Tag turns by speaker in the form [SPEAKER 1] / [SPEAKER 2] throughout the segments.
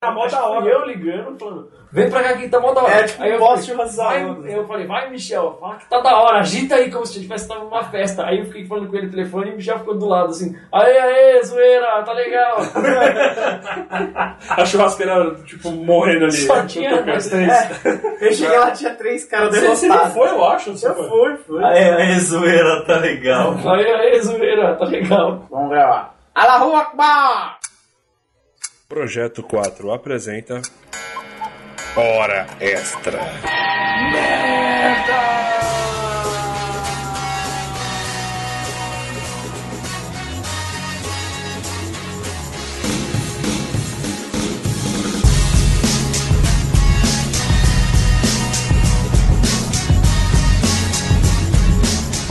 [SPEAKER 1] na Tá mó da hora.
[SPEAKER 2] Eu ligando, falando, vem pra cá que tá mó da hora.
[SPEAKER 1] É, tipo,
[SPEAKER 2] aí eu
[SPEAKER 1] bosta
[SPEAKER 2] falei,
[SPEAKER 1] churrasada.
[SPEAKER 2] vai- eu falei, vai, Michel, fala que tá da hora, agita aí como se a gente tivesse tava numa festa. Aí eu fiquei falando com ele no telefone e o Michel ficou do lado assim, aê, aê, zoeira, tá legal.
[SPEAKER 3] A churrasqueira, tipo, morrendo ali.
[SPEAKER 2] Só tinha nós três.
[SPEAKER 1] Eu cheguei lá, tinha três caras
[SPEAKER 3] Você, você não
[SPEAKER 1] derrotados.
[SPEAKER 3] foi, eu acho. Você
[SPEAKER 1] Eu
[SPEAKER 3] foi.
[SPEAKER 1] fui, fui.
[SPEAKER 4] Aí, aí, Ah, zoeira, tá legal.
[SPEAKER 2] Aê, aê, zoeira, tá legal.
[SPEAKER 1] Vamos gravar. Allahu Akbar!
[SPEAKER 3] Projeto 4 apresenta. Hora Extra.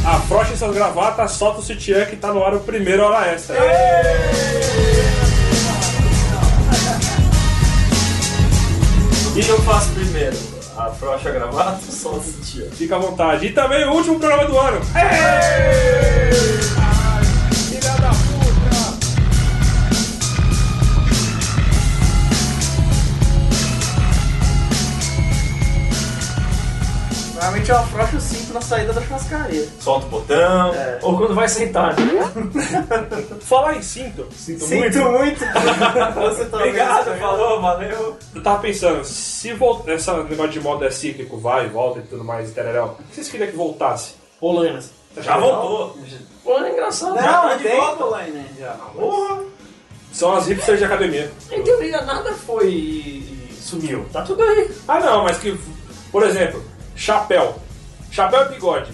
[SPEAKER 3] Afrocha suas gravatas, solta o sutiã que tá no ar o primeiro Hora Extra.
[SPEAKER 4] E eu faço primeiro? A frouxa gravata ou só sentia?
[SPEAKER 3] Fica à vontade. E também o último programa do ano.
[SPEAKER 1] Normalmente eu afrouxo o cinto na saída da churrascaria.
[SPEAKER 4] Solta o botão.
[SPEAKER 1] É.
[SPEAKER 2] Ou quando vai sentar. né?
[SPEAKER 3] Falar em cinto. Sinto,
[SPEAKER 1] Sinto muito. Você tá também.
[SPEAKER 4] Obrigado,
[SPEAKER 1] sabe?
[SPEAKER 4] falou, valeu.
[SPEAKER 3] Eu tava pensando, se voltar. Esse negócio de moda é cíclico, vai, volta e tudo mais, tererão. O que vocês queriam que voltasse?
[SPEAKER 2] Polainas.
[SPEAKER 4] Já voltou.
[SPEAKER 2] Polainas é engraçado.
[SPEAKER 1] Não,
[SPEAKER 4] tá
[SPEAKER 1] não
[SPEAKER 4] de
[SPEAKER 1] tem
[SPEAKER 4] volta.
[SPEAKER 1] online né, já.
[SPEAKER 3] São as hipsters de academia.
[SPEAKER 2] Em teoria, nada foi e sumiu. Tá tudo aí.
[SPEAKER 3] Ah, não, mas que. Por exemplo, chapéu. Chapéu e bigode.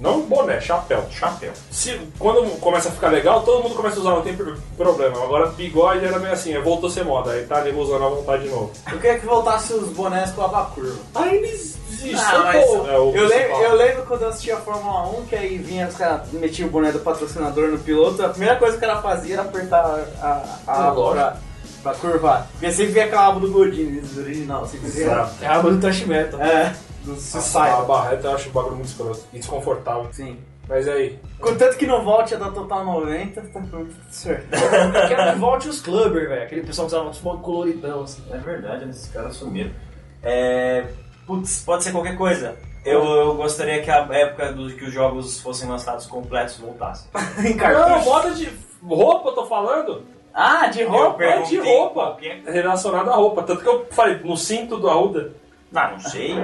[SPEAKER 3] Não boné, chapéu.
[SPEAKER 4] Chapéu.
[SPEAKER 3] Se, quando começa a ficar legal, todo mundo começa a usar, não tem pr- problema. Agora, bigode era meio assim, é, voltou a ser moda, aí tá ali usando à vontade de novo.
[SPEAKER 1] Eu queria que voltasse os bonés com abacurva.
[SPEAKER 3] Aí eles desistem.
[SPEAKER 1] Ah, mas
[SPEAKER 3] é o
[SPEAKER 1] eu, lembro,
[SPEAKER 3] principal.
[SPEAKER 1] eu lembro quando eu assistia a Fórmula 1, que aí vinha os caras, metia o boné do patrocinador no piloto, a primeira coisa que o cara fazia era apertar a, a, a
[SPEAKER 2] Ah, lógico.
[SPEAKER 1] pra, pra curvar. Porque sempre vinha aquela aba do Godini, do original, sempre vinha.
[SPEAKER 3] Exato. Ah, tá.
[SPEAKER 2] É a aba do trash metal.
[SPEAKER 1] É, do
[SPEAKER 3] A
[SPEAKER 1] Suicide.
[SPEAKER 3] barreta eu acho o bagulho muito escroto e desconfortável.
[SPEAKER 1] Sim.
[SPEAKER 3] Mas aí,
[SPEAKER 1] Contanto que não volte a da Total 90, tá tudo certo.
[SPEAKER 2] Eu quero que volte os clubbers, velho. Aquele pessoal que usava uns fogos coloridão, assim.
[SPEAKER 4] É verdade, esses caras sumiram. É. Putz, pode ser qualquer coisa. Eu, eu gostaria que a época do, que os jogos fossem lançados completos voltasse.
[SPEAKER 1] em
[SPEAKER 3] Não,
[SPEAKER 1] cartucho.
[SPEAKER 3] moda de roupa, eu tô falando.
[SPEAKER 1] Ah, de
[SPEAKER 4] Eu
[SPEAKER 1] roupa?
[SPEAKER 3] É de
[SPEAKER 4] perguntei
[SPEAKER 3] roupa.
[SPEAKER 4] qualquer-
[SPEAKER 3] Relacionada à roupa. Tanto que eu falei, no cinto do Arruda.
[SPEAKER 4] Ah, não sei.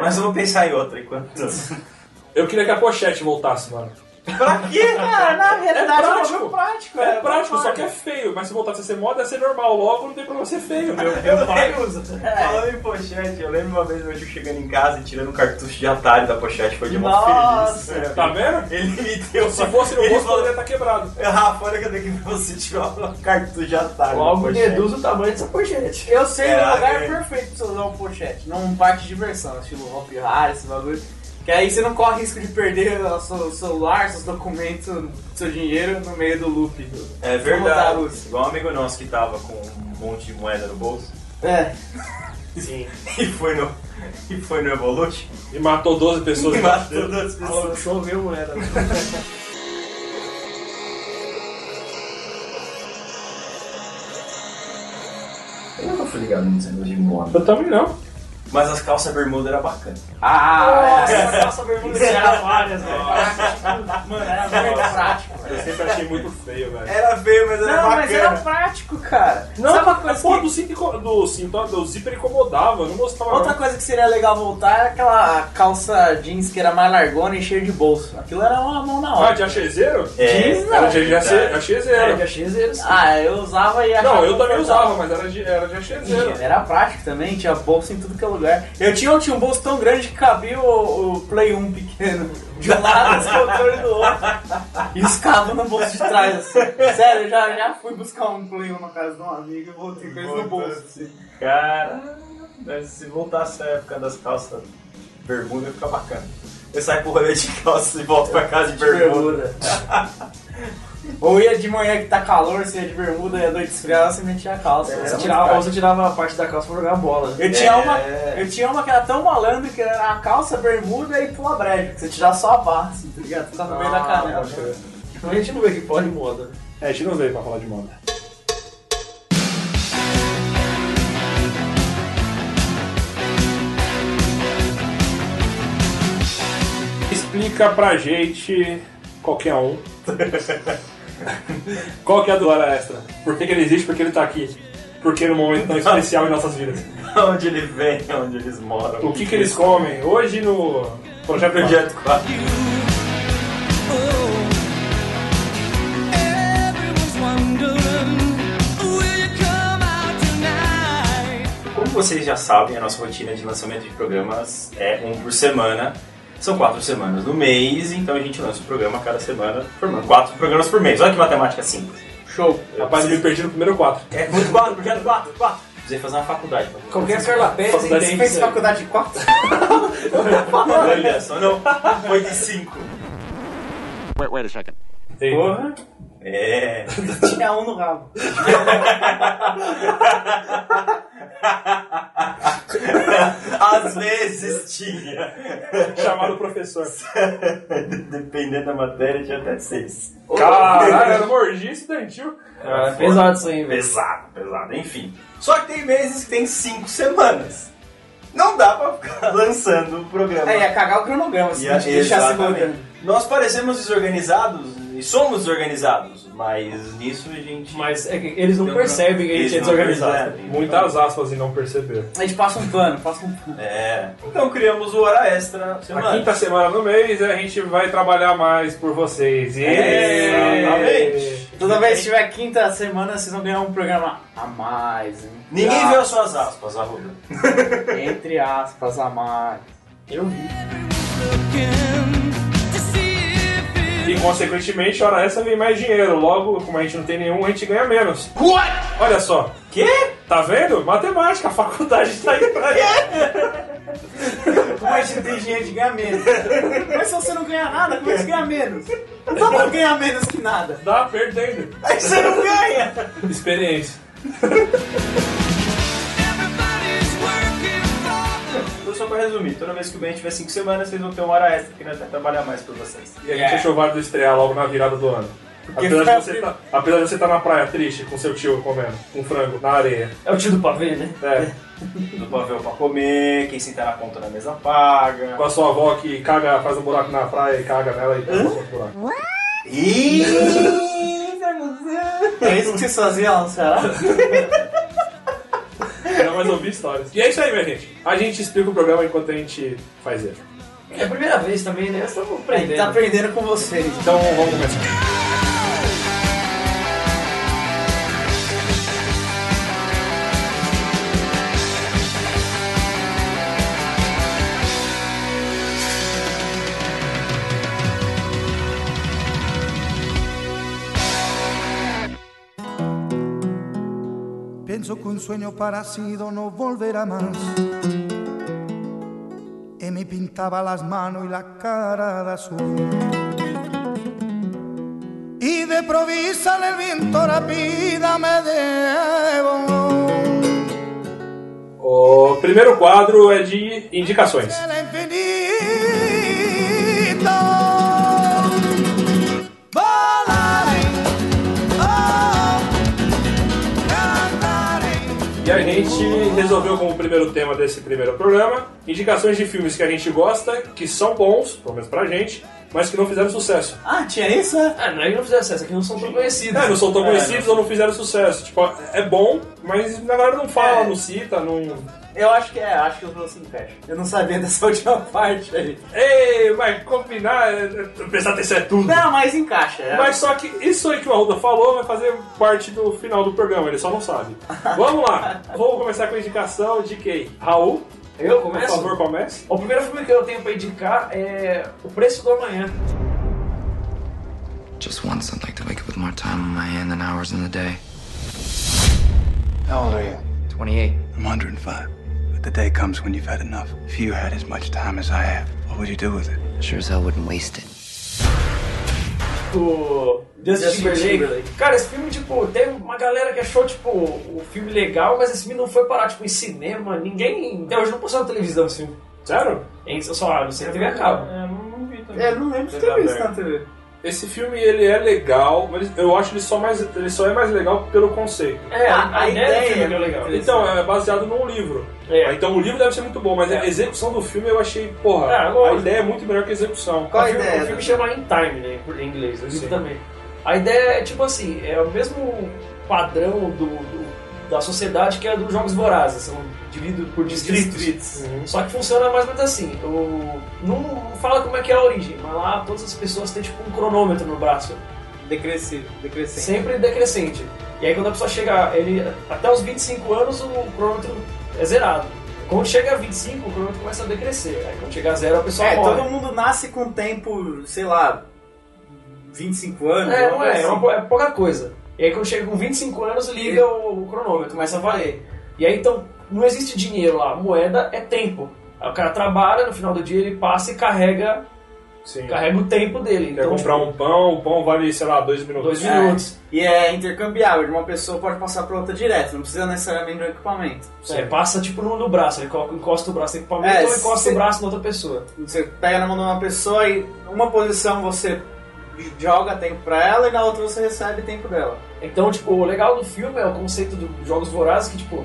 [SPEAKER 4] Mas eu vou pensar em outra enquanto.
[SPEAKER 3] Eu queria que a pochete voltasse, mano.
[SPEAKER 1] Pra quê? Cara, na realidade é
[SPEAKER 3] prático.
[SPEAKER 1] prático. prático.
[SPEAKER 3] É prático, só que é feio. Mas se voltasse a ser moda, ia ser normal. Logo não tem problema ser feio. Meu,
[SPEAKER 4] Meu pai usa. Falando em pochete, eu lembro uma vez meu tio chegando em casa e tirando um cartucho de Atari da pochete, foi de mó feliz. É,
[SPEAKER 1] Nossa.
[SPEAKER 3] tá vendo?
[SPEAKER 4] Ele me deu
[SPEAKER 3] Se fosse no
[SPEAKER 4] ele
[SPEAKER 3] rosto, poderia
[SPEAKER 4] falou,
[SPEAKER 3] estar quebrado.
[SPEAKER 4] Rafa, olha que eu tenho que você tirou um cartucho de Atari da
[SPEAKER 2] Logo
[SPEAKER 4] pochete.
[SPEAKER 2] reduz o tamanho dessa pochete.
[SPEAKER 1] Eu sei
[SPEAKER 4] É,
[SPEAKER 1] o lugar
[SPEAKER 4] é.
[SPEAKER 1] perfeito pra você usar um pochete, num parque de diversão, estilo Hop Hard, esse bagulho. Que aí você não corre risco de perder o seu celular, seus documentos, seu dinheiro no meio do loop. Voltar a
[SPEAKER 4] É verdade.
[SPEAKER 1] luz.
[SPEAKER 4] Igual um amigo nosso que tava com um monte de moeda no bolso
[SPEAKER 1] É.
[SPEAKER 2] Sim.
[SPEAKER 4] e foi no, e foi no Evolution
[SPEAKER 3] E matou 12 pessoas.
[SPEAKER 4] e matou duas pessoas.
[SPEAKER 2] Lançou mil moedas.
[SPEAKER 4] Eu nunca fui ligado nesse negócio de moda.
[SPEAKER 3] Eu também não.
[SPEAKER 4] Mas as calças bermuda era bacana.
[SPEAKER 1] Ah, é.
[SPEAKER 2] Nossa, bermuda tinha várias, velho.
[SPEAKER 1] mano, era muito prático.
[SPEAKER 3] Eu sempre achei muito feio, velho.
[SPEAKER 4] Era feio, mas era
[SPEAKER 1] Não,
[SPEAKER 4] bacana.
[SPEAKER 1] mas era prático, cara.
[SPEAKER 3] É, Não,
[SPEAKER 1] Sabe uma
[SPEAKER 3] a
[SPEAKER 1] coisa
[SPEAKER 3] porra
[SPEAKER 1] que-
[SPEAKER 3] do cinto, inco- do cinto, ó, do zíper incomodava. Eu não gostava
[SPEAKER 1] Outra
[SPEAKER 3] não.
[SPEAKER 1] coisa que seria legal voltar era aquela calça jeans que era mais largona e cheia de bolso. Aquilo era uma mão na
[SPEAKER 3] Ah,
[SPEAKER 1] hora.
[SPEAKER 3] de achezero?
[SPEAKER 4] É,
[SPEAKER 1] Jeans não.
[SPEAKER 3] Era de ache-
[SPEAKER 4] verdade.
[SPEAKER 2] É,
[SPEAKER 3] achezero.
[SPEAKER 2] de achezeiros.
[SPEAKER 1] Ah, eu usava e achava
[SPEAKER 3] Não, eu também
[SPEAKER 1] confortável.
[SPEAKER 3] usava, mas era de, era de
[SPEAKER 1] Ih,
[SPEAKER 3] achezero.
[SPEAKER 1] né? Era prático também, tinha bolsa em tudo que é lugar. Eu tinha, eu tinha um bolso tão grande que cabia o, o Play 1 pequeno. De um lado, os controles do outro. E os cabos no bolso de trás, assim. Sério, eu já, já fui buscar um Play 1 na casa de um amigo e voltei com eles no bolso.
[SPEAKER 4] Cara, mas se voltasse a época das calças bermuda, ia ficar bacana. Eu saio pro rolê de calça e volto pra casa de bermuda.
[SPEAKER 1] Ou ia de manhã que tá calor, você ia de bermuda, ia à noite esfriar, você metia a calça.
[SPEAKER 4] É,
[SPEAKER 1] Você
[SPEAKER 2] Você
[SPEAKER 4] muito
[SPEAKER 1] tirava a
[SPEAKER 2] tirava,
[SPEAKER 4] prático.
[SPEAKER 1] calça.
[SPEAKER 2] você tirava a parte da calça pra jogar bola.
[SPEAKER 1] Eu tinha,
[SPEAKER 4] É.
[SPEAKER 1] uma, eu tinha uma que era tão malandro que era a calça, bermuda e pula brejo. que Você tirava só a barra, assim, tá ligado? Ficava no meio da
[SPEAKER 2] Ah,
[SPEAKER 1] canela.
[SPEAKER 2] pode crer. A gente não vê que pode moda.
[SPEAKER 3] É, a gente não veio pra falar de moda. Explica pra gente, qualquer um, qual que é a do Hora Extra? Por que, que ele existe? Por que ele tá aqui? Por que no momento tão especial em nossas vidas?
[SPEAKER 4] Onde ele vem, onde eles moram.
[SPEAKER 3] O que, que eles comem? Hoje no Projeto Projeto.
[SPEAKER 4] Projeto 4.
[SPEAKER 5] Everyone's wondering, will you come out tonight?
[SPEAKER 4] Como vocês já sabem, a nossa rotina de lançamento de programas é um por semana. São quatro semanas no mês, então a gente lança um programa a cada semana, formando quatro programas por mês. Olha que matemática simples.
[SPEAKER 1] Show.
[SPEAKER 3] Rapaz, eu me perdi no primeiro quatro.
[SPEAKER 4] É muito quatro, projeto quatro, quatro. Precisei fazer uma faculdade. pra-
[SPEAKER 2] Qualquer Carla Pérez
[SPEAKER 3] Faculdade
[SPEAKER 2] entende
[SPEAKER 3] fez
[SPEAKER 2] isso aí.
[SPEAKER 1] faculdade de quatro?
[SPEAKER 2] assim?
[SPEAKER 4] Olha só, não. Foi de cinco.
[SPEAKER 6] Wait, wait a second.
[SPEAKER 1] Porra,
[SPEAKER 4] É.
[SPEAKER 1] tinha um no rabo.
[SPEAKER 4] Às vezes tinha.
[SPEAKER 3] Chamado professor.
[SPEAKER 4] Dependendo da matéria, tinha até seis.
[SPEAKER 3] Caralho, era uma orgia estudantil.
[SPEAKER 2] Ah, é pesado isso aí, velho.
[SPEAKER 4] Pesado, pesado, enfim. Só que tem meses que tem cinco semanas. Não dá pra ficar lançando o programa.
[SPEAKER 1] É, ia cagar o cronograma se
[SPEAKER 4] E a-
[SPEAKER 1] a gente deixasse
[SPEAKER 4] exatamente.
[SPEAKER 1] rodando.
[SPEAKER 4] Nós parecemos desorganizados e somos desorganizados, mas nisso a gente.
[SPEAKER 2] Mas é que eles não
[SPEAKER 4] Tem um-
[SPEAKER 2] percebem que a
[SPEAKER 4] eles
[SPEAKER 2] gente é
[SPEAKER 4] não
[SPEAKER 2] desorganizado.
[SPEAKER 4] percebem.
[SPEAKER 3] Muitas aspas e não perceber.
[SPEAKER 1] A gente passa um pano, passa um pano.
[SPEAKER 4] É. Então criamos o Hora Extra
[SPEAKER 3] A
[SPEAKER 1] tá-
[SPEAKER 4] semana.
[SPEAKER 3] quinta semana no mês a gente vai trabalhar mais por vocês. E...
[SPEAKER 4] É. Exatamente.
[SPEAKER 1] Toda vez que tiver quinta semana, vocês vão ganhar um programa a mais, hein?
[SPEAKER 4] Ninguém
[SPEAKER 1] Ah,
[SPEAKER 4] viu as suas aspas, Arruda.
[SPEAKER 1] Entre aspas, a mais. Eu vi.
[SPEAKER 5] Looking to see if it
[SPEAKER 3] E consequentemente, hora essa vem mais dinheiro. Logo, como a gente não tem nenhum, a gente ganha menos. Olha só.
[SPEAKER 4] Quê?
[SPEAKER 3] Tá vendo? Matemática, a faculdade tá aí pra isso.
[SPEAKER 1] Como a gente tem dinheiro de ganhar menos? Mas se você não ganhar nada, como é que você ganha menos? Não dá pra ganhar menos que nada.
[SPEAKER 3] Tá perdendo.
[SPEAKER 4] Aí você não ganha!
[SPEAKER 3] Experiência.
[SPEAKER 5] everybody's working for the
[SPEAKER 4] Então, só pra resumir, toda vez que o Ben tiver cinco semanas, vocês vão ter uma hora extra que nós vamos trabalhar mais por vocês.
[SPEAKER 3] E a gente achou válido estrear logo na virada do ano. Apesar de, você tá, apesar de você tá na praia triste com seu tio comendo um frango na areia.
[SPEAKER 2] É o tio do pavê, né?
[SPEAKER 3] É,
[SPEAKER 4] Do pavel pra comer, quem sentar na ponta da mesa paga.
[SPEAKER 3] com a sua avó que caga, faz um buraco na praia e caga nela e faz um buraco.
[SPEAKER 4] Ih!
[SPEAKER 1] É isso que vocês faziam lá no Ceará?
[SPEAKER 3] Não mais ouvir histórias. E é isso aí, minha gente. A gente explica o programa enquanto a gente faz ele.
[SPEAKER 2] É a primeira vez também, né? Estamos
[SPEAKER 1] A gente
[SPEAKER 2] aprendendo.
[SPEAKER 1] tá aprendendo com vocês.
[SPEAKER 3] Então vamos começar.
[SPEAKER 7] Pienso que un sueño parecido no volverá más. Y me pintaba las manos y la cara de azul. Y de improviso el viento rápida me debo.
[SPEAKER 3] O primeiro quadro é de indicações.
[SPEAKER 7] El infinito. Volaré. Oh, cantaré.
[SPEAKER 3] E a gente resolveu como primeiro tema desse primeiro programa indicações de filmes que a gente gosta, que são bons, pelo menos pra gente, mas que não fizeram sucesso.
[SPEAKER 1] Ah, tinha isso? né?
[SPEAKER 2] Ah, não é que não fizeram acesso, aqui não são tão conhecidos.
[SPEAKER 3] É, não são tão
[SPEAKER 4] É.
[SPEAKER 3] conhecidos ou não fizeram sucesso. Tipo, é bom, mas a galera não fala,
[SPEAKER 1] É.
[SPEAKER 3] não cita, não.
[SPEAKER 1] Eu acho que é, acho que o meu se encaixa. Eu não sabia dessa última parte aí.
[SPEAKER 3] Ei, mas combinar, é, é, prestar atenção é tudo.
[SPEAKER 1] Não, mas encaixa. é.
[SPEAKER 3] Mas só que isso aí que o Arruda falou vai fazer parte do final do programa, ele só não sabe. Vamos lá, vamos começar com a indicação de quem? Raul,
[SPEAKER 2] Eu
[SPEAKER 3] por
[SPEAKER 2] começo?
[SPEAKER 3] favor, comece.
[SPEAKER 2] O primeiro filme que eu tenho pra indicar é O Preço do Amanhã.
[SPEAKER 8] Just once, I'd like to wake up with more time on my hand than hours in the day.
[SPEAKER 9] How old are you?
[SPEAKER 8] 28.
[SPEAKER 9] I'm 105. But the day comes when you've had enough. If you had as much time as I have, what would you do with it?
[SPEAKER 8] Sure as hell wouldn't waste it.
[SPEAKER 2] do Justin,
[SPEAKER 1] Justin
[SPEAKER 2] Timberlake.
[SPEAKER 1] Timberlake.
[SPEAKER 2] Cara, esse filme, tipo, tem uma galera que achou, tipo, o filme legal, mas esse filme não foi parar, tipo, em cinema. Ninguém. Até hoje não passou na televisão esse filme.
[SPEAKER 3] Sério?
[SPEAKER 2] Em, só, não sei, na TV a cabo.
[SPEAKER 4] É, não vi também.
[SPEAKER 1] É, não lembro de ter visto na TV.
[SPEAKER 3] Esse filme ele é legal, mas eu acho ele só mais ele só é mais legal pelo conceito.
[SPEAKER 2] É,
[SPEAKER 1] Ah,
[SPEAKER 2] a,
[SPEAKER 1] a
[SPEAKER 2] ideia do
[SPEAKER 1] ideia
[SPEAKER 2] filme
[SPEAKER 1] é
[SPEAKER 2] é legal.
[SPEAKER 1] muito
[SPEAKER 3] Então, é baseado num livro.
[SPEAKER 2] É.
[SPEAKER 3] Ah, Então o livro deve ser muito bom, mas a
[SPEAKER 2] É.
[SPEAKER 3] execução do filme eu achei, porra,
[SPEAKER 2] É, lógico.
[SPEAKER 3] a ideia é muito melhor que a execução.
[SPEAKER 1] Qual a
[SPEAKER 2] o filme,
[SPEAKER 1] ideia
[SPEAKER 2] O filme
[SPEAKER 1] do-
[SPEAKER 2] chama In Time, né? por- Em inglês, eu digo
[SPEAKER 3] Sim.
[SPEAKER 2] também. A ideia é tipo assim, é o mesmo padrão do, do- da sociedade que é dos jogos vorazes, são divididos por distritos.
[SPEAKER 3] Uhum.
[SPEAKER 2] Só que funciona mais ou menos assim. O, não fala como é que é a origem, mas lá todas as pessoas têm tipo um cronômetro no braço.
[SPEAKER 1] Decrescido, decrescente.
[SPEAKER 2] Sempre decrescente. E aí quando a pessoa chega, ele, até os 25 anos o cronômetro é zerado. Quando chega a 25, o cronômetro começa a decrescer. Aí quando chega a zero, a pessoa
[SPEAKER 1] É,
[SPEAKER 2] morre.
[SPEAKER 1] todo mundo nasce com tempo, sei lá, 25 anos.
[SPEAKER 2] É,
[SPEAKER 1] alguma
[SPEAKER 2] não é,
[SPEAKER 1] coisa
[SPEAKER 2] é, uma,
[SPEAKER 1] assim.
[SPEAKER 2] pou- é pouca coisa. E aí quando chega com 25 anos, liga o, o cronômetro, começa a valer. E aí então, não existe dinheiro lá, moeda é tempo. Aí o cara trabalha, no final do dia ele passa e carrega,
[SPEAKER 3] Sim.
[SPEAKER 2] carrega o tempo dele. Então, tipo,
[SPEAKER 3] Quer comprar um pão, o pão vale, sei lá, dois minutos.
[SPEAKER 2] Dois
[SPEAKER 1] É.
[SPEAKER 2] minutos.
[SPEAKER 1] E é intercambiável, de uma pessoa pode passar para outra direto, não precisa necessariamente do equipamento.
[SPEAKER 2] Você passa tipo no, no braço, ele coloca, encosta o braço no equipamento
[SPEAKER 1] É,
[SPEAKER 2] ou então encosta
[SPEAKER 1] se-
[SPEAKER 2] o braço na outra pessoa.
[SPEAKER 1] Você pega na mão de uma pessoa e uma posição você joga tempo pra ela e na outra você recebe tempo dela.
[SPEAKER 2] Então, tipo, o legal do filme é o conceito dos Jogos Vorazes, que, tipo,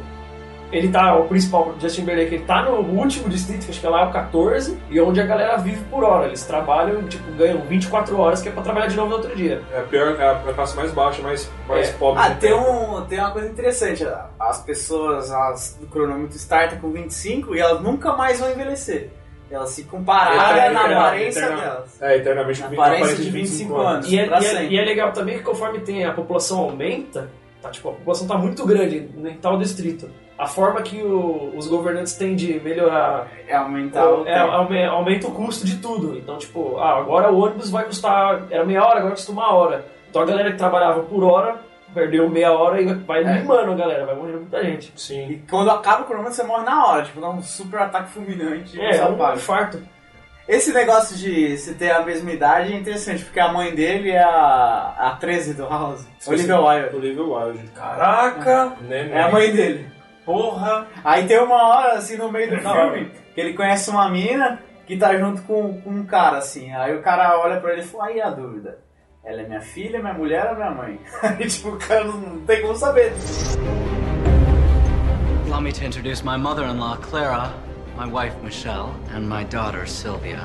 [SPEAKER 2] ele tá, o principal, o Justin Timberlake, ele tá no último distrito, que acho que é lá é o 14, e onde a galera vive por hora. Eles trabalham, tipo, ganham 24 horas, que é pra trabalhar de novo no outro dia.
[SPEAKER 3] É a pior, é a classe mais baixa, mais, mais
[SPEAKER 2] É.
[SPEAKER 3] pobre.
[SPEAKER 1] Ah,
[SPEAKER 3] que
[SPEAKER 1] tem, um, tem uma coisa interessante. As pessoas, as, o cronômetro starta com 25 e elas nunca mais vão envelhecer. Elas ficam
[SPEAKER 2] Ah,
[SPEAKER 1] paradas
[SPEAKER 2] é
[SPEAKER 1] na
[SPEAKER 2] verdade,
[SPEAKER 1] aparência
[SPEAKER 3] eterna-
[SPEAKER 1] delas.
[SPEAKER 3] É, eternamente
[SPEAKER 1] Na
[SPEAKER 3] com
[SPEAKER 1] aparência
[SPEAKER 3] aparência
[SPEAKER 1] de 25 anos.
[SPEAKER 2] E é,
[SPEAKER 1] Pra
[SPEAKER 2] e é-
[SPEAKER 1] sempre.
[SPEAKER 2] e é legal também que conforme tem a população aumenta, tá, tipo, a população tá muito grande em tal distrito. A forma que o- os governantes têm de melhorar
[SPEAKER 1] É aumentar o
[SPEAKER 2] É,
[SPEAKER 1] tempo.
[SPEAKER 2] aume- aumenta o custo de tudo. Então, tipo, ah, agora o ônibus vai custar. Era meia hora, agora custa uma hora. Então a galera que trabalhava por hora perdeu meia hora e vai
[SPEAKER 1] É.
[SPEAKER 2] limando a galera, vai morrer muita gente.
[SPEAKER 3] Sim.
[SPEAKER 1] E quando acaba o cronômetro, você morre na hora. Tipo, dá um super ataque fulminante. e
[SPEAKER 2] É,
[SPEAKER 1] você
[SPEAKER 2] é um
[SPEAKER 1] apaga.
[SPEAKER 2] infarto.
[SPEAKER 1] Esse negócio de se ter a mesma idade é interessante, porque a mãe dele é a, a 13 do House,
[SPEAKER 3] Sim,
[SPEAKER 1] Olivia Wilde.
[SPEAKER 3] O livro Wild. Caraca! Né, né?
[SPEAKER 1] É a mãe dele.
[SPEAKER 3] Porra!
[SPEAKER 1] Aí tem uma hora, assim, no meio do
[SPEAKER 3] Da
[SPEAKER 1] filme, que ele conhece uma mina que tá junto com, com um cara, assim. Aí o cara olha pra ele e fala, aí a dúvida. Ela é minha filha, minha mulher ou minha mãe? Aí, tipo, o cara não tem como saber.
[SPEAKER 10] Allow me to introduce my mother in law, Clara, my wife, Michelle, and my daughter, Sylvia.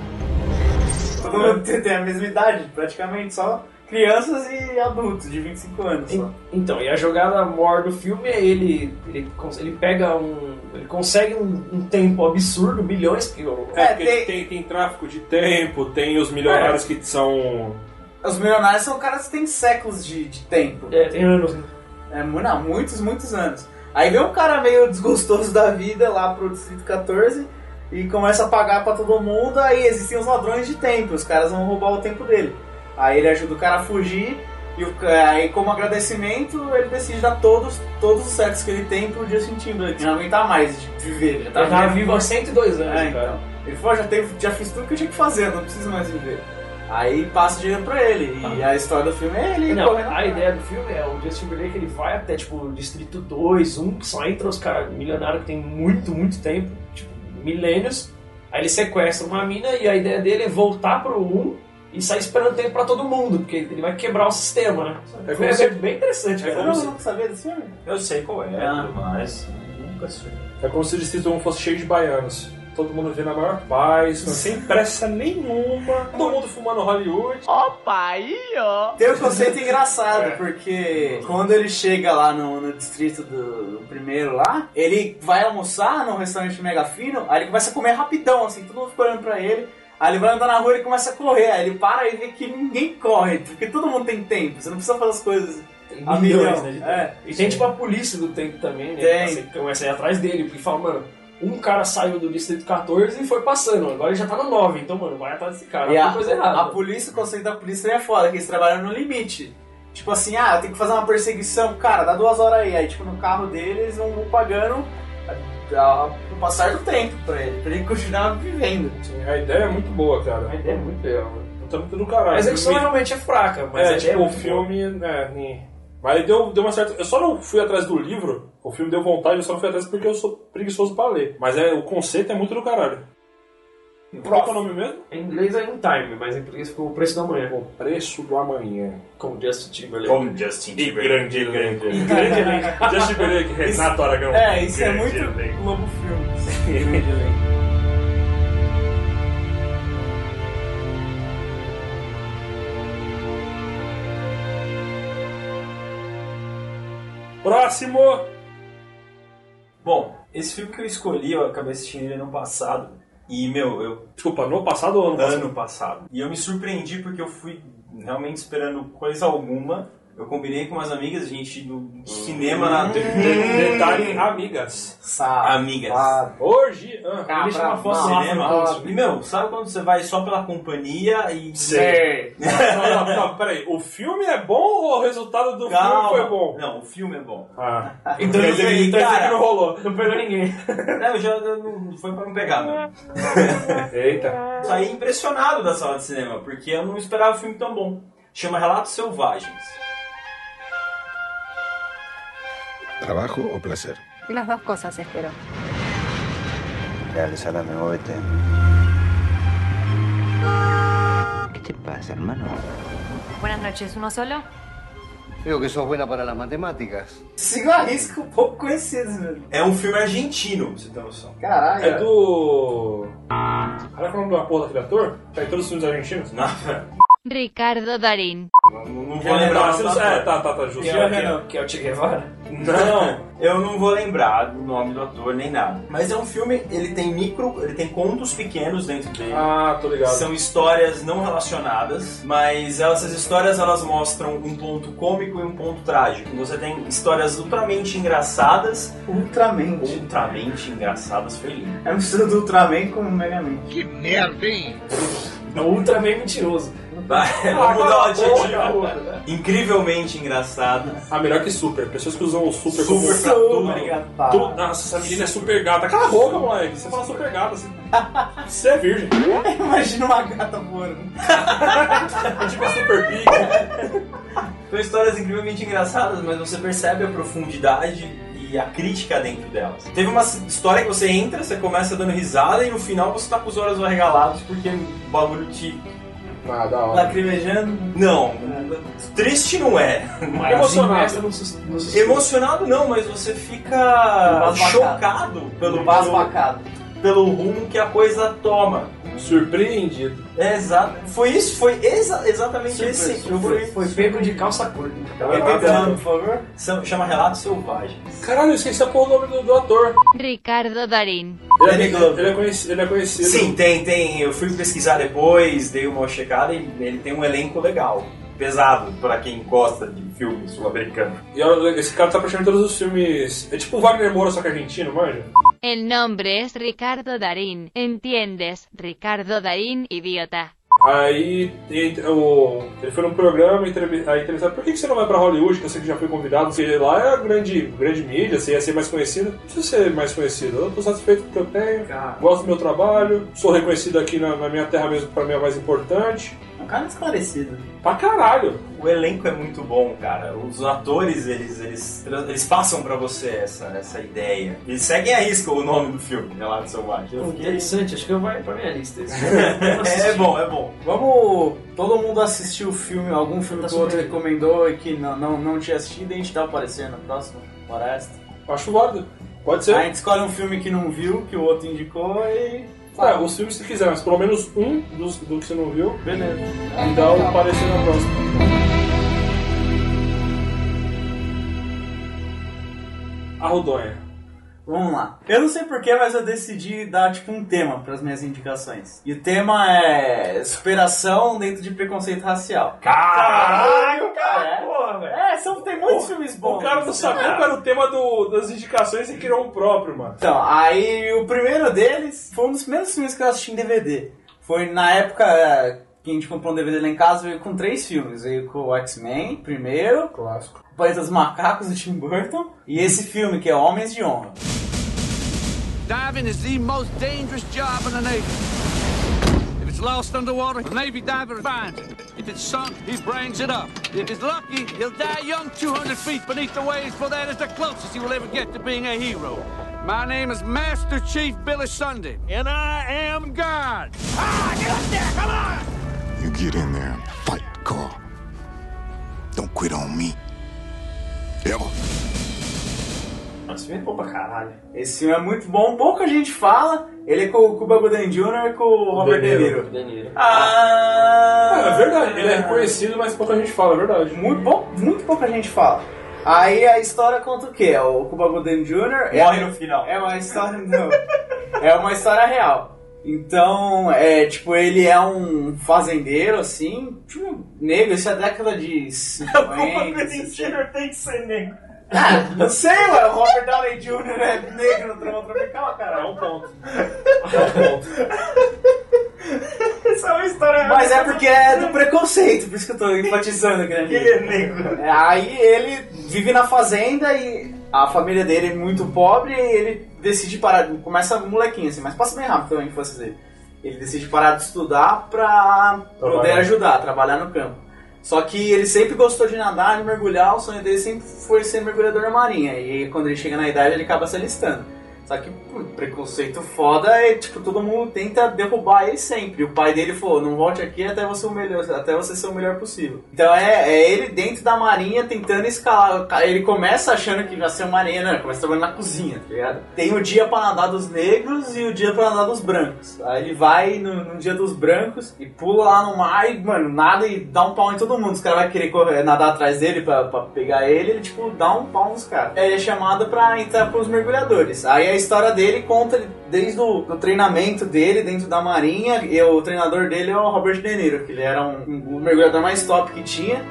[SPEAKER 1] Todo mundo tem tem a mesma idade, praticamente, só crianças e adultos de 25 anos só.
[SPEAKER 2] Então, e a jogada maior do filme é ele. Ele, cons- ele pega um. Ele consegue um, um tempo absurdo, milhões, porque o-
[SPEAKER 3] É,
[SPEAKER 1] É,
[SPEAKER 3] porque
[SPEAKER 1] tem-
[SPEAKER 3] tem... Tem, tráfico de tempo, tem os milionários que são.
[SPEAKER 1] Os milionários são caras que têm séculos de, de tempo.
[SPEAKER 2] é, tem anos.
[SPEAKER 1] É, mu- não, muitos, muitos anos. Aí vem um cara meio desgostoso da vida lá pro Distrito 14 e começa a pagar pra todo mundo. Aí existem os ladrões de tempo, os caras vão roubar o tempo dele. Aí ele ajuda o cara a fugir e o ca- aí, como agradecimento, ele decide dar todos, todos os sexos que ele tem pro Justin Timberlake. Não aguentar mais de viver. Ele já tá
[SPEAKER 2] Ele tava
[SPEAKER 1] velho.
[SPEAKER 2] vivo há 102 anos,
[SPEAKER 1] É,
[SPEAKER 2] cara.
[SPEAKER 1] então. Ele falou, já, teve, já fiz tudo que eu tinha que fazer, eu não preciso mais viver. Aí passa o dinheiro pra ele. E a história do filme é ele
[SPEAKER 2] Tá. Não,
[SPEAKER 1] correndo
[SPEAKER 2] a
[SPEAKER 1] atrás.
[SPEAKER 2] ideia do filme é o Justin Timberlake ele vai até tipo o distrito 2, 1, que só entra os caras milionários que tem muito, muito tempo, tipo, milênios. Aí ele sequestra uma mina e a ideia dele é voltar pro 1 e sair esperando tempo pra todo mundo, porque ele vai quebrar o sistema, né?
[SPEAKER 3] É
[SPEAKER 2] Foi
[SPEAKER 3] como
[SPEAKER 2] um
[SPEAKER 3] se,
[SPEAKER 2] evento bem interessante,
[SPEAKER 3] É
[SPEAKER 2] cara.
[SPEAKER 1] Eu não, não sabia desse filme.
[SPEAKER 4] Eu sei qual é,
[SPEAKER 1] Ah.
[SPEAKER 4] tudo mais. Nunca sei.
[SPEAKER 3] é como se o Distrito 1 fosse cheio de baianos. Todo mundo vivendo a maior paz, sem pressa nenhuma, todo mundo fumando Hollywood.
[SPEAKER 1] Tem um conceito
[SPEAKER 2] É.
[SPEAKER 1] engraçado, porque quando ele chega lá no, no distrito do, do primeiro lá, ele vai almoçar num restaurante mega fino, aí ele começa a comer rapidão, assim, todo mundo fica olhando pra ele. Aí ele vai andar na rua e ele começa a correr, aí ele para e vê que ninguém corre, porque todo mundo tem tempo, você não precisa fazer as coisas
[SPEAKER 2] Tem
[SPEAKER 1] a milhão.
[SPEAKER 2] milhões, né? de tempo.
[SPEAKER 1] É.
[SPEAKER 2] E tem tipo a polícia do tempo também, né?
[SPEAKER 1] Tem.
[SPEAKER 2] Assim, que começa a ir atrás dele, porque fala, mano, um cara saiu do distrito 14 e foi passando, agora ele já tá no 9, então, mano, vai atrás desse cara,
[SPEAKER 1] E
[SPEAKER 2] alguma
[SPEAKER 1] a,
[SPEAKER 2] coisa errada.
[SPEAKER 1] a polícia, o conceito da polícia é foda, que eles trabalham no limite. Tipo assim, ah, tem que fazer uma perseguição, cara, dá duas horas aí. Aí, tipo, no carro deles vão pagando a- a- o passar do tempo pra ele, pra ele continuar vivendo.
[SPEAKER 3] Assim, a ideia é muito boa, cara.
[SPEAKER 2] A ideia é muito legal, mano.
[SPEAKER 3] Tá muito do caralho.
[SPEAKER 2] A execução
[SPEAKER 3] Me-
[SPEAKER 2] realmente é fraca, mas
[SPEAKER 3] é,
[SPEAKER 2] é,
[SPEAKER 3] tipo,
[SPEAKER 2] é
[SPEAKER 3] o filme. né, né. Mas ele deu, deu uma certa. Eu só não fui atrás do livro, o filme deu vontade, eu só não fui atrás porque eu sou preguiçoso pra ler. Mas é, o conceito é muito do caralho. Qual que é o nome mesmo?
[SPEAKER 2] Em inglês é In Time, mas em português ficou O Preço da Manhã.
[SPEAKER 3] O preço do amanhã.
[SPEAKER 2] Com Justin Timberlake.
[SPEAKER 4] Como Justin
[SPEAKER 3] E
[SPEAKER 4] Bieber.
[SPEAKER 3] grande elenco. E grande elenco. Justin Bieber, Renato Aragão.
[SPEAKER 1] É, isso é
[SPEAKER 3] Grande
[SPEAKER 1] muito
[SPEAKER 3] elenco.
[SPEAKER 1] Globo Filmes.
[SPEAKER 3] Próximo.
[SPEAKER 4] Bom, esse filme que eu escolhi, eu acabei assistindo ele ano passado. E, meu, eu.
[SPEAKER 3] Desculpa, no passado ou ano passado?
[SPEAKER 4] Ano passado. E eu me surpreendi porque eu fui realmente esperando coisa alguma. Eu combinei com umas amigas, a gente no cinema na.
[SPEAKER 3] De- de- Detalhe, amigas.
[SPEAKER 1] Sabe?
[SPEAKER 4] Amigas.
[SPEAKER 3] Hoje. ah,
[SPEAKER 1] Cabra,
[SPEAKER 3] deixa uma foto
[SPEAKER 1] mal.
[SPEAKER 3] lá.
[SPEAKER 4] Cinema. E, meu, sabe quando você vai só pela companhia e. é
[SPEAKER 3] É,
[SPEAKER 1] Sei.
[SPEAKER 3] Não, não, não, peraí. O filme é bom ou o resultado do
[SPEAKER 4] Calma.
[SPEAKER 3] filme foi bom?
[SPEAKER 4] Não, o filme é bom.
[SPEAKER 3] Ah.
[SPEAKER 4] Então,
[SPEAKER 3] Quer dizer-
[SPEAKER 4] aí,
[SPEAKER 3] então quer dizer
[SPEAKER 4] cara.
[SPEAKER 3] que não rolou.
[SPEAKER 2] Não pegou ninguém.
[SPEAKER 4] É, eu já eu não foi pra não pegar, mano.
[SPEAKER 3] Eita.
[SPEAKER 4] Eu Saí impressionado da sala de cinema, porque eu não esperava um filme tão bom. Chama Relatos Selvagens.
[SPEAKER 9] Trabajo o placer.
[SPEAKER 11] Las dos cosas espero.
[SPEAKER 9] Dale, salame, móvete.
[SPEAKER 8] ¿Qué te pasa, hermano?
[SPEAKER 11] Buenas noches, ¿uno solo?
[SPEAKER 7] Digo que sos buena para las matemáticas.
[SPEAKER 1] Cigarrisco um pouco conhecidos, velho.
[SPEAKER 4] É um filme argentino, pra você ter noção.
[SPEAKER 1] Caralho.
[SPEAKER 3] É do. Olha o nome da porra daquele ator? Tá em todos os filmes argentinos?
[SPEAKER 4] Não,
[SPEAKER 11] Ricardo Darín.
[SPEAKER 4] não, não vou
[SPEAKER 3] Vou lembrar,
[SPEAKER 4] lembrar.
[SPEAKER 3] se
[SPEAKER 4] o
[SPEAKER 3] não-
[SPEAKER 4] nome do
[SPEAKER 3] É,
[SPEAKER 4] ator.
[SPEAKER 3] tá, tá, tá, justo.
[SPEAKER 4] Eu-
[SPEAKER 3] Ok.
[SPEAKER 2] Que é o Che Guevara.
[SPEAKER 3] Não.
[SPEAKER 4] Eu não vou lembrar o nome do ator nem nada. Mas é um filme, ele tem micro, ele tem contos pequenos dentro dele.
[SPEAKER 3] Ah, tô ligado.
[SPEAKER 4] São histórias não relacionadas, mas elas- essas histórias elas mostram um ponto cômico e um ponto trágico. Você tem histórias ultramente engraçadas,
[SPEAKER 1] Ultraman.
[SPEAKER 4] ultramente engraçadas, foi lindo.
[SPEAKER 1] É um mistura do Ultraman com o Mega Man.
[SPEAKER 2] É o Ultraman mentiroso.
[SPEAKER 4] Vai, vamos mudar o
[SPEAKER 2] Porra,
[SPEAKER 4] adjetivo.
[SPEAKER 2] porra.
[SPEAKER 4] Incrivelmente engraçadas.
[SPEAKER 3] Ah, melhor que super. Pessoas que usam o super, como-
[SPEAKER 4] Super pra tudo, obrigado.
[SPEAKER 3] Tu-
[SPEAKER 1] Engraçado.
[SPEAKER 3] Nossa, essa menina é super gata. Cala a boca, moleque. Você fala super gata. Você, você é virgem.
[SPEAKER 1] Imagina uma gata voando.
[SPEAKER 3] É tipo a super big.
[SPEAKER 4] São histórias incrivelmente engraçadas, mas você percebe a profundidade e a crítica dentro delas. Teve uma história que você entra, você começa dando risada e no final você tá com os olhos arregalados porque o bagulho te
[SPEAKER 3] Ah, da hora.
[SPEAKER 1] Lacrimejando. né,
[SPEAKER 4] Não, triste não é.
[SPEAKER 2] Mas
[SPEAKER 3] Emocionado.
[SPEAKER 2] assim, não sus- não sus-
[SPEAKER 4] Emocionado não, mas você fica
[SPEAKER 1] Embasbacado.
[SPEAKER 4] chocado pelo,
[SPEAKER 1] Pelo vaso bacado.
[SPEAKER 4] pelo rumo que a coisa toma.
[SPEAKER 3] Surpreendido.
[SPEAKER 4] É exato. Foi isso, foi exa- exatamente esse.
[SPEAKER 1] Foi- foi-
[SPEAKER 4] foi-
[SPEAKER 2] Foi pego de calça curta.
[SPEAKER 4] Oi,
[SPEAKER 1] Vai
[SPEAKER 4] Pedro.
[SPEAKER 1] falando, por favor.
[SPEAKER 4] são- Chama Relatos Selvagens.
[SPEAKER 3] Caralho, eu esqueci a porra do nome do, do ator.
[SPEAKER 11] Ricardo Darín.
[SPEAKER 3] Ele,
[SPEAKER 4] Danny Glover.
[SPEAKER 3] ele é conhecido. Ele é conhecido.
[SPEAKER 4] Sim, tem, tem. Eu fui pesquisar depois, dei uma checada e ele tem um elenco legal. Pesado, pra quem gosta de filme sul-americano.
[SPEAKER 3] E olha, esse cara tá aparecendo em todos os filmes. É tipo o Wagner Moura, só que argentino, manja.
[SPEAKER 11] El nombre es Ricardo Darín. ¿Entiendes? Ricardo Darín, idiota.
[SPEAKER 3] Aí ele, o- ele foi num programa entrevi- aí entrevistado, por que que você não vai pra Hollywood, que eu sei que já foi convidado, porque lá é a grande, grande mídia, você ia ser mais conhecido. Não precisa ser mais conhecido, eu tô satisfeito com o que eu tenho,
[SPEAKER 1] Cara,
[SPEAKER 3] gosto do meu trabalho, sou reconhecido aqui na, na minha terra mesmo, pra mim é mais importante.
[SPEAKER 1] um cara esclarecido.
[SPEAKER 3] Pra caralho!
[SPEAKER 4] O elenco é muito bom, cara. Os atores, eles, eles, tra- eles passam pra você essa, essa ideia. Eles seguem a risca o nome do filme, Relatos Selvagens. Eu fiquei-
[SPEAKER 2] Interessante, acho que eu vai pra minha lista. esse.
[SPEAKER 4] É bom, é bom.
[SPEAKER 1] Vamos todo mundo assistir o filme, algum filme
[SPEAKER 2] Tá
[SPEAKER 1] que o outro
[SPEAKER 2] subindo.
[SPEAKER 1] recomendou e que não, não, não tinha assistido e a gente tá aparecendo no próximo Floresta.
[SPEAKER 3] Acho válido. Pode
[SPEAKER 1] Aí a
[SPEAKER 3] ser.
[SPEAKER 1] gente escolhe um filme que não viu, que o outro indicou e.
[SPEAKER 3] Ah, os filmes que quiser, mas pelo menos um dos, do que você não viu,
[SPEAKER 1] Beleza.
[SPEAKER 3] me dá o parecer na próxima. A Rodonha.
[SPEAKER 1] Vamos lá. Eu não sei porquê, mas eu decidi dar tipo um tema para as minhas indicações. E o tema é superação dentro de preconceito racial.
[SPEAKER 3] Caralho,
[SPEAKER 1] cara,
[SPEAKER 3] Porra, velho. é
[SPEAKER 1] É, são, tem muitos filmes bons.
[SPEAKER 3] O cara não sabia qual era o tema do- das indicações e criou um próprio, mano.
[SPEAKER 1] Então, aí o primeiro deles foi um dos primeiros filmes que eu assisti em DVD. Foi na época eh, que a gente comprou um DVD lá em casa, veio com três filmes. Veio com o X-Men, primeiro,
[SPEAKER 3] Clássico.
[SPEAKER 1] o Planeta dos Macacos, do Tim Burton, e esse filme que é Homens de Honra.
[SPEAKER 10] Diving is the most dangerous job in the Navy. If it's lost underwater, the Navy diver finds it. If it's sunk, he brings it up. If he's lucky, he'll die young 200 feet beneath the waves, for that is the closest he will ever get to being a hero. My name is Master Chief Billy Sunday, and I am God. Ah, get up there! Come on!
[SPEAKER 12] You get in there and fight, Carl. Don't quit on me. Ever.
[SPEAKER 1] Esse filme é bom pra caralho. Esse filme é muito bom, pouca gente fala. Ele é com o Cuba Gooding Jr. e com o Robert De Niro.
[SPEAKER 3] Ah, é verdade, ele é reconhecido, mas pouca gente fala, é verdade.
[SPEAKER 1] Muito bom, muito pouca gente fala. Aí a história conta o quê? É O Cuba Gooding Jr. é-
[SPEAKER 4] Morre no final.
[SPEAKER 1] É uma história. Não. é uma história real. Então, é, tipo, ele é um fazendeiro, assim, tipo, negro, isso é década de 50, 60.
[SPEAKER 4] tem que ser negro.
[SPEAKER 1] Ah, não sei, ué, o Robert Downey Jr. é negro no Drama Tropical, cara.
[SPEAKER 3] É um ponto.
[SPEAKER 4] Essa um é uma história
[SPEAKER 1] Mas é porque é do preconceito, por isso que eu tô enfatizando, grande.
[SPEAKER 4] Ele é negro.
[SPEAKER 1] É, Aí ele vive na fazenda e a família dele é muito pobre e ele decide parar. Começa molequinho assim, mas passa bem rápido também a infância dele. Ele decide parar de estudar pra poder
[SPEAKER 3] Trabalhar.
[SPEAKER 1] ajudar, trabalhar no campo. Só que ele sempre gostou de nadar, de mergulhar, o sonho dele sempre foi ser mergulhador na marinha. E quando ele chega na idade, ele acaba se alistando. Só que pô, preconceito foda é tipo, todo mundo tenta derrubar ele sempre. O pai dele falou, não volte aqui até você, o melhor, até você ser o melhor possível. Então é, é ele dentro da marinha tentando escalar. O cara- Ele começa achando que vai ser uma marinha, né? Começa trabalhando na cozinha, tá ligado? Tem o dia pra nadar dos negros e o dia pra nadar dos brancos. Aí ele vai no, no dia dos brancos e pula lá no mar e, mano, nada e dá um pau em todo mundo. Os caras vão querer correr- nadar atrás dele pra, pra pegar ele, ele, tipo, dá um pau nos caras. Ele é chamado pra entrar pros mergulhadores. Aí a história dele conta desde o do treinamento dele dentro da marinha. E o treinador dele é o Robert De Niro, que ele era um, um mergulhador mais top que tinha.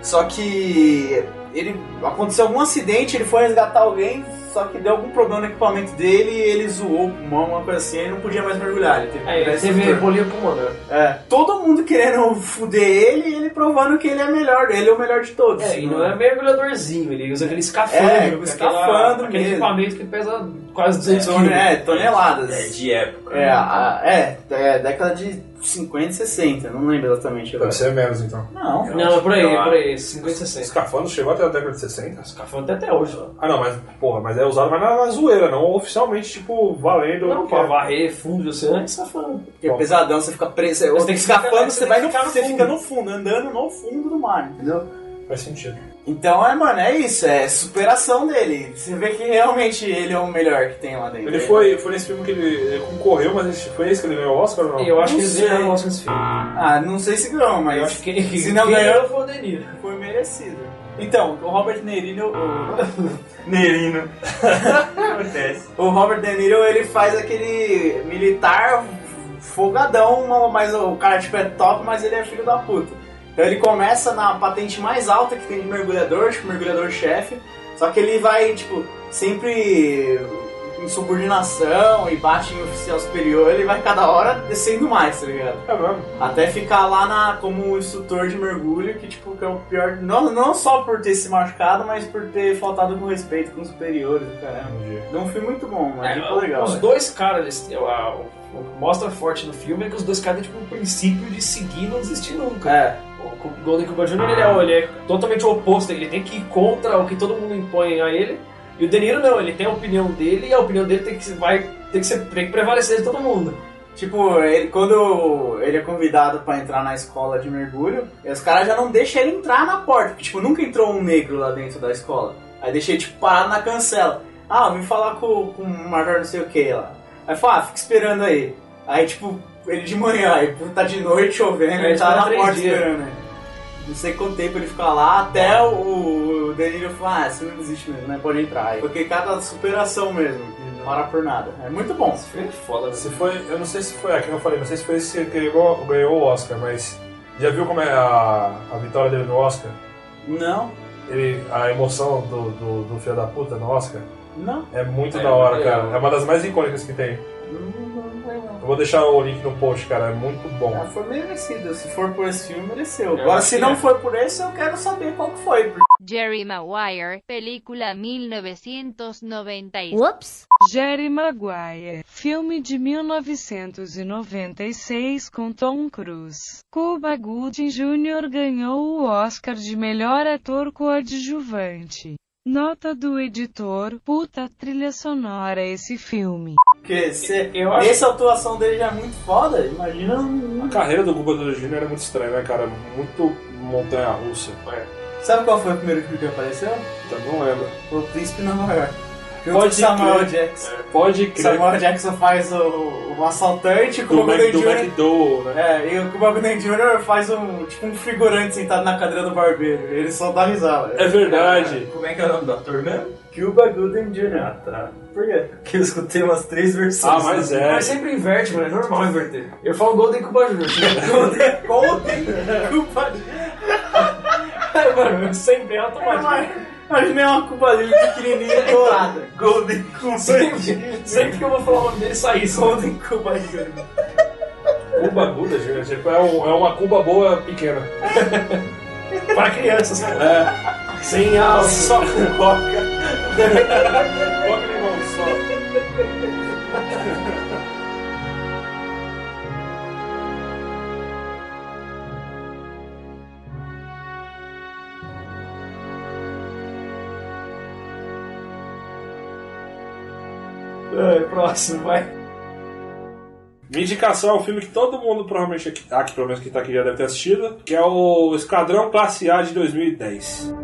[SPEAKER 1] Só que ele aconteceu algum acidente, ele foi resgatar alguém, só que deu algum problema no equipamento dele e ele zoou o pulmão, uma coisa assim, ele não podia mais mergulhar. Ele teve que
[SPEAKER 2] Aí
[SPEAKER 1] virar
[SPEAKER 2] ele É, teve
[SPEAKER 1] instrutor.
[SPEAKER 2] embolia pulmonar.
[SPEAKER 1] É, todo mundo querendo fuder ele e ele provando que ele é melhor, ele é o melhor de todos.
[SPEAKER 2] É, e não é mergulhadorzinho, ele usa
[SPEAKER 1] É,
[SPEAKER 2] aquele escafandro.
[SPEAKER 1] com
[SPEAKER 2] aquela-
[SPEAKER 1] escafandro
[SPEAKER 2] aquele
[SPEAKER 1] mesmo.
[SPEAKER 2] equipamento que pesa quase 200
[SPEAKER 1] Tone-
[SPEAKER 2] quilos.
[SPEAKER 1] é, toneladas.
[SPEAKER 4] É de época.
[SPEAKER 1] É, a- é, é, década de 50 e 60, não lembro exatamente agora.
[SPEAKER 3] Deve ser menos, então.
[SPEAKER 1] Não,
[SPEAKER 2] Não, é por aí,
[SPEAKER 4] Não,
[SPEAKER 2] é
[SPEAKER 4] é.
[SPEAKER 2] por aí, 50, 60.
[SPEAKER 3] Escafando chegou até a década de 60?
[SPEAKER 2] Escafandro até até hoje, ó.
[SPEAKER 3] Ah, não, mas, porra, mas é usado mas na, na zoeira, não oficialmente, tipo, valendo.
[SPEAKER 2] Não,
[SPEAKER 3] que
[SPEAKER 2] pra
[SPEAKER 3] é-
[SPEAKER 2] varrer fundo de oceano é escafandro.
[SPEAKER 1] porque é pesadão, você fica preso. Você tem que escapando, você,
[SPEAKER 2] tem
[SPEAKER 1] vai
[SPEAKER 2] que
[SPEAKER 1] no,
[SPEAKER 2] ficar no
[SPEAKER 1] você
[SPEAKER 2] fundo.
[SPEAKER 1] fica no fundo, andando no fundo do mar, entendeu?
[SPEAKER 3] Faz sentido.
[SPEAKER 1] Então é, mano, é isso, é superação dele. Você vê que realmente ele é o melhor que tem lá dentro.
[SPEAKER 3] Ele foi, foi nesse filme que ele, ele concorreu, mas esse- foi esse que ele ganhou o Oscar ou não?
[SPEAKER 2] Eu acho
[SPEAKER 1] Não
[SPEAKER 2] que eles
[SPEAKER 1] sei.
[SPEAKER 2] ganharam o Oscar nesse filme.
[SPEAKER 1] Ah, não sei se ganhou, mas
[SPEAKER 2] Eu acho que quem
[SPEAKER 1] se não
[SPEAKER 2] quem
[SPEAKER 1] ganhou,
[SPEAKER 2] foi o Deniro.
[SPEAKER 1] foi merecido. Então, o Robert Nerino.
[SPEAKER 4] Nerino. Acontece.
[SPEAKER 1] O Robert De Niro, ele faz aquele militar folgadão, mas o cara tipo é top, mas ele é filho da puta. Então ele começa na patente mais alta que tem de mergulhador, tipo mergulhador-chefe, só que ele vai, tipo, sempre em subordinação e bate em oficial superior, ele vai cada hora descendo mais, tá ligado?
[SPEAKER 3] É mesmo.
[SPEAKER 1] Até ficar lá na, como instrutor de mergulho, que tipo, que é o pior. Não, não só por ter se machucado, mas por ter faltado com respeito com os superiores, caramba.
[SPEAKER 3] Entendi.
[SPEAKER 1] É um filme muito bom, mano.
[SPEAKER 2] É,
[SPEAKER 1] muito legal.
[SPEAKER 2] Os
[SPEAKER 1] velho.
[SPEAKER 2] dois caras, eles- eu- a- o o que mostra forte no filme é que os dois caras têm tipo, um princípio de seguir e não desistir nunca.
[SPEAKER 1] É,
[SPEAKER 2] O Cu- Golden Cuba Jr. Ele é, ele é totalmente o oposto, ele tem que ir contra o que todo mundo impõe a ele. E o De Niro não, ele tem a opinião dele e a opinião dele tem que, se- vai, tem que, ser, tem que prevalecer de todo mundo.
[SPEAKER 1] tipo, ele, quando ele é convidado pra entrar na escola de mergulho, os caras já não deixam ele entrar na porta, porque, tipo, nunca entrou um negro lá dentro da escola. Aí deixa ele, tipo, parado na cancela. Ah, eu vim falar com, com o major não sei o que lá. Aí fala, ah, fica esperando aí. Aí, tipo, ele de manhã, aí tá de noite chovendo,
[SPEAKER 2] Aí
[SPEAKER 1] ele tá
[SPEAKER 2] espera
[SPEAKER 1] na
[SPEAKER 2] três
[SPEAKER 1] porta
[SPEAKER 2] dias.
[SPEAKER 1] esperando. né? Não sei quanto tempo ele fica lá, até o, o Danilo falar, ah, você não desiste mesmo, né? Pode entrar. Aí, Porque cada superação mesmo, não para por nada. É muito bom.
[SPEAKER 2] Esse filme é foda, né?
[SPEAKER 3] Se foi, eu não sei se foi aqui, eu falei, não sei se foi esse que ganhou, ganhou o Oscar, mas já viu como é a, a vitória dele no Oscar?
[SPEAKER 1] Não,
[SPEAKER 3] Ele, a emoção do, do, do filho da puta no Oscar
[SPEAKER 1] não.
[SPEAKER 3] é muito
[SPEAKER 2] É,
[SPEAKER 3] da hora,
[SPEAKER 2] é.
[SPEAKER 3] cara. É uma das mais icônicas que tem. Eu vou deixar o link no post, cara. É muito
[SPEAKER 1] Ah,
[SPEAKER 3] bom.
[SPEAKER 1] foi merecido. Se for por esse filme, mereceu.
[SPEAKER 2] Eu
[SPEAKER 1] Agora,
[SPEAKER 2] acho
[SPEAKER 1] se
[SPEAKER 2] que
[SPEAKER 1] não
[SPEAKER 2] é.
[SPEAKER 1] for por esse, eu quero saber qual que foi.
[SPEAKER 11] Jerry Maguire, película 1996.
[SPEAKER 13] Whoops! Jerry Maguire, filme de 1996 com Tom Cruise. Cuba Gooding Jr. ganhou o Oscar de melhor ator coadjuvante. Nota do editor: Puta trilha sonora esse filme.
[SPEAKER 1] Porque se,
[SPEAKER 2] Eu acho-
[SPEAKER 1] essa atuação dele já é muito foda, imagina um...
[SPEAKER 3] A carreira do Cuba do Júnior era muito estranha, né, cara? Muito montanha-russa.
[SPEAKER 1] Sabe qual foi o primeiro filme que apareceu?
[SPEAKER 3] Então não lembro.
[SPEAKER 1] O Príncipe Nova York. Junto com
[SPEAKER 3] Pode
[SPEAKER 1] Samuel
[SPEAKER 3] crer.
[SPEAKER 1] Jackson.
[SPEAKER 3] É, pode crer.
[SPEAKER 1] Samuel Jackson faz o, o assaltante com
[SPEAKER 3] Do
[SPEAKER 1] o Cuba
[SPEAKER 3] Mac-
[SPEAKER 1] Gooding
[SPEAKER 3] do
[SPEAKER 1] Jr.
[SPEAKER 3] McDowell, né?
[SPEAKER 1] É, e o Cuba Gooding Jr. faz um tipo um figurante sentado na cadeira do barbeiro. Ele só dá risada.
[SPEAKER 3] É verdade.
[SPEAKER 4] Como é que é o nome do ator mesmo?
[SPEAKER 1] Cuba Gooding Jr.
[SPEAKER 4] Ah, tá.
[SPEAKER 1] Por quê?
[SPEAKER 4] Porque eu escutei umas três
[SPEAKER 3] Ah,
[SPEAKER 4] versões.
[SPEAKER 3] mas é.
[SPEAKER 2] Mas sempre inverte, mano. É normal inverter. Eu falo Golden Cuba Jr.
[SPEAKER 1] Golden, Golden Cuba
[SPEAKER 2] Aí, mano, sempre é automático.
[SPEAKER 1] Imaginei é uma Cuba Livre pequenininha dourada.
[SPEAKER 4] Golden Cuba.
[SPEAKER 2] Sempre, sempre que eu vou falar o nome dele, sai isso.
[SPEAKER 1] Golden Cuba Jr.
[SPEAKER 3] Cuba Buda, Júnior. Tipo, é, um- é uma Cuba boa pequena.
[SPEAKER 2] Para crianças, cara.
[SPEAKER 3] É.
[SPEAKER 2] Sem a só com coca.
[SPEAKER 3] Coloca limão só.
[SPEAKER 2] É, próximo, vai.
[SPEAKER 3] Minha indicação é um filme que todo mundo provavelmente aqui, aqui, pelo menos que tá aqui já deve ter assistido, que é o Esquadrão Classe A de 2010.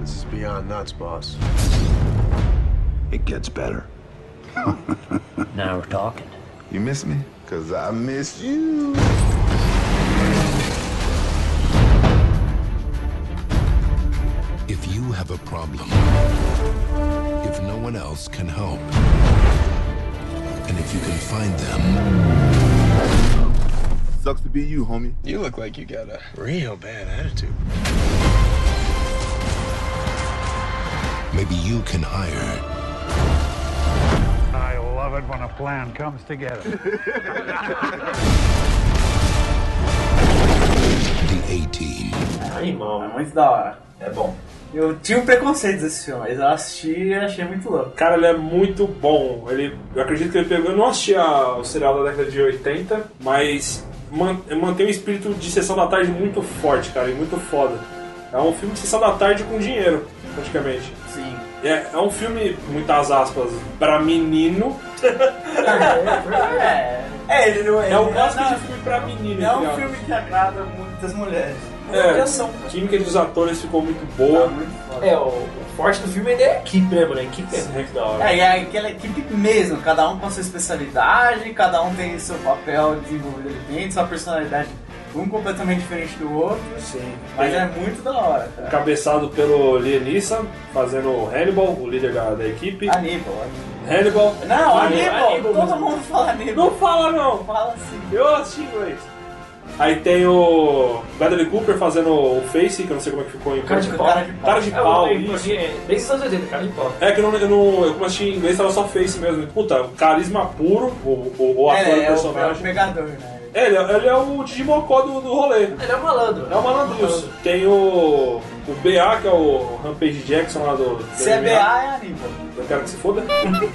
[SPEAKER 14] This is beyond nuts, boss. It gets better. now we're talking.
[SPEAKER 12] You miss me? Cause I miss you.
[SPEAKER 15] If you have a problem, if no one else can help, and if you can find them,
[SPEAKER 12] Sucks to be you, homie.
[SPEAKER 14] You look like you got a real bad attitude.
[SPEAKER 15] maybe you can hire
[SPEAKER 16] I love it when a plan comes together.
[SPEAKER 15] the A Team.
[SPEAKER 1] Animal. É muito da hora.
[SPEAKER 4] É bom.
[SPEAKER 1] Eu tinha um preconceito desse filme, mas eu assisti e achei muito louco.
[SPEAKER 3] Cara, ele é muito bom. Ele, eu acredito que ele pegou. Eu não assisti a- o serial da década de 80, mas man- mantém um espírito de sessão da tarde muito forte, cara, e muito foda. É um filme de sessão da tarde com dinheiro, praticamente.
[SPEAKER 1] Sim.
[SPEAKER 3] É, é um filme, muitas aspas, pra menino.
[SPEAKER 1] É, ele não
[SPEAKER 3] É o
[SPEAKER 1] ele não-
[SPEAKER 3] clássico de filme pra menino.
[SPEAKER 1] não é
[SPEAKER 3] entre
[SPEAKER 1] um
[SPEAKER 3] aspas.
[SPEAKER 1] filme que agrada muitas mulheres.
[SPEAKER 3] É,
[SPEAKER 1] Ação.
[SPEAKER 3] a química dos atores ficou muito boa.
[SPEAKER 2] É, o, o forte do filme ainda é a equipe, né, mano? A equipe é muito da hora.
[SPEAKER 1] É, e é aquela equipe mesmo, cada um com a sua especialidade, cada um tem seu papel desenvolvido ali dentro, sua personalidade, um completamente diferente do outro.
[SPEAKER 3] Sim.
[SPEAKER 1] Mas é muito da hora, cara.
[SPEAKER 3] Cabeçado pelo Lienissa, fazendo o Hannibal, o líder da, da equipe.
[SPEAKER 1] Aníbal.
[SPEAKER 3] Hannibal.
[SPEAKER 1] Ah, Não, é
[SPEAKER 3] E-
[SPEAKER 1] Aníbal, todo
[SPEAKER 3] mesmo.
[SPEAKER 1] mundo fala Aníbal.
[SPEAKER 3] Não fala não.
[SPEAKER 1] Fala assim.
[SPEAKER 3] Eu assisti em inglês. Aí tem o Bradley Cooper fazendo o Face, que eu não sei como é que ficou em
[SPEAKER 2] Cara de
[SPEAKER 1] tipo,
[SPEAKER 2] pau.
[SPEAKER 3] Cara de pau. Cara de pau,
[SPEAKER 2] É, eu lembro,
[SPEAKER 3] isso.
[SPEAKER 2] assim, é, Desde os anos 80, cara de pau.
[SPEAKER 3] É que eu não, eu não. Eu como assisti em inglês, tava só Face mesmo. Puta, carisma puro, o, o, o ator
[SPEAKER 1] É, é, o,
[SPEAKER 3] do
[SPEAKER 1] é o
[SPEAKER 3] personagem.
[SPEAKER 1] pegador, né?
[SPEAKER 3] É, ele, é, ele é o Digimocó do, do rolê.
[SPEAKER 2] Ele é um malandro.
[SPEAKER 3] É o malandrinho.
[SPEAKER 1] Uhum.
[SPEAKER 3] Tem o. O BA, que é o Rampage Jackson lá do. do
[SPEAKER 1] Se é BA,
[SPEAKER 3] MMA.
[SPEAKER 1] é Aníbal.
[SPEAKER 3] Eu quero que se foda.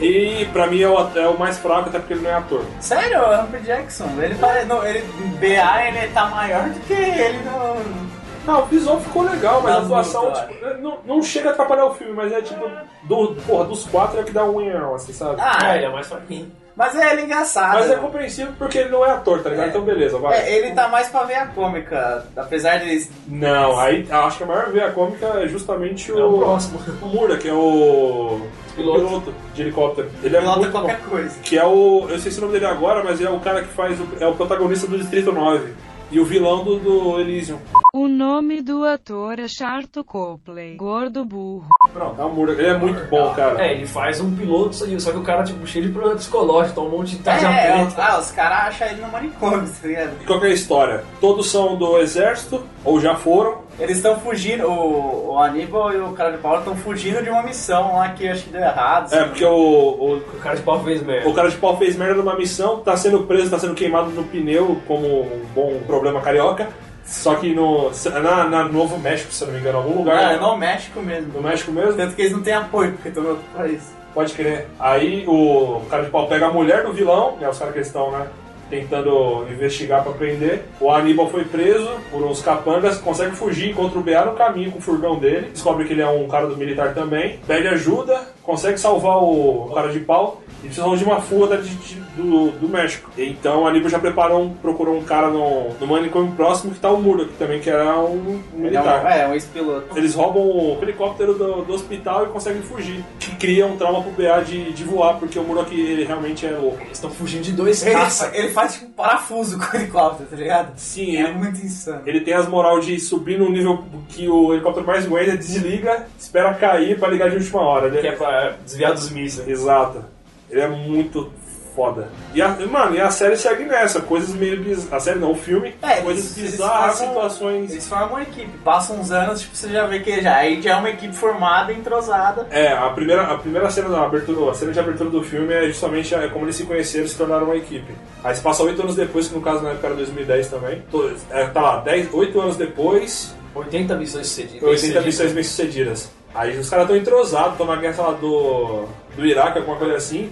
[SPEAKER 3] e pra mim é o, é o mais fraco, até porque ele não é ator.
[SPEAKER 1] Sério, é o Humphrey Jackson, ele parece. Não, ele. BA ele tá maior do que ele no.
[SPEAKER 3] Não, o visual ficou legal, mas a
[SPEAKER 1] Nas
[SPEAKER 3] atuação
[SPEAKER 1] lutas,
[SPEAKER 3] tipo, não, não chega a atrapalhar o filme, mas é tipo, do, porra, dos quatro é que dá um erro, assim, sabe?
[SPEAKER 1] Ah,
[SPEAKER 2] É, ele é mais fraquinho.
[SPEAKER 1] Mas é ele é engraçado.
[SPEAKER 3] mas é
[SPEAKER 1] né?
[SPEAKER 3] compreensível porque ele não é ator, tá ligado? Então beleza, vai.
[SPEAKER 1] É, ele tá mais pra ver a cômica, apesar de.
[SPEAKER 3] Não, aí acho que a maior veia cômica é justamente o.
[SPEAKER 2] É o próximo.
[SPEAKER 3] O Mura, que é o.
[SPEAKER 2] Piloto.
[SPEAKER 3] o piloto de helicóptero. Ele é
[SPEAKER 1] Pilota
[SPEAKER 3] muito
[SPEAKER 1] qualquer
[SPEAKER 3] bom.
[SPEAKER 1] coisa.
[SPEAKER 3] Que é o. Eu sei se o nome dele agora, mas é o cara que faz. O, é o protagonista do Distrito 9. E o vilão do, do Elysium.
[SPEAKER 13] O nome do ator é Charto Copley, gordo burro.
[SPEAKER 3] Pronto, é o Mura. Ele é muito bom, cara.
[SPEAKER 2] É, ele faz um piloto, só só que o cara, tipo, cheio de problema psicológico, toma um monte de
[SPEAKER 3] Tá
[SPEAKER 2] tarja
[SPEAKER 1] é,
[SPEAKER 2] preta.
[SPEAKER 3] né?
[SPEAKER 1] os- ah, os caras acham ele no manicômio, tá ligado?
[SPEAKER 3] E qual que é a história? Todos são do exército, ou já foram.
[SPEAKER 1] Eles estão fugindo, o, o Aníbal e o cara de Paulo estão fugindo de uma missão lá que eu acho que deu errado.
[SPEAKER 3] É, porque o, o,
[SPEAKER 2] O cara de pau fez merda.
[SPEAKER 3] o cara de pau fez merda numa missão, tá sendo preso, tá sendo queimado no pneu, como um bom problema carioca. Só que no. Na, na Novo México, se eu não me engano, algum lugar.
[SPEAKER 1] Ah, é no México mesmo.
[SPEAKER 3] No México mesmo?
[SPEAKER 1] Tanto que eles não têm apoio, porque estão em outro país.
[SPEAKER 3] Pode crer. Aí o cara de pau pega a mulher do vilão, né? Os caras que eles estão, né? tentando investigar pra prender. O Aníbal foi preso por uns capangas, consegue fugir, encontra o BA no caminho com o furgão dele, descobre que ele é um cara do militar também, pede ajuda, consegue salvar o cara de pau e precisam de uma fuga de- de- do, do México. Então o Aníbal já preparou, um, procurou um cara no, no manicômio próximo que tá o Muro, que também que era um militar.
[SPEAKER 1] É, um, é, um ex-piloto.
[SPEAKER 3] Eles roubam o helicóptero do, do hospital e conseguem fugir. Que cria um trauma pro BA de, de voar, porque o Muroki ele realmente é louco. Eles estão fugindo de dois
[SPEAKER 1] Ele,
[SPEAKER 2] Tá.
[SPEAKER 1] ele faz tipo um parafuso com o helicóptero, tá ligado?
[SPEAKER 3] Sim,
[SPEAKER 1] é
[SPEAKER 3] ele-
[SPEAKER 1] muito insano.
[SPEAKER 3] Ele tem as moral de subir num nível que o helicóptero mais aguenta, desliga, espera cair pra ligar de última hora. Né? Que é pra desviar dos mísseis. Exato. Ele é muito foda. E a, mano, e a série segue nessa, coisas meio bizarras. A série não, o filme, coisas
[SPEAKER 1] eles- eles
[SPEAKER 3] bizarras,
[SPEAKER 1] passam-
[SPEAKER 3] situações.
[SPEAKER 1] Eles formam uma equipe, passam uns anos, tipo, você já vê que já, aí já é uma equipe formada, entrosada.
[SPEAKER 3] É, a primeira, a primeira cena da abertura, a cena de abertura do filme é justamente a- como eles se conheceram e se tornaram uma equipe. Aí se passa oito anos depois, que no caso na época era 2010 também. Tô- é, tá lá, dez, oito anos depois. 80 missões sucedidas. 80 missões bem sucedidas. Aí os caras estão entrosados, estão na guerra sei lá, do, do Iraque, alguma coisa assim.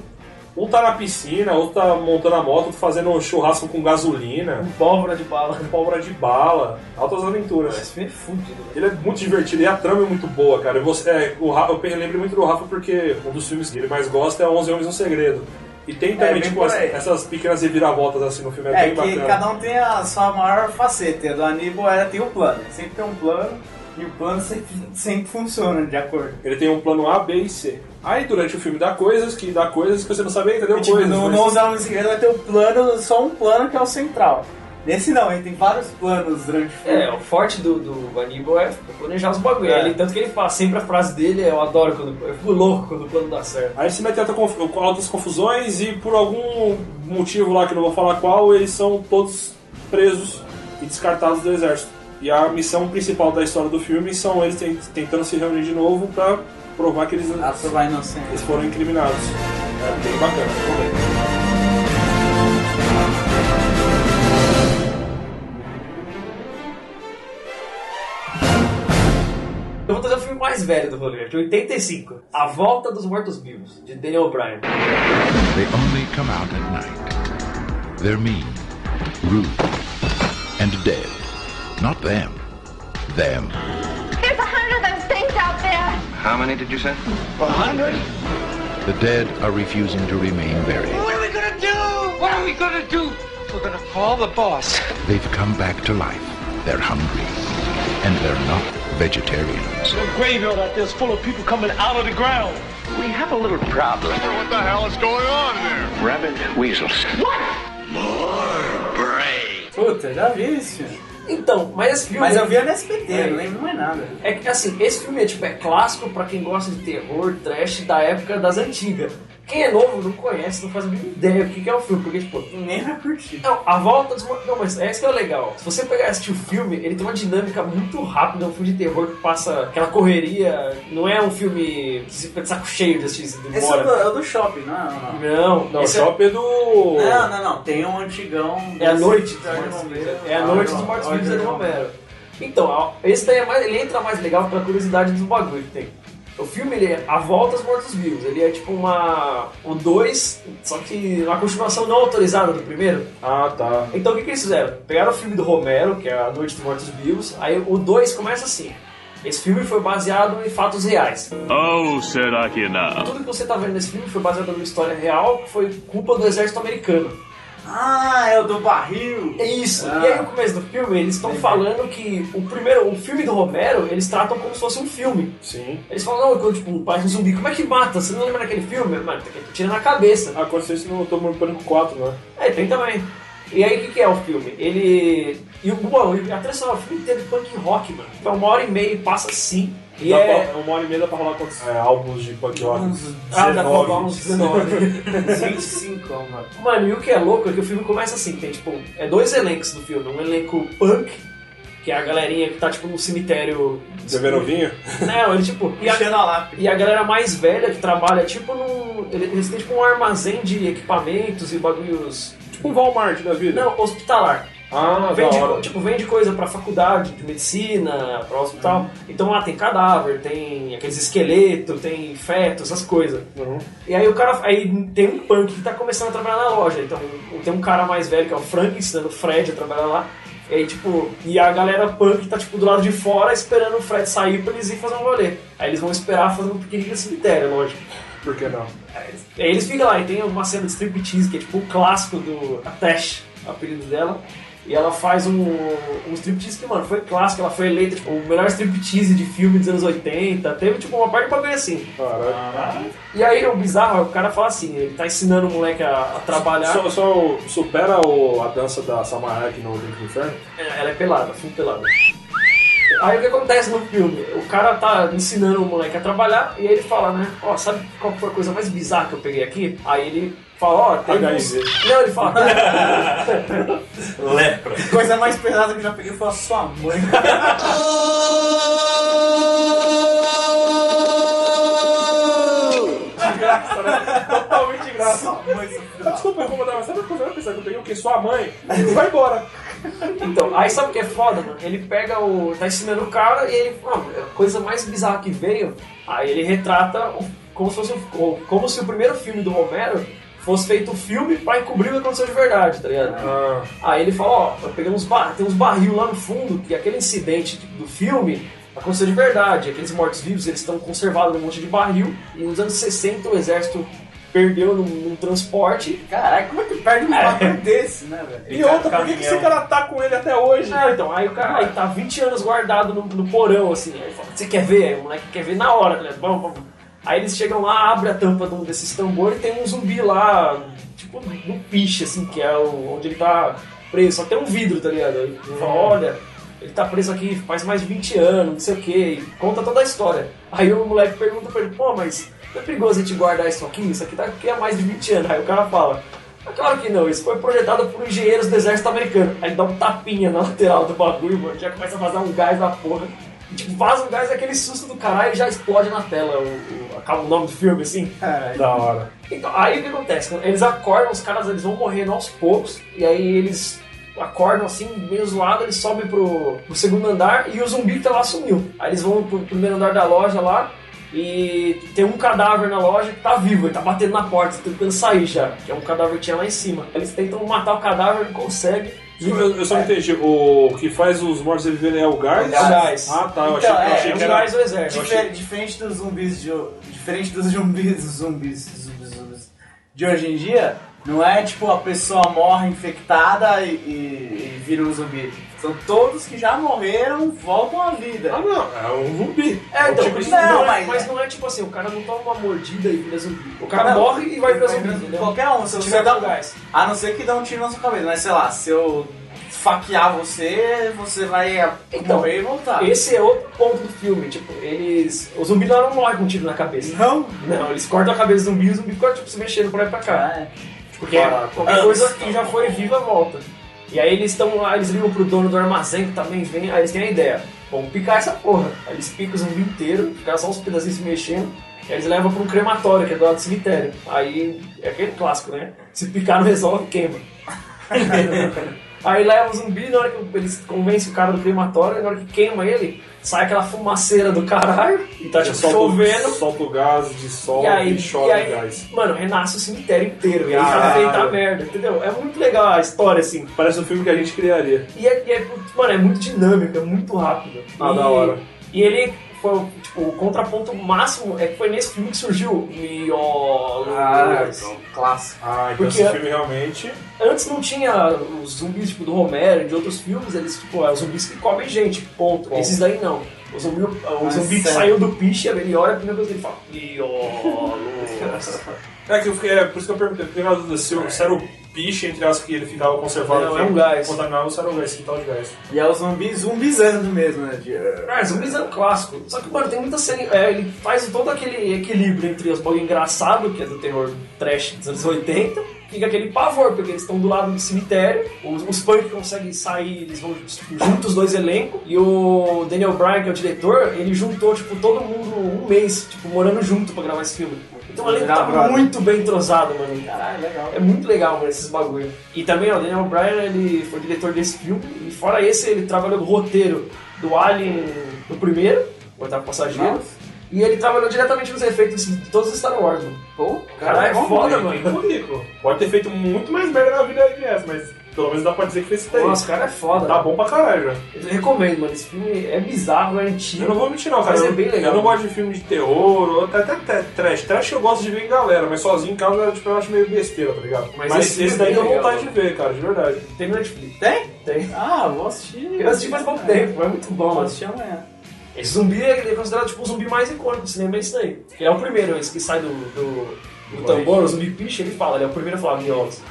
[SPEAKER 3] Um tá na piscina, outro tá montando a moto, outro fazendo um churrasco com gasolina. Com pólvora de bala. Com pólvora de bala. Altas aventuras. Esse filme é fudido. Ele é muito divertido e a trama é muito boa, cara. Você, é, o Rafa, eu pe- lembro muito do Rafa porque um dos filmes que ele mais gosta é 11 Homens e um Segredo. E tem também,
[SPEAKER 1] É, bem
[SPEAKER 3] tipo,
[SPEAKER 1] por
[SPEAKER 3] as-
[SPEAKER 1] aí.
[SPEAKER 3] essas pequenas reviravoltas assim no filme. É,
[SPEAKER 1] É,
[SPEAKER 3] bem
[SPEAKER 1] que
[SPEAKER 3] bacana.
[SPEAKER 1] cada um tem a sua maior faceta. e a Do Aníbal era tem um plano, ele sempre tem um plano e o plano sempre, sempre funciona de acordo.
[SPEAKER 3] Ele tem um plano A, B e C. Aí durante o filme dá coisas que dá coisas que você não sabe, entendeu?
[SPEAKER 1] Tipo,
[SPEAKER 3] coisas,
[SPEAKER 1] no,
[SPEAKER 3] mas-
[SPEAKER 1] no Usar Música vai ter um plano, só um plano que é o central. Nesse não, ele tem vários planos durante o filme.
[SPEAKER 2] É, o forte do, do Aníbal é planejar os bagulho. Ele- tanto que ele fala sempre a frase dele é eu adoro quando. Eu fico louco quando o plano dá certo.
[SPEAKER 3] Aí se mete alta conf- com altas confusões e por algum motivo lá que eu não vou falar qual, eles são todos presos e descartados do exército. E a missão principal da história do filme são eles ten- tentando se reunir de novo pra provar que eles,
[SPEAKER 2] Ah,
[SPEAKER 3] eles foram incriminados. É bem bacana, recomendo.
[SPEAKER 2] Eu vou trazer o filme mais velho do rolê, de 85. A Volta dos Mortos-Vivos, de Daniel Bryan.
[SPEAKER 15] They only come out at night. They're mean, rude, and dead. Not them. Them.
[SPEAKER 5] There's a hundred of those things out there.
[SPEAKER 15] How many did you say? A hundred. The dead are refusing to remain buried.
[SPEAKER 5] What are we gonna do? What are we gonna do? We're gonna call the boss.
[SPEAKER 15] They've come back to life. They're hungry. And they're not vegetarians.
[SPEAKER 5] So graveyard out né? there's full of people coming out of the ground.
[SPEAKER 15] We have a little problem.
[SPEAKER 5] What the hell is going on there?
[SPEAKER 15] Rabid weasels.
[SPEAKER 1] Puta, já vi isso.
[SPEAKER 2] Então, mas esse filme.
[SPEAKER 1] Mas eu via no SBT, não lembro mais nada.
[SPEAKER 2] É que assim, esse filme é, tipo, é clássico pra quem gosta de terror, trash da época das antigas. Quem é novo não conhece, não faz a mínima ideia do que que é o filme, porque tipo,
[SPEAKER 1] nem vai curtir.
[SPEAKER 2] Não, a volta dos mortos. Não, mas é isso que é o legal. Se você pegar e assistir o filme, ele tem uma dinâmica muito rápida, é um filme de terror que passa aquela correria. Não é um filme que você fica de saco cheio de assistir, você
[SPEAKER 1] Esse é o do,
[SPEAKER 2] demora.
[SPEAKER 1] é o do shopping, não é? Não, não.
[SPEAKER 2] Não,
[SPEAKER 1] Não,
[SPEAKER 2] esse
[SPEAKER 1] Shopping
[SPEAKER 3] é do.
[SPEAKER 1] Não, não, não. Tem um antigão.
[SPEAKER 2] É a noite dos
[SPEAKER 1] Jorge
[SPEAKER 2] mortos-vivos.
[SPEAKER 1] Romero.
[SPEAKER 2] É a noite
[SPEAKER 1] Ah,
[SPEAKER 2] dos
[SPEAKER 1] não,
[SPEAKER 2] mortos-vivos
[SPEAKER 1] Jorge
[SPEAKER 2] do Romero. Então, a- esse daí é mais, ele entra mais legal pela curiosidade dos bagulho que tem. O filme ele é A Volta aos Mortos-Vivos. Ele é tipo uma. o 2, só que uma continuação não autorizada do primeiro.
[SPEAKER 3] Ah, tá.
[SPEAKER 2] Então o que, que eles fizeram? Pegaram o filme do Romero, que é A Noite dos Mortos-Vivos, aí o 2 começa assim. Esse filme foi baseado em fatos reais.
[SPEAKER 17] Oh, será que
[SPEAKER 2] Tudo
[SPEAKER 17] não?
[SPEAKER 2] que você tá vendo nesse filme foi baseado numa história real que foi culpa do exército americano.
[SPEAKER 1] Ah, é o do barril!
[SPEAKER 2] É isso!
[SPEAKER 1] Ah.
[SPEAKER 2] E aí no começo do filme eles estão falando que o primeiro, o filme do Romero, eles tratam como se fosse um filme.
[SPEAKER 3] Sim.
[SPEAKER 2] Eles falam, não, quando, tipo, parece um zumbi, como é que mata? Você não lembra daquele filme? Mano, tá tira na cabeça.
[SPEAKER 3] Ah, aconteceu isso no Tomou Pânico 4, né?
[SPEAKER 2] É, tem também. E aí, o que, que é o filme? Ele. E o bom, e a trilha sonora, o filme inteiro é punk rock, mano. Então, uma hora e meia e passa assim. E
[SPEAKER 3] Dá
[SPEAKER 2] é.
[SPEAKER 3] pra- uma hora e meia dá pra rolar quantos é, álbuns de punk rock? Uns
[SPEAKER 2] Ah, dá pra rolar uns 19.
[SPEAKER 1] 25, mano.
[SPEAKER 2] Mano, e o que é louco é que o filme começa assim: tem tipo. É dois elencos do filme. Um elenco punk, que é a galerinha que tá tipo no cemitério.
[SPEAKER 3] Beberam vinho?
[SPEAKER 2] Não, ele tipo. E a,
[SPEAKER 1] Puxando a lápide.
[SPEAKER 2] e a galera mais velha que trabalha, tipo, num. ele- Eles têm tipo um armazém de equipamentos e bagulhos.
[SPEAKER 3] Tipo um Walmart da vida.
[SPEAKER 2] Não, hospitalar.
[SPEAKER 3] Ah,
[SPEAKER 2] vende,
[SPEAKER 3] da hora.
[SPEAKER 2] tipo, vende coisa pra faculdade de medicina, pra hospital.
[SPEAKER 3] Uhum.
[SPEAKER 2] Então lá tem cadáver, tem aqueles esqueletos, tem feto, essas coisas.
[SPEAKER 3] Uhum.
[SPEAKER 2] E aí o cara. Aí tem um punk que tá começando a trabalhar na loja. Então tem um cara mais velho que é o Frank ensinando o Fred a trabalhar lá. E aí, tipo, e a galera punk tá tipo do lado de fora esperando o Fred sair pra eles irem fazer um rolê. Aí eles vão esperar fazer um pequenininho cemitério, lógico.
[SPEAKER 3] Por que não?
[SPEAKER 2] E aí É, eles ficam lá, e tem uma cena de striptease, que é tipo o clássico do a Tash, o apelido dela. E ela faz um, um striptease que, mano, foi clássico, ela foi eleita tipo, o melhor striptease de filme dos anos 80. Teve, tipo, uma parte de bagulho assim.
[SPEAKER 3] Caralho.
[SPEAKER 2] E aí, o bizarro é o cara fala assim, ele tá ensinando o moleque a, a trabalhar.
[SPEAKER 3] Só, só supera o- a dança da Samara aqui no Link do Inferno?
[SPEAKER 2] É, Ela é pelada, full pelada. Aí o que acontece no filme? O cara tá ensinando o moleque a trabalhar e aí ele fala, né? Ó, sabe qual foi a coisa mais bizarra que eu peguei aqui? Aí ele fala, ó, tem
[SPEAKER 3] HIV.
[SPEAKER 2] uns- Não, ele fala...
[SPEAKER 4] Lepra.
[SPEAKER 1] Coisa mais pesada que eu já peguei foi a sua mãe.
[SPEAKER 3] De graça, né? Totalmente de graça.
[SPEAKER 1] mãe,
[SPEAKER 3] Ah, Desculpa, eu vou mandar, mas sabe o que eu pensar? Eu peguei o quê? Sua mãe? Vai embora.
[SPEAKER 2] Então, aí sabe o que é foda, mano? Ele pega o. tá ensinando o cara e ele. Mano, é a coisa mais bizarra que veio, aí ele retrata o- como se fosse um- o- como se o primeiro filme do Romero fosse feito um filme pra encobrir o que aconteceu de verdade, tá ligado? Aí ele fala, ó, eu peguei uns bar, tem uns barril lá no fundo, que aquele incidente do filme aconteceu de verdade. Aqueles mortos-vivos, eles estão conservados num monte de barril. E nos anos 60 o exército perdeu num, num transporte.
[SPEAKER 1] Caraca, como é que perde um bagulho desse, né, velho?
[SPEAKER 3] E outra, por que, que esse cara tá com ele até hoje?
[SPEAKER 2] É, então, aí o cara aí tá 20 anos guardado no, no porão, assim. Aí ele fala, você quer ver? Aí o moleque quer ver na hora, tá ligado? Vamos, vamos. Aí eles chegam lá, abrem a tampa de um desses tambores e tem um zumbi lá, tipo, no piche, assim, que é o- onde ele tá preso. Só tem um vidro, tá ligado? Aí ele fala, olha, ele tá preso aqui faz mais de 20 anos, não sei o quê, e conta toda a história. Aí o moleque pergunta pra ele, pô, mas não é perigoso a gente guardar isso aqui? Isso aqui tá aqui há mais de 20 anos. Aí o cara fala, "Ah, claro que não, isso foi projetado por engenheiros do exército americano. Aí ele dá um tapinha na lateral do bagulho, mano, já começa a vazar um gás na porra. E, tipo, vaza um gás, é aquele susto do caralho e já explode na tela o, o- acaba o nome do filme, assim.
[SPEAKER 1] Caralho.
[SPEAKER 3] Da hora.
[SPEAKER 2] Então, aí o que acontece? Quando Eles acordam, os caras eles vão morrendo aos poucos, e aí eles acordam assim, meio zoado, eles sobem pro, pro segundo andar e o zumbi que tá lá sumiu. Aí eles vão pro primeiro andar da loja lá e tem um cadáver na loja que tá vivo, ele tá batendo na porta, tentando sair já, que é um cadáver que tinha lá em cima. Eles tentam matar o cadáver, não conseguem. E-
[SPEAKER 3] Eu, eu só não entendi, o que faz os mortos reviverem é o gás?
[SPEAKER 2] É o gás.
[SPEAKER 3] Ah, tá, eu achei,
[SPEAKER 1] Então,
[SPEAKER 3] eu achei
[SPEAKER 1] é,
[SPEAKER 3] que era...
[SPEAKER 2] um do exército.
[SPEAKER 3] eu achei-
[SPEAKER 1] Difer- Diferente dos zumbis de. ho- Diferente dos zumbis, zumbis, zumbis, zumbis de hoje em dia, não é tipo a pessoa morre infectada e, e- e vira um zumbi. São todos que já morreram, voltam à vida.
[SPEAKER 3] Ah, não, é um zumbi.
[SPEAKER 2] É, então,
[SPEAKER 1] tipo de-
[SPEAKER 3] um
[SPEAKER 2] não,
[SPEAKER 1] não,
[SPEAKER 2] mas,
[SPEAKER 1] mas-
[SPEAKER 2] mas não é tipo assim, o cara não toma uma mordida e vira zumbi. O cara
[SPEAKER 1] Não,
[SPEAKER 2] morre e vai pra
[SPEAKER 1] vai
[SPEAKER 2] zumbi,
[SPEAKER 1] virar zumbi.
[SPEAKER 2] entendeu? Tipo, é
[SPEAKER 1] Qualquer um, se
[SPEAKER 2] Tiver
[SPEAKER 1] você dá
[SPEAKER 2] com gás.
[SPEAKER 1] A não ser que dê um tiro na sua cabeça, mas sei lá, se eu faquear você, você vai é,
[SPEAKER 2] Então,
[SPEAKER 1] morrer e voltar.
[SPEAKER 2] Esse é outro ponto do filme, tipo, eles. O zumbi lá não morre com um tiro na cabeça.
[SPEAKER 1] Não?
[SPEAKER 2] Não, eles cortam a cabeça do zumbi e o zumbi fica tipo se mexendo pra lá e pra cá.
[SPEAKER 1] Ah, é.
[SPEAKER 2] Porque tipo,
[SPEAKER 1] Ah,
[SPEAKER 2] qualquer coisa
[SPEAKER 1] tá
[SPEAKER 2] que já foi viva volta. E aí eles estão lá, eles ligam pro dono do armazém que também vem, aí eles têm a ideia. Vamos picar essa porra. Aí eles picam o zumbi inteiro, fica só uns pedacinhos se mexendo, e aí eles levam pra um crematório, que é do lado do cemitério. Aí é aquele clássico, né? Se picar não resolve, queima. Aí leva o zumbi, na hora que eles convencem o cara do crematório, na hora que queima ele, sai aquela fumaceira do caralho e tá tipo,
[SPEAKER 3] solta o-
[SPEAKER 2] chovendo.
[SPEAKER 3] Solta o gás, dissolve
[SPEAKER 2] E
[SPEAKER 3] e,
[SPEAKER 2] aí,
[SPEAKER 3] chora
[SPEAKER 2] e
[SPEAKER 3] o
[SPEAKER 2] aí,
[SPEAKER 3] gás.
[SPEAKER 2] mano, renasce o cemitério inteiro. E aí
[SPEAKER 3] Caralho.
[SPEAKER 2] tá feita a merda, entendeu? É muito legal a história, assim.
[SPEAKER 3] Parece um filme que a gente criaria.
[SPEAKER 2] E é, e é, mano, é muito dinâmico, é muito rápido.
[SPEAKER 3] Ah,
[SPEAKER 2] e,
[SPEAKER 3] da hora.
[SPEAKER 2] E ele foi, tipo, o contraponto máximo é que foi nesse filme que surgiu o Miolo.
[SPEAKER 1] Ah, clássico.
[SPEAKER 3] Ah, então
[SPEAKER 2] Porque-
[SPEAKER 3] esse filme realmente...
[SPEAKER 2] Antes não tinha os zumbis tipo, do Romero e de outros filmes, eles, tipo, é, os zumbis que comem gente, ponto. Esses daí não. O zumbi, o
[SPEAKER 3] Ah,
[SPEAKER 2] zumbi que
[SPEAKER 3] sério?
[SPEAKER 2] saiu do piche, ele olha a primeira coisa que ele fala, Miolos.
[SPEAKER 3] É, que eu fiquei, é por isso que eu perguntei, porque na dúvida se, o- se era o bicho, entre as que ele ficava conservado
[SPEAKER 2] É. Não,
[SPEAKER 3] aqui,
[SPEAKER 2] é um gás.
[SPEAKER 3] contaminado, ou se era o gás, que tal de gás.
[SPEAKER 1] E é o zumbi zumbizando mesmo, né? de-
[SPEAKER 2] É, zumbis é um clássico. Só que, mano, tem muita cena. é, ele faz todo aquele equilíbrio entre os bagulho engraçado, que é do terror trash dos anos 80, fica aquele pavor, porque eles estão do lado do cemitério, os, os punk conseguem sair, eles vão tipo, juntos os dois elencos, e o Daniel Bryan, que é o diretor, ele juntou, tipo, todo mundo um mês, tipo, morando junto pra gravar esse filme. Então o elenco
[SPEAKER 1] Legal,
[SPEAKER 2] tá
[SPEAKER 1] brother.
[SPEAKER 2] muito bem entrosado, mano.
[SPEAKER 1] Caralho, Ah, legal.
[SPEAKER 2] É muito legal, mano, esses bagulho. E também, ó, o Daniel Bryan, ele foi diretor desse filme, e fora esse, ele trabalhou no roteiro do Alien, do primeiro, o oitavo passageiro, e ele trabalhou diretamente nos efeitos de todos os Star Wars, mano. Pô, caralho, é
[SPEAKER 3] Caralho,
[SPEAKER 2] foda,
[SPEAKER 3] tem
[SPEAKER 2] mano.
[SPEAKER 3] currículo. Pode ter feito muito mais merda na vida que essa, mas pelo menos dá pra dizer que fez isso daí.
[SPEAKER 2] Nossa, o cara é foda.
[SPEAKER 3] Tá bom pra caralho já.
[SPEAKER 2] Eu recomendo, mano. Esse filme é bizarro, é antigo.
[SPEAKER 3] Eu não vou mentir, não, cara.
[SPEAKER 2] Mas
[SPEAKER 3] eu,
[SPEAKER 2] é bem legal.
[SPEAKER 3] eu não gosto de filme de terror, ou até, até, até trash. Trash eu gosto de ver em galera, mas sozinho em casa tipo, eu acho meio besteira, tá ligado? Mas, esse, daí
[SPEAKER 2] é
[SPEAKER 3] deu
[SPEAKER 2] legal,
[SPEAKER 3] vontade de
[SPEAKER 2] mano.
[SPEAKER 3] ver, cara, de verdade.
[SPEAKER 2] Tem no Netflix.
[SPEAKER 1] Tem?
[SPEAKER 2] Tem.
[SPEAKER 1] Ah, vou assistir.
[SPEAKER 2] Eu assisti faz pouco tempo, é muito bom,
[SPEAKER 1] Vou
[SPEAKER 2] mano.
[SPEAKER 1] assistir amanhã.
[SPEAKER 2] Esse zumbi é é considerado tipo o zumbi mais icônico do cinema, é esse daí. Que é o primeiro, esse que sai do, do, do tambor, o zumbi picha, ele fala, ele é o primeiro a falar Guions.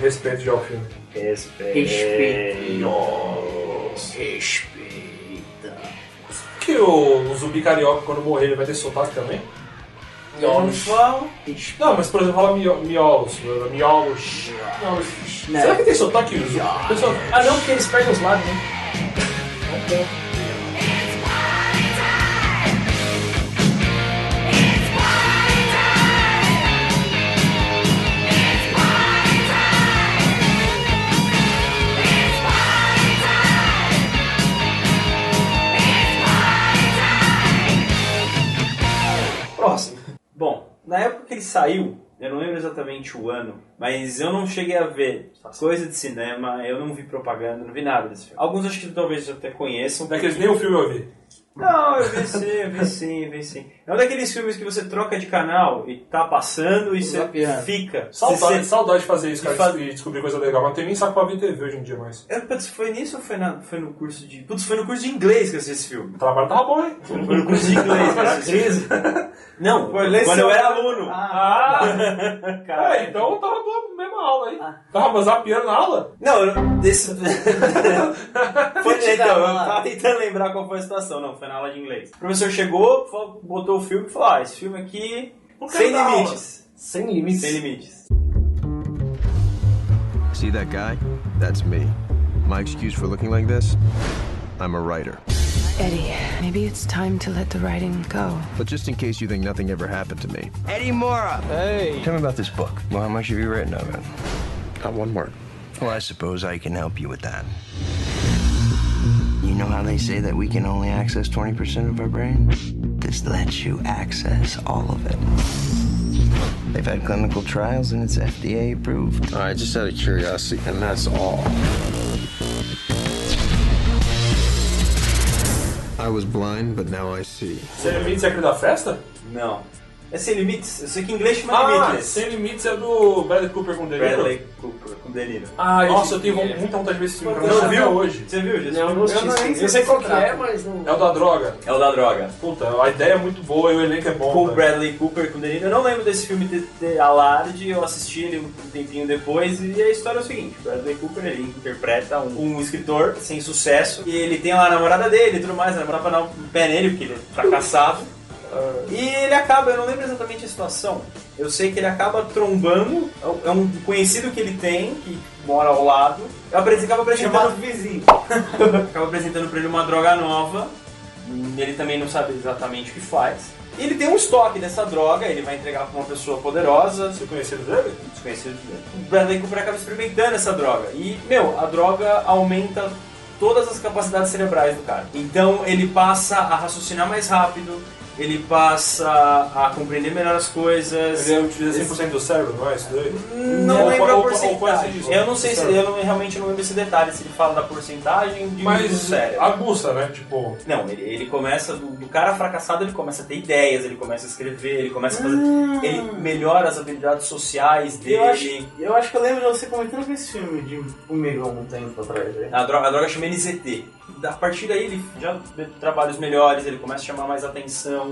[SPEAKER 3] Respeito já o filme.
[SPEAKER 2] Respeito. Respeita.
[SPEAKER 3] Que o, o zumbi carioca, quando morrer, ele vai ter sotaque também?
[SPEAKER 2] Miolos.
[SPEAKER 3] Não, mas por exemplo, fala mio, miolos. né? Miolos.
[SPEAKER 2] Né.
[SPEAKER 3] Será que tem sotaque? O pessoal-
[SPEAKER 2] Ah não, porque eles perdem os lados, né?
[SPEAKER 4] Próximo. Bom, na época que ele saiu, eu não lembro exatamente o ano, mas eu não cheguei a ver coisa de cinema, eu não vi propaganda, não vi nada desse filme. Alguns acho que talvez até conheçam.
[SPEAKER 3] Daqueles nem o filme eu vi.
[SPEAKER 4] Não, eu vi sim, eu vi sim, eu vi sim. É um daqueles filmes que você troca de canal e tá passando e você
[SPEAKER 1] Zapeando.
[SPEAKER 4] fica.
[SPEAKER 3] Saudade,
[SPEAKER 4] Você-
[SPEAKER 3] saudade de fazer isso, cara,
[SPEAKER 4] de fazer-
[SPEAKER 3] e descobrir coisa legal. Mas não tem nem saco pra ver TV hoje em dia mais.
[SPEAKER 4] Eu, É, putz, foi nisso ou foi, na, foi no curso de. Putz, foi no curso de inglês que eu assisti esse filme.
[SPEAKER 3] O trabalho tava bom, hein?
[SPEAKER 4] Foi no curso de inglês, que eu assisti esse filme. Não, quando eu era aluno.
[SPEAKER 3] Ah! É, então eu tava na mesma aula, hein?
[SPEAKER 4] Ah.
[SPEAKER 3] Tava zapeando na aula?
[SPEAKER 4] Não, eu- desse. foi, então, eu
[SPEAKER 1] lá.
[SPEAKER 4] tava tentando lembrar qual foi a situação, não, foi na aula de inglês. O professor chegou, falou- botou o filme e falou: Ah, esse filme aqui. Sem
[SPEAKER 2] da
[SPEAKER 4] limites.
[SPEAKER 2] Sem limites.
[SPEAKER 4] Sem limites.
[SPEAKER 14] See that guy? That's me. My excuse for looking like this? I'm a writer.
[SPEAKER 17] Eddie, maybe it's time to let the writing go.
[SPEAKER 14] But just in case you think nothing ever happened to me. Eddie Mora! Hey! Tell me about this book. Well, how much have you written of it? Not one word.
[SPEAKER 18] Well, I suppose I can help you with that. You know how they say that we can only access 20% of our brain? This lets you access all of it. They've had clinical trials and it's FDA approved.
[SPEAKER 14] I just out of curiosity, and that's all. I was blind, but now I see.
[SPEAKER 3] Sem limites é aquele da festa?
[SPEAKER 4] Não. É sem limites? Eu sei que em inglês chama
[SPEAKER 3] Ah,
[SPEAKER 4] limites.
[SPEAKER 3] Sem Limites é do Bradley Cooper com o Delírio.
[SPEAKER 4] Bradley Cooper com delírio.
[SPEAKER 3] Ah, Nossa, eu tenho muita vontade de ver esse filme. pra
[SPEAKER 4] Você
[SPEAKER 3] ver
[SPEAKER 4] viu?
[SPEAKER 3] hoje?
[SPEAKER 4] Você viu? Jess?
[SPEAKER 2] Não, eu não assisti.
[SPEAKER 4] nem
[SPEAKER 2] Eu sei qual que é, mas não.
[SPEAKER 3] É o da droga.
[SPEAKER 4] É o da droga.
[SPEAKER 3] Puta, a ideia é muito boa e o elenco é bom.
[SPEAKER 4] Com o
[SPEAKER 3] velho.
[SPEAKER 4] Bradley Cooper com o Deniro. Eu não lembro desse filme ter, ter alarde, eu assisti ele um tempinho depois e a história é o seguinte: o Bradley Cooper ele interpreta um, um escritor sem sucesso e ele tem lá a namorada dele e tudo mais, a namorada pra dar um pé nele porque ele é fracassado. E ele acaba, eu não lembro exatamente a situação. Eu sei que ele acaba trombando, é um conhecido que ele tem, que mora ao lado. Eu apre- acaba apresentando
[SPEAKER 1] vizinho.
[SPEAKER 4] acaba apresentando pra ele uma droga nova. Hum, Ele também não sabe exatamente o que faz. E ele tem um estoque dessa droga, ele vai entregar pra uma pessoa poderosa.
[SPEAKER 3] Você conhecido dele?
[SPEAKER 4] Desconhecido dele. O Bradley Cooper acaba experimentando essa droga. E, meu, a droga aumenta todas as capacidades cerebrais do cara. Então ele passa a raciocinar mais rápido, ele passa a compreender melhor as coisas.
[SPEAKER 3] Ele é um tipo utiliza 100% do cérebro, não é isso daí?
[SPEAKER 4] Não
[SPEAKER 3] Ou-
[SPEAKER 4] lembro
[SPEAKER 3] ou- é
[SPEAKER 4] a
[SPEAKER 3] ou- ou quase
[SPEAKER 4] porcentagem.
[SPEAKER 3] isso.
[SPEAKER 4] Eu não sei se.
[SPEAKER 3] Cérebro.
[SPEAKER 4] Eu não- realmente não lembro esse detalhe, se ele fala da porcentagem de do
[SPEAKER 3] Mas
[SPEAKER 4] cérebro.
[SPEAKER 3] aguça, né? Tipo,
[SPEAKER 4] Não, ele, ele começa, do, do cara fracassado, ele começa a ter ideias, ele começa a escrever, ele começa a fazer. Ele melhora as habilidades sociais dele.
[SPEAKER 1] Eu acho, eu acho que eu lembro de você comentando com esse filme de comigo há algum tempo atrás. né?
[SPEAKER 4] A droga, a droga chama NZT. A partir daí ele já vê trabalhos melhores, ele começa a chamar mais atenção.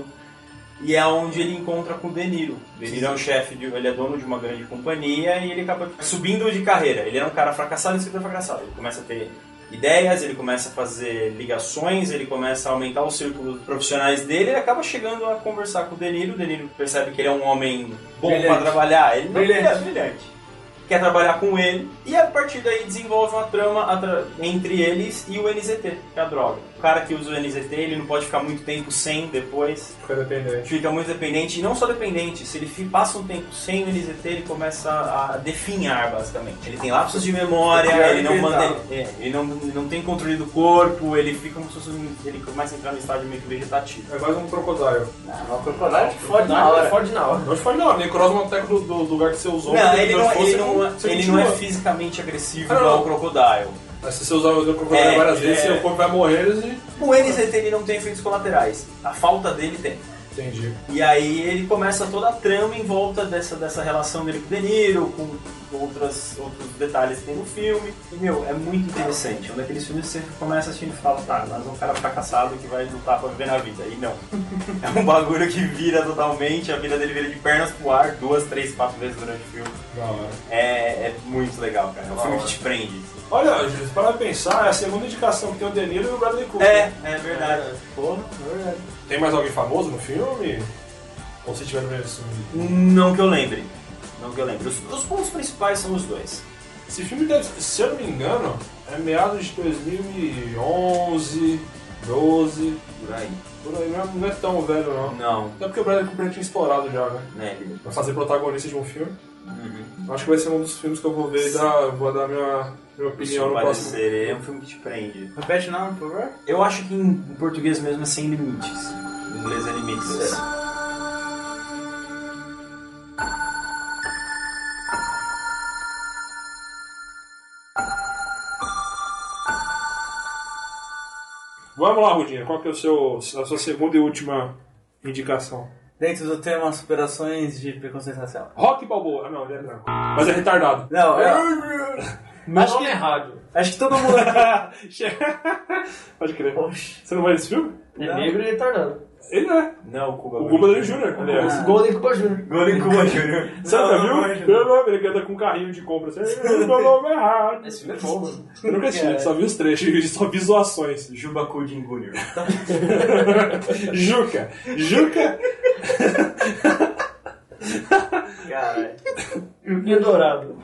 [SPEAKER 4] E é onde ele encontra com o De Niro. O De Niro é um chefe, de- ele é dono de uma grande companhia e ele acaba subindo de carreira. Ele era um cara fracassado, um escritor fracassado. Ele começa a ter ideias, ele começa a fazer ligações, ele começa a aumentar o círculo de profissionais dele e acaba chegando a conversar com o Deniro. O Deniro percebe que ele é um homem bom
[SPEAKER 2] Brilhante.
[SPEAKER 4] para trabalhar. Ele não
[SPEAKER 2] Brilhante.
[SPEAKER 4] ele é brilhante. Quer trabalhar com ele e a partir daí desenvolve uma trama atra- entre eles e o NZT, que é a droga. O cara que usa o NZT, ele não pode ficar muito tempo sem depois.
[SPEAKER 3] Fica dependente.
[SPEAKER 4] Fica muito dependente, e não só dependente, se ele fi- passa um tempo sem o NZT, ele começa a definhar, basicamente. Ele tem lapsos de memória,
[SPEAKER 2] Fica
[SPEAKER 4] ele não, mantém,
[SPEAKER 2] limitado.
[SPEAKER 4] é, ele, não, ele não tem controle do corpo, ele fica como se fosse um- ele começa a entrar no estágio meio que vegetativo.
[SPEAKER 3] É mais um crocodile.
[SPEAKER 4] Não, o crocodile
[SPEAKER 3] fode na hora.
[SPEAKER 2] Fode na hora.
[SPEAKER 3] Não te fode na hora, nem cross uma tecla um do, do lugar que você usou.
[SPEAKER 4] Não,
[SPEAKER 3] porque
[SPEAKER 4] ele
[SPEAKER 3] depois
[SPEAKER 4] não,
[SPEAKER 3] você
[SPEAKER 4] ele não,
[SPEAKER 3] você
[SPEAKER 4] ele não
[SPEAKER 3] continua.
[SPEAKER 4] é fisicamente agressivo
[SPEAKER 3] Ah, não.
[SPEAKER 4] igual o crocodile.
[SPEAKER 3] Mas se você usar o crocodile
[SPEAKER 4] É,
[SPEAKER 3] várias
[SPEAKER 4] é.
[SPEAKER 3] vezes, seu corpo vai morrer e...
[SPEAKER 4] O NZT ele não tem efeitos colaterais, a falta dele tem.
[SPEAKER 3] Entendi.
[SPEAKER 4] E aí ele começa toda a trama em volta dessa, dessa relação dele com o De Niro, com outras, outros detalhes que tem no filme. E, meu, é muito interessante. É um daqueles filmes que você começa assistindo e fala, tá, mas é um cara fracassado que vai lutar pra viver na vida. E não. É um bagulho que vira totalmente, a vida dele vira de pernas pro ar duas, três, quatro vezes durante o filme.
[SPEAKER 3] Da hora.
[SPEAKER 4] É, é muito legal, cara. É um
[SPEAKER 3] Da
[SPEAKER 4] filme
[SPEAKER 3] hora.
[SPEAKER 4] que te prende.
[SPEAKER 3] Olha, gente, para pensar, é a segunda indicação que tem o De Niro e o Bradley Cooper.
[SPEAKER 4] É, é verdade. Porra, é verdade.
[SPEAKER 3] Tem mais alguém famoso no filme? Ou se tiver no primeiro filme?
[SPEAKER 4] Não que eu lembre. Não que eu lembre. Os, os pontos principais são os dois.
[SPEAKER 3] Esse filme, deve, se eu não me engano, é meados de 2011, 12,
[SPEAKER 4] Por aí.
[SPEAKER 3] por aí. Não é, não é tão velho, não.
[SPEAKER 4] Não.
[SPEAKER 3] Até porque o Bradley Cooper tinha estourado já, né?
[SPEAKER 4] Né, ele-
[SPEAKER 3] Pra fazer protagonista de um filme.
[SPEAKER 1] Uhum.
[SPEAKER 3] Acho que vai ser um dos filmes que eu vou ver e dar, vou dar minha, minha opinião
[SPEAKER 4] Isso
[SPEAKER 3] no próximo.
[SPEAKER 4] parecer, é um filme que te prende.
[SPEAKER 1] Repete o nome, por favor.
[SPEAKER 4] Eu acho que em português mesmo é sem limites. Em inglês é limites.
[SPEAKER 3] Vamos lá, Rudinha. Qual que é o seu, a sua segunda e última indicação?
[SPEAKER 1] Dentro do tema superações de preconceito racial.
[SPEAKER 3] Rock Balboa. Ah, não, ele é branco. Mas é retardado.
[SPEAKER 1] Não, é.
[SPEAKER 2] Mas nome é errado.
[SPEAKER 1] Acho que todo mundo aqui.
[SPEAKER 3] Pode crer. Você não vai nesse filme?
[SPEAKER 2] É
[SPEAKER 1] Não.
[SPEAKER 2] negro e retardado.
[SPEAKER 3] Ele não é.
[SPEAKER 4] Não, o Cuba.
[SPEAKER 3] O Cuba Gooding Jr.,
[SPEAKER 4] é.
[SPEAKER 3] aliás.
[SPEAKER 2] Golden Cuba Jr.
[SPEAKER 4] Golden Cuba Jr.
[SPEAKER 3] Você
[SPEAKER 1] Não,
[SPEAKER 3] já
[SPEAKER 1] não, não,
[SPEAKER 3] viu?
[SPEAKER 1] não.
[SPEAKER 3] Meu nome, ele anda com um carrinho de compra. Assim, "Eh, meu nome é errado.
[SPEAKER 2] Esse filme é bom, mano.
[SPEAKER 3] Eu nunca assisti, só vi os trechos e só vi zoações.
[SPEAKER 4] Juba Coding Jr.
[SPEAKER 3] Juca! Juca!
[SPEAKER 4] Cara,
[SPEAKER 2] Juquinha Dourado.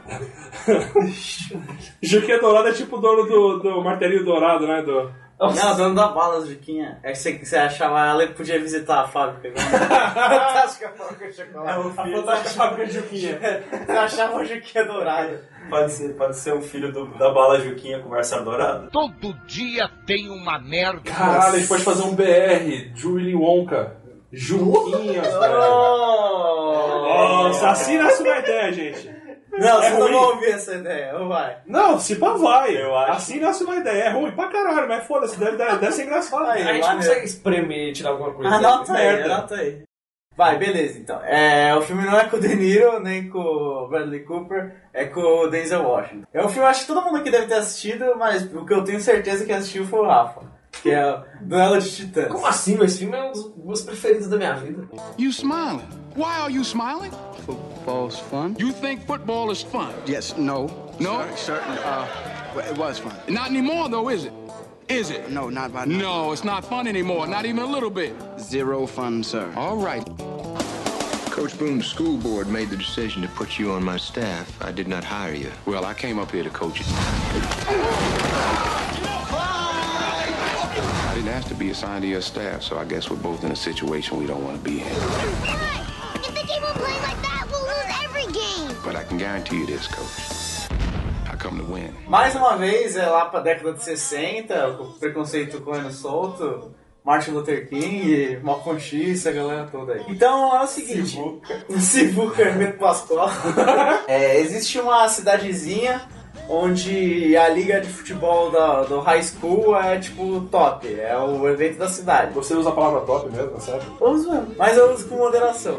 [SPEAKER 3] Juquinha Dourada é tipo o dono do, do martelinho dourado, né? Do...
[SPEAKER 1] Não, dono da bala, Juquinha. É que você, você achava ela podia visitar a fábrica. Fantástica fábrica de chocolate.
[SPEAKER 4] o É um filho.
[SPEAKER 1] é fábrica de Juquinha. Você achava a Juquinha dourada.
[SPEAKER 4] pode ser, pode ser o filho do- da bala Juquinha conversa dourada.
[SPEAKER 5] Todo dia tem uma merda.
[SPEAKER 3] Caralho, a gente pode fazer um BR de Willy Wonka. Juquinha, velho.
[SPEAKER 1] Oh,
[SPEAKER 3] Nossa, assina essa uma ideia, gente.
[SPEAKER 1] Não,
[SPEAKER 3] É
[SPEAKER 1] vocês não
[SPEAKER 3] ruim.
[SPEAKER 1] vão ouvir essa ideia, ou vai.
[SPEAKER 3] Não, se pá vai.
[SPEAKER 4] Eu acho.
[SPEAKER 3] Assina essa uma ideia. É ruim pra caralho, mas foda-se, deve, deve, deve ser engraçado.
[SPEAKER 1] Aí,
[SPEAKER 2] A gente
[SPEAKER 1] maneiro. Ah,
[SPEAKER 2] consegue espremer e tirar alguma coisa. né?
[SPEAKER 1] Anota aí,
[SPEAKER 3] merda.
[SPEAKER 1] anota aí. assim. Vai, beleza, então. É, o filme não é com o De Niro, nem com o Bradley Cooper, é com o Denzel Washington. É um filme, acho que todo mundo aqui deve ter assistido, mas o que eu tenho certeza que assistiu foi o Rafa, que é o Duelo de Titãs.
[SPEAKER 2] Como assim? Esse filme é um dos meus preferidos da minha vida.
[SPEAKER 6] You smiling. Why are you smiling?
[SPEAKER 14] Football's fun?
[SPEAKER 6] You think football is fun.
[SPEAKER 14] Yes, no.
[SPEAKER 6] No?
[SPEAKER 14] Cer- Certain, uh, well, it was fun.
[SPEAKER 6] Not anymore, though, is it? Is it?
[SPEAKER 14] No, not by
[SPEAKER 6] No, it's not fun anymore, not even a little bit.
[SPEAKER 14] Zero fun, sir.
[SPEAKER 6] All right.
[SPEAKER 8] Coach Boone's school board made the decision to put you on my staff. I did not hire you.
[SPEAKER 6] Well, I came up here to coach you. I didn't ask to be assigned to your staff, so I guess we're both in a situation we don't want to be in.
[SPEAKER 19] If they keep on playing like that, we'll lose every game.
[SPEAKER 6] But I can guarantee you this, coach. I come to win.
[SPEAKER 1] Mais uma vez, é lá pra década de 60, o preconceito correndo solto, Martin Luther King, Malcolm X, a galera toda aí. Então é o seguinte... Sivuca. Sivuca, Hermeto Pascoal. É, existe uma cidadezinha onde a liga de futebol da- do high school é tipo top, é o evento da cidade.
[SPEAKER 3] Você usa a palavra top mesmo, tá sério?
[SPEAKER 1] Eu uso mesmo, mas eu uso com moderação.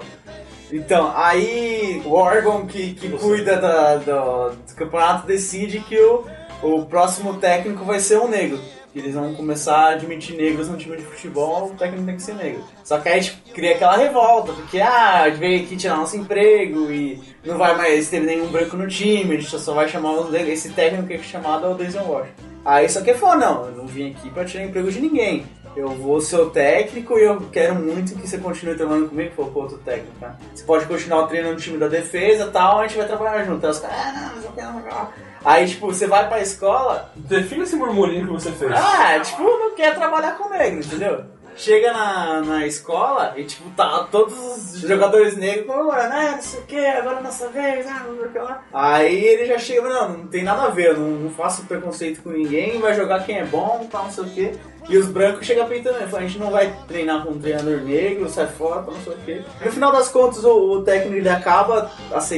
[SPEAKER 1] Então, aí o órgão que, que cuida da- da- do campeonato decide que o, o próximo técnico vai ser um negro. que eles vão começar a admitir negros no time de futebol, o técnico tem que ser negro. Só que aí tipo, cria aquela revolta, porque ah, veio aqui tirar nosso emprego e não vai mais ter nenhum branco no time, a gente só vai chamar o- esse técnico que é chamado Denzel Washington. Aí só que ele falou, não, eu não vim aqui pra tirar emprego de ninguém. Eu vou ser o técnico e eu quero muito que você continue trabalhando comigo, falou com outro técnico, tá? Você pode continuar treinando o time da defesa e tal, a gente vai trabalhar junto. Aí os caras, ah, não, mas eu quero jogar. Aí, tipo, você vai pra escola.
[SPEAKER 3] Defina esse murmurinho que você fez.
[SPEAKER 1] Ah, tipo, não quer trabalhar com negro, entendeu? Chega na, na escola e, tipo, tá todos os jogadores negros comemorando, ah, não sei o que, agora é nossa vez, ah, não sei o que lá. Aí ele já chega, não, não tem nada a ver, eu não, não faço preconceito com ninguém, vai jogar quem é bom, tal, não sei o que. E os brancos chegam peitando, ele fala, a gente não vai treinar com um treinador negro, sai fora, tal, não sei o que. No final das contas, o, o técnico ele acaba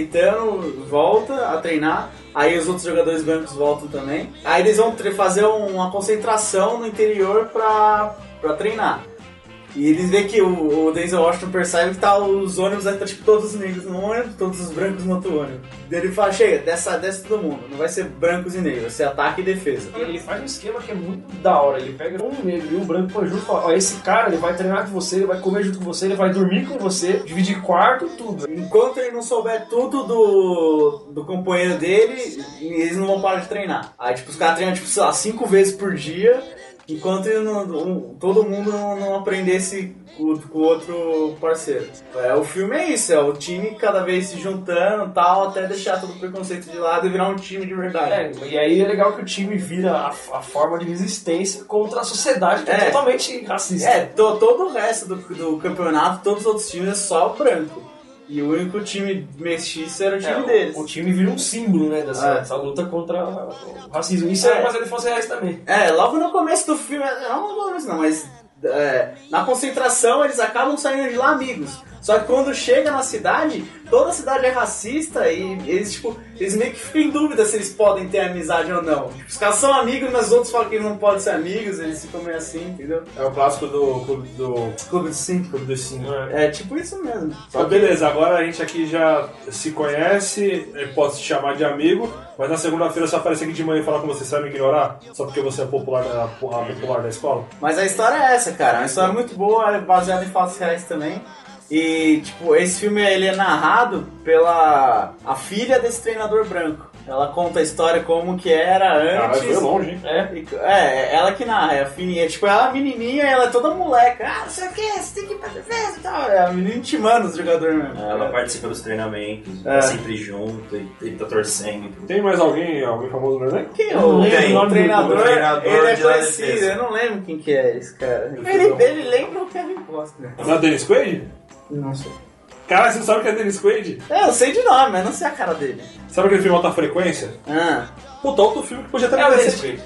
[SPEAKER 1] aceitando, volta a treinar, aí os outros jogadores brancos voltam também. Aí eles vão tre- fazer um, uma concentração no interior pra, pra treinar. E eles veem que o, o Denzel Washington percebe que tá os ônibus, aí tá tipo todos os negros num ônibus, todos os brancos no outro ônibus. Daí ele fala, chega, dessa, desce todo mundo, não vai ser brancos e negros, vai ser ataque e defesa.
[SPEAKER 2] Ele faz um esquema que é muito da hora. Ele pega um negro e um branco põe junto e fala: Ó, esse cara ele vai treinar com você, ele vai comer junto com você, ele vai dormir com você, dividir quarto, tudo.
[SPEAKER 1] Enquanto ele não souber tudo do, do companheiro dele, eles não vão parar de treinar. Aí, tipo, os caras treinam, tipo, sei lá, cinco vezes por dia, enquanto ele não- um- todo mundo não, não aprendesse com o com o outro parceiro. É, o filme é isso, é o time cada vez se juntando e tal, até deixar todo o preconceito de lado e virar um time de verdade.
[SPEAKER 2] É, e aí é legal que o time vira a, a forma de resistência contra a sociedade que é,
[SPEAKER 1] É.
[SPEAKER 2] totalmente racista.
[SPEAKER 1] É, to- todo o resto do, do campeonato, todos os outros times é só branco. E o único time mestiço era o time
[SPEAKER 2] É, o-
[SPEAKER 1] deles.
[SPEAKER 2] o time vira um símbolo, né, dessa- dessa luta contra o racismo. Isso era
[SPEAKER 1] É.
[SPEAKER 2] mais ele fosse reais também.
[SPEAKER 1] É, logo no começo do filme, é, não no começo não, mas é, na concentração eles acabam saindo de lá amigos. Só que quando chega na cidade, toda a cidade é racista e eles, tipo, eles meio que ficam em dúvida se eles podem ter amizade ou não. Tipo, Os caras são amigos, mas os outros falam que eles não podem ser amigos, eles ficam meio assim, entendeu?
[SPEAKER 3] É o clássico do Clube do.
[SPEAKER 1] Clube dos Cinco.
[SPEAKER 3] Clube dos Cinco,
[SPEAKER 1] É tipo isso mesmo.
[SPEAKER 3] Só que Então, beleza, agora a gente aqui já se conhece, eu posso te chamar de amigo, mas na segunda-feira se eu aparecer aqui de manhã e falar com você, você vai me ignorar? Só porque você é popular da, a popular da escola?
[SPEAKER 1] Mas a história é essa, cara. É Uma história muito boa, é baseada em fatos reais também. E, tipo, esse filme ele é narrado pela a filha desse treinador branco. Ela conta a história como que era
[SPEAKER 3] Caralho,
[SPEAKER 1] antes.
[SPEAKER 3] foi longe, hein?
[SPEAKER 2] É.
[SPEAKER 1] E- É, é ela que narra, é a fininha. Tipo, ela é menininha e ela é toda moleca. Ah, não sei o que, você tem que ir pra defesa e tal. É a menina intimando os jogadores mesmo.
[SPEAKER 4] É, Ela participa dos treinamentos,
[SPEAKER 1] É.
[SPEAKER 4] tá sempre junto, e, e tá torcendo.
[SPEAKER 3] Tem mais alguém, alguém famoso no elenco?
[SPEAKER 1] Quem é o,
[SPEAKER 4] Tem.
[SPEAKER 1] o treinador?
[SPEAKER 4] O treinador
[SPEAKER 1] ele é
[SPEAKER 4] de lá da
[SPEAKER 1] conhecido,
[SPEAKER 4] defesa.
[SPEAKER 1] eu não lembro quem que é esse cara. Ele, ele lembra o Kevin Costner.
[SPEAKER 3] Não é Dennis Quaid?
[SPEAKER 1] Não sei.
[SPEAKER 3] Cara, você sabe que é Dennis Quaid?
[SPEAKER 1] É, eu sei de nome, mas não sei a cara dele.
[SPEAKER 3] Sabe aquele filme Alta Frequência?
[SPEAKER 1] Ah,
[SPEAKER 3] Puta, outro filme que podia estar
[SPEAKER 1] É o
[SPEAKER 3] aqui.
[SPEAKER 1] Dennis Quaid.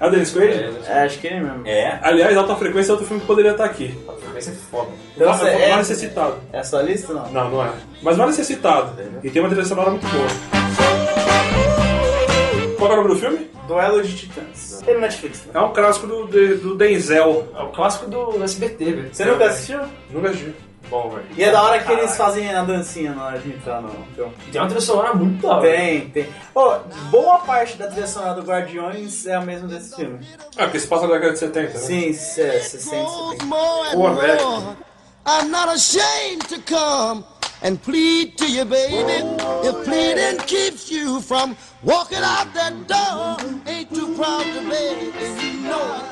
[SPEAKER 3] É o Dennis Quaid?
[SPEAKER 1] é, acho que ele mesmo.
[SPEAKER 4] É?
[SPEAKER 3] Aliás, Alta Frequência é outro filme que poderia estar aqui.
[SPEAKER 4] Alta Frequência é foda.
[SPEAKER 1] Então,
[SPEAKER 3] Nossa,
[SPEAKER 1] você-
[SPEAKER 3] vale
[SPEAKER 1] é-
[SPEAKER 3] ser citado.
[SPEAKER 1] É a sua lista ou não?
[SPEAKER 3] Não, não é. Mas vale ser citado.
[SPEAKER 2] É, né?
[SPEAKER 3] E tem uma trilha sonora muito boa. Qual é o nome do filme?
[SPEAKER 1] Duelo de Titãs. Tem no Netflix. né?
[SPEAKER 3] É um clássico do, de- do Denzel.
[SPEAKER 2] É o clássico do SBT, velho.
[SPEAKER 1] Você nunca assistiu?
[SPEAKER 3] Nunca vi.
[SPEAKER 2] Bom, velho.
[SPEAKER 1] E é da hora que eles fazem a dancinha na hora de entrar no filme.
[SPEAKER 2] Tem uma trilha sonora é muito da hora.
[SPEAKER 1] Tem, tem. Pô, boa parte da trilha sonora do Guardiões é a mesma desse filme.
[SPEAKER 3] Ah, porque se passa na década de 70, né?
[SPEAKER 1] Sim, se- é, 60, 70.
[SPEAKER 20] more and
[SPEAKER 3] Poor man.
[SPEAKER 20] more. I'm not ashamed to come and plead to you, baby. If pleading keeps you from walking out that door, ain't too proud to baby, and you know it.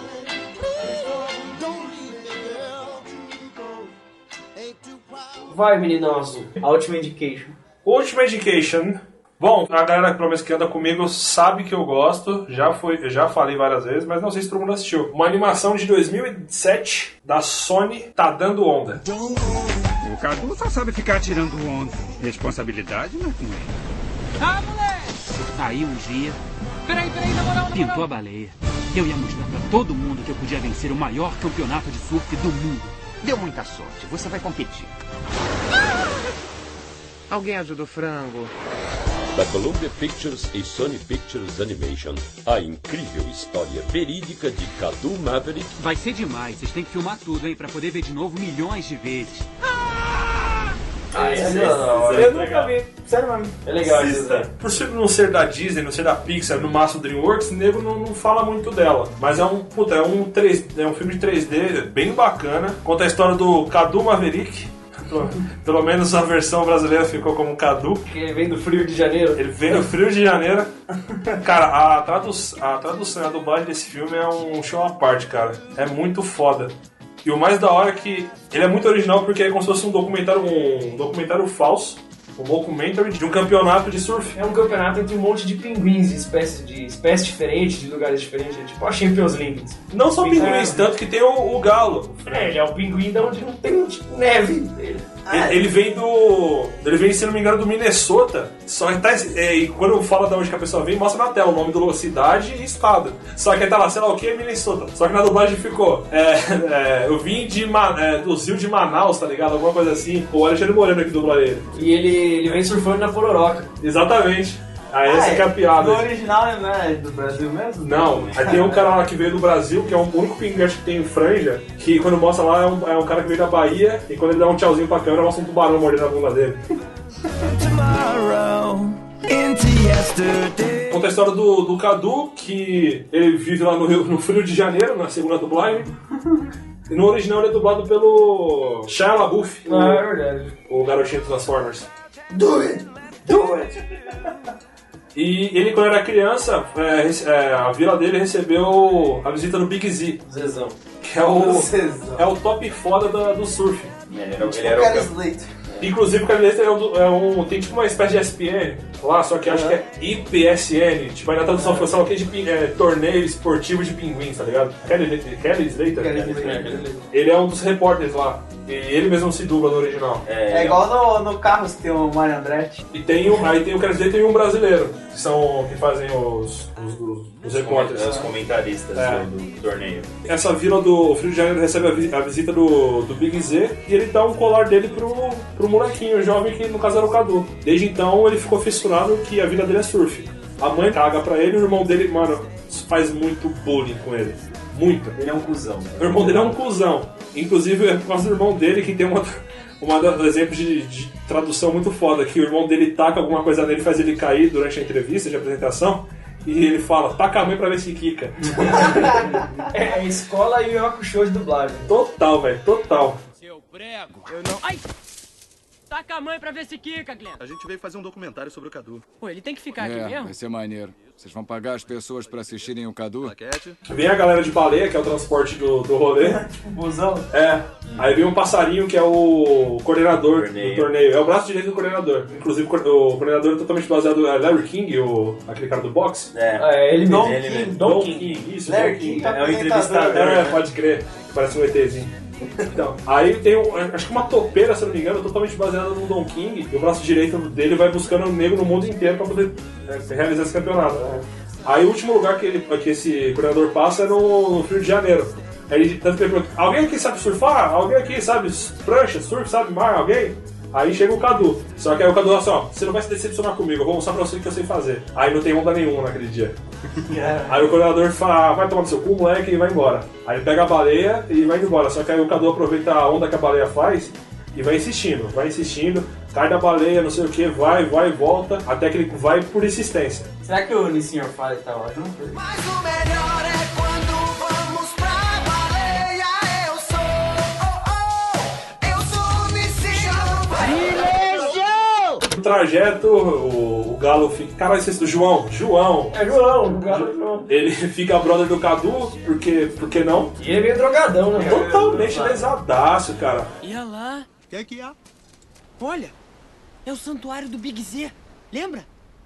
[SPEAKER 20] Please don't leave me, girl. Ain't too proud.
[SPEAKER 2] Vai, menino azul.
[SPEAKER 1] A última indication.
[SPEAKER 3] Última Education. Bom, a galera pelo menos que anda comigo sabe que eu gosto, já foi, eu já falei várias vezes, mas não sei se todo mundo assistiu. Uma animação de 2007 da Sony tá dando onda.
[SPEAKER 16] O Cadu só sabe ficar tirando onda. Responsabilidade não é com ele.
[SPEAKER 5] Ah, moleque!
[SPEAKER 21] Aí um dia,
[SPEAKER 5] Peraí, peraí, na moral, na moral.
[SPEAKER 21] pintou a baleia. Eu ia mostrar pra todo mundo que eu podia vencer o maior campeonato de surf do mundo. Deu muita sorte, você vai competir. Alguém ajuda o frango.
[SPEAKER 22] Da Columbia Pictures e Sony Pictures Animation, a incrível história verídica de Cadu Maverick
[SPEAKER 21] Vai ser demais, vocês têm que filmar tudo, hein, pra poder ver de novo milhões de vezes.
[SPEAKER 2] Ah, esse é da hora,
[SPEAKER 1] Eu
[SPEAKER 2] é
[SPEAKER 1] nunca
[SPEAKER 2] legal.
[SPEAKER 1] vi. Sério mesmo.
[SPEAKER 2] É legal esse
[SPEAKER 3] Assista. Por ser não ser da Disney, não ser da Pixar, no máximo DreamWorks, o nego não, não fala muito dela. Mas é um, puta, é um, 3, é um filme de 3D bem bacana. Conta a história do Cadu Maverick. Pelo- Pelo menos a versão brasileira ficou como Cadu.
[SPEAKER 2] Ele vem do frio de janeiro.
[SPEAKER 3] Ele vem do frio de janeiro. Cara, a, tradu a tradução, a dublagem desse filme é um show à parte, cara. É muito foda. E o mais da hora é que ele é muito original porque é como se fosse um documentário, um documentário falso, um documentary de um campeonato de surf.
[SPEAKER 2] É um campeonato entre um monte de pinguins, de espécies de espécies diferentes, de lugares diferentes, é tipo a Champions League.
[SPEAKER 3] Não só pinguins, tanto que tem o, o galo.
[SPEAKER 2] É, ele é o pinguim de onde não tem tipo, neve. Ele-
[SPEAKER 3] Ele, ele vem do. Ele vem, se não me engano, do Minnesota. Só que tá. é, e quando eu falo da onde que a pessoa vem, mostra na tela o nome do cidade e estado. Só que aí tá lá, sei lá o que, é Minnesota. Só que na dublagem ficou. é, é, eu vim de Ma- é, do Zio de Manaus, tá ligado? Alguma coisa assim. O Alexandre Moreno que dubla ele.
[SPEAKER 2] E ele, ele vem surfando na pororoca.
[SPEAKER 3] Exatamente. Aí essa que é a piada.
[SPEAKER 1] O Ah, original não é do Brasil mesmo?
[SPEAKER 3] Não, aí tem um cara lá que veio do Brasil, que é o único pinguete que tem em franja, que quando mostra lá é um, é um cara que veio da Bahia, e quando ele dá um tchauzinho pra câmera, mostra um tubarão mordendo a bunda dele. Conta a história do, do Cadu, que ele vive lá no Rio, no Rio de Janeiro, na segunda dublagem. E no original ele é dublado pelo Shia LaBeouf, o,
[SPEAKER 2] Ah, é verdade.
[SPEAKER 3] o garotinho dos Transformers.
[SPEAKER 2] Do it! Do it!
[SPEAKER 3] E ele, quando era criança, é, rece- é, a vila dele recebeu a visita do Big Z.
[SPEAKER 2] Zezão.
[SPEAKER 3] Que é o, é o top foda da- do surf.
[SPEAKER 4] Ele era, ele
[SPEAKER 3] Tipo, o
[SPEAKER 4] era
[SPEAKER 3] cara
[SPEAKER 4] o
[SPEAKER 1] Slater.
[SPEAKER 3] Inclusive, o Cavaleiro é um, é um- tem tipo uma espécie de SPN lá, só que acho que é IPSN. Tipo, aí na tradução foi só o que de pin- é, torneio esportivo de pinguins, tá ligado? Kelly, Kelly Slater? Ele é um dos repórteres lá. E ele mesmo se dubla no original.
[SPEAKER 1] É igual no, no Carros que tem o Mario Andretti.
[SPEAKER 3] E tem um, aí tem o Kelly Slater e um brasileiro, que são que fazem os, os, os, os repórteres. né?
[SPEAKER 4] Os comentaristas
[SPEAKER 3] É.
[SPEAKER 4] do, do torneio.
[SPEAKER 3] Essa vila do Frio de Janeiro recebe a, vi- a visita do, do Big Z e ele dá um colar dele pro, pro molequinho jovem que no caso era o Cadu. Desde então ele ficou fissurado que a vida dele é surf. A mãe caga pra ele e o irmão dele, mano, faz muito bullying com ele. Muito.
[SPEAKER 4] Ele é um cuzão.
[SPEAKER 3] O irmão dele é um cuzão. Inclusive é por causa do irmão dele que tem uma. Uma da- um exemplo de, de tradução muito foda, que o irmão dele taca alguma coisa nele, faz ele cair durante a entrevista de apresentação, e ele fala, taca a mãe pra ver se quica.
[SPEAKER 2] É a escola e o Yoko Show de dublagem.
[SPEAKER 3] Total, velho, total.
[SPEAKER 7] Ai! Taca a mãe pra ver se quica, Glenn.
[SPEAKER 9] A gente veio fazer um documentário sobre o Cadu.
[SPEAKER 7] Pô, ele tem que ficar aqui mesmo?
[SPEAKER 23] vai ser maneiro. Vocês vão pagar as pessoas pra assistirem o Cadu?
[SPEAKER 3] Vem a galera de baleia, que é o transporte do, do rolê.
[SPEAKER 1] Busão.
[SPEAKER 3] É. Aí vem um passarinho que é o coordenador do torneio. É o braço direito do coordenador. Inclusive, o coordenador é totalmente baseado é Larry King, o, aquele cara do boxe.
[SPEAKER 4] É,
[SPEAKER 2] é ele
[SPEAKER 3] Don
[SPEAKER 2] mesmo, ele
[SPEAKER 3] King,
[SPEAKER 2] mesmo.
[SPEAKER 3] Don
[SPEAKER 2] Don
[SPEAKER 3] King.
[SPEAKER 2] King.
[SPEAKER 3] Isso,
[SPEAKER 2] Larry
[SPEAKER 3] Don
[SPEAKER 2] King,
[SPEAKER 3] King.
[SPEAKER 2] é o entrevistador,
[SPEAKER 3] É,
[SPEAKER 2] né?
[SPEAKER 3] pode crer. Parece um ETzinho. Então, aí tem um, acho que uma topeira, se eu não me engano, totalmente baseada no Don King. E o braço direito dele vai buscando o negro no mundo inteiro pra poder né, realizar esse campeonato. né? Aí o último lugar que, ele, que esse coordenador passa é no, no Rio de Janeiro. Aí ele tanto que ele pergunta, alguém aqui sabe surfar? Alguém aqui sabe prancha, surf, sabe mar? Alguém? Aí chega o Cadu. Só que aí o Cadu fala assim, ó, você não vai se decepcionar comigo, eu vou mostrar pra você o que eu sei fazer. Aí não tem onda nenhuma naquele dia. Aí o coordenador fala, "Ah, vai tomar no seu cu, moleque, e vai embora. Aí ele pega a baleia e vai embora. Só que aí o Cadu aproveita a onda que a baleia faz e vai insistindo, vai insistindo, cai da baleia, não sei o que, vai, vai, volta, até que ele vai por insistência.
[SPEAKER 1] Será que o Nissinho Fala e tava junto?
[SPEAKER 3] No trajeto, o, o Galo fica. Caralho, esse é do João. João.
[SPEAKER 2] É João, o Galo é João.
[SPEAKER 3] Ele fica brother do Cadu, porque, porque não?
[SPEAKER 2] E ele é meio drogadão, né?
[SPEAKER 3] Totalmente lesadaço, cara.
[SPEAKER 7] E olha lá.
[SPEAKER 9] O que é que há?
[SPEAKER 7] Olha, é o santuário do Big Z. Lembra?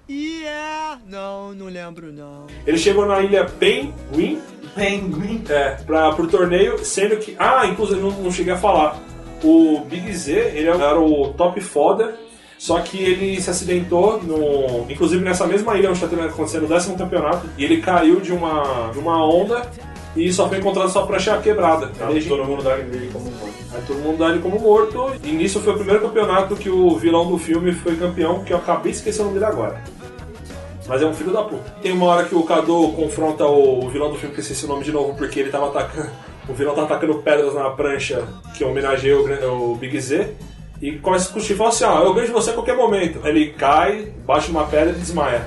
[SPEAKER 9] Yeah! Não, não lembro não.
[SPEAKER 3] Ele chegou na ilha Penguin.
[SPEAKER 1] Penguin?
[SPEAKER 3] É, pra, pro torneio, sendo que. Ah, inclusive não, não cheguei a falar. O Big Z, ele era o top foda. Só que ele se acidentou, no, inclusive nessa mesma ilha onde está acontecendo o décimo campeonato, e ele caiu de uma, de uma onda e só foi encontrado sua prancha quebrada. Tá, todo mundo dá ele como morto. Aí todo mundo dá ele como morto. E nisso foi o primeiro campeonato que o vilão do filme foi campeão, que eu acabei esquecendo o nome dele agora. Mas é um filho da puta. Tem uma hora que o Kado confronta o vilão do filme, que eu esqueci o nome de novo, porque ele tava atacando. O vilão tá atacando pedras na prancha que homenageia o, gran- o Big Z. e começa a discutir. Fala assim: ó, eu vejo você a qualquer momento. Ele cai, bate uma pedra e desmaia.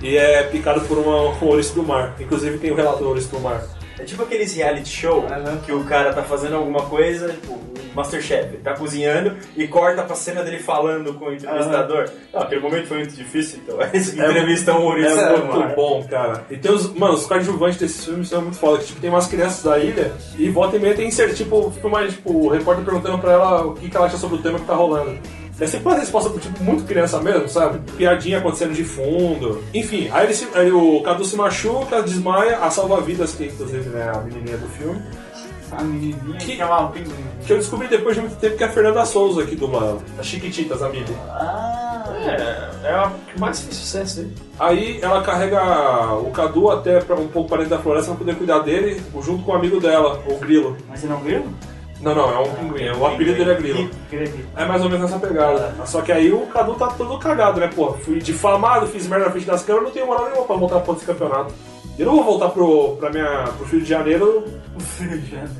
[SPEAKER 3] E é picado por uma, um ouriço do mar. Inclusive tem o relato do ouriço do mar.
[SPEAKER 4] É tipo aqueles reality show que o cara tá fazendo alguma coisa, tipo, um Masterchef, ele tá cozinhando e corta pra cena dele falando com o entrevistador. Não, aquele momento foi muito difícil, então. Essa entrevista é um ouriço
[SPEAKER 3] é
[SPEAKER 4] do mar.
[SPEAKER 3] muito bom, cara. E tem os. Mano, os coadjuvantes desses filmes são muito foda. que, Tipo, tem umas crianças da ilha e volta e meia tem ser, tipo, filmagem, tipo, o repórter perguntando pra ela o que, que ela acha sobre o tema que tá rolando. É sempre uma resposta, tipo, muito criança mesmo, sabe? Piadinha acontecendo de fundo. Enfim, aí, ele se- aí o Cadu se machuca, desmaia, a salva-vidas, que inclusive né, a menininha do filme.
[SPEAKER 1] A menininha que, é uma pinguim.
[SPEAKER 3] Que eu descobri depois de muito tempo que é a Fernanda Souza aqui do Mano. A Chiquititas, a Millie.
[SPEAKER 2] É, é a que mais fez sucesso dele.
[SPEAKER 3] Aí ela carrega o Cadu até pra um pouco para dentro da floresta pra poder cuidar dele, junto com o amigo dela, o Grilo.
[SPEAKER 1] Mas ele é um grilo?
[SPEAKER 3] Não, não, é um pinguim. O apelido dele é Grilo. É mais ou menos essa pegada. Só que aí o Cadu tá todo cagado, né, pô? Fui difamado, fiz merda na frente das câmeras, não tenho moral nenhuma pra voltar pro outro campeonato. Eu não vou voltar pro, pra minha, pro Rio de Janeiro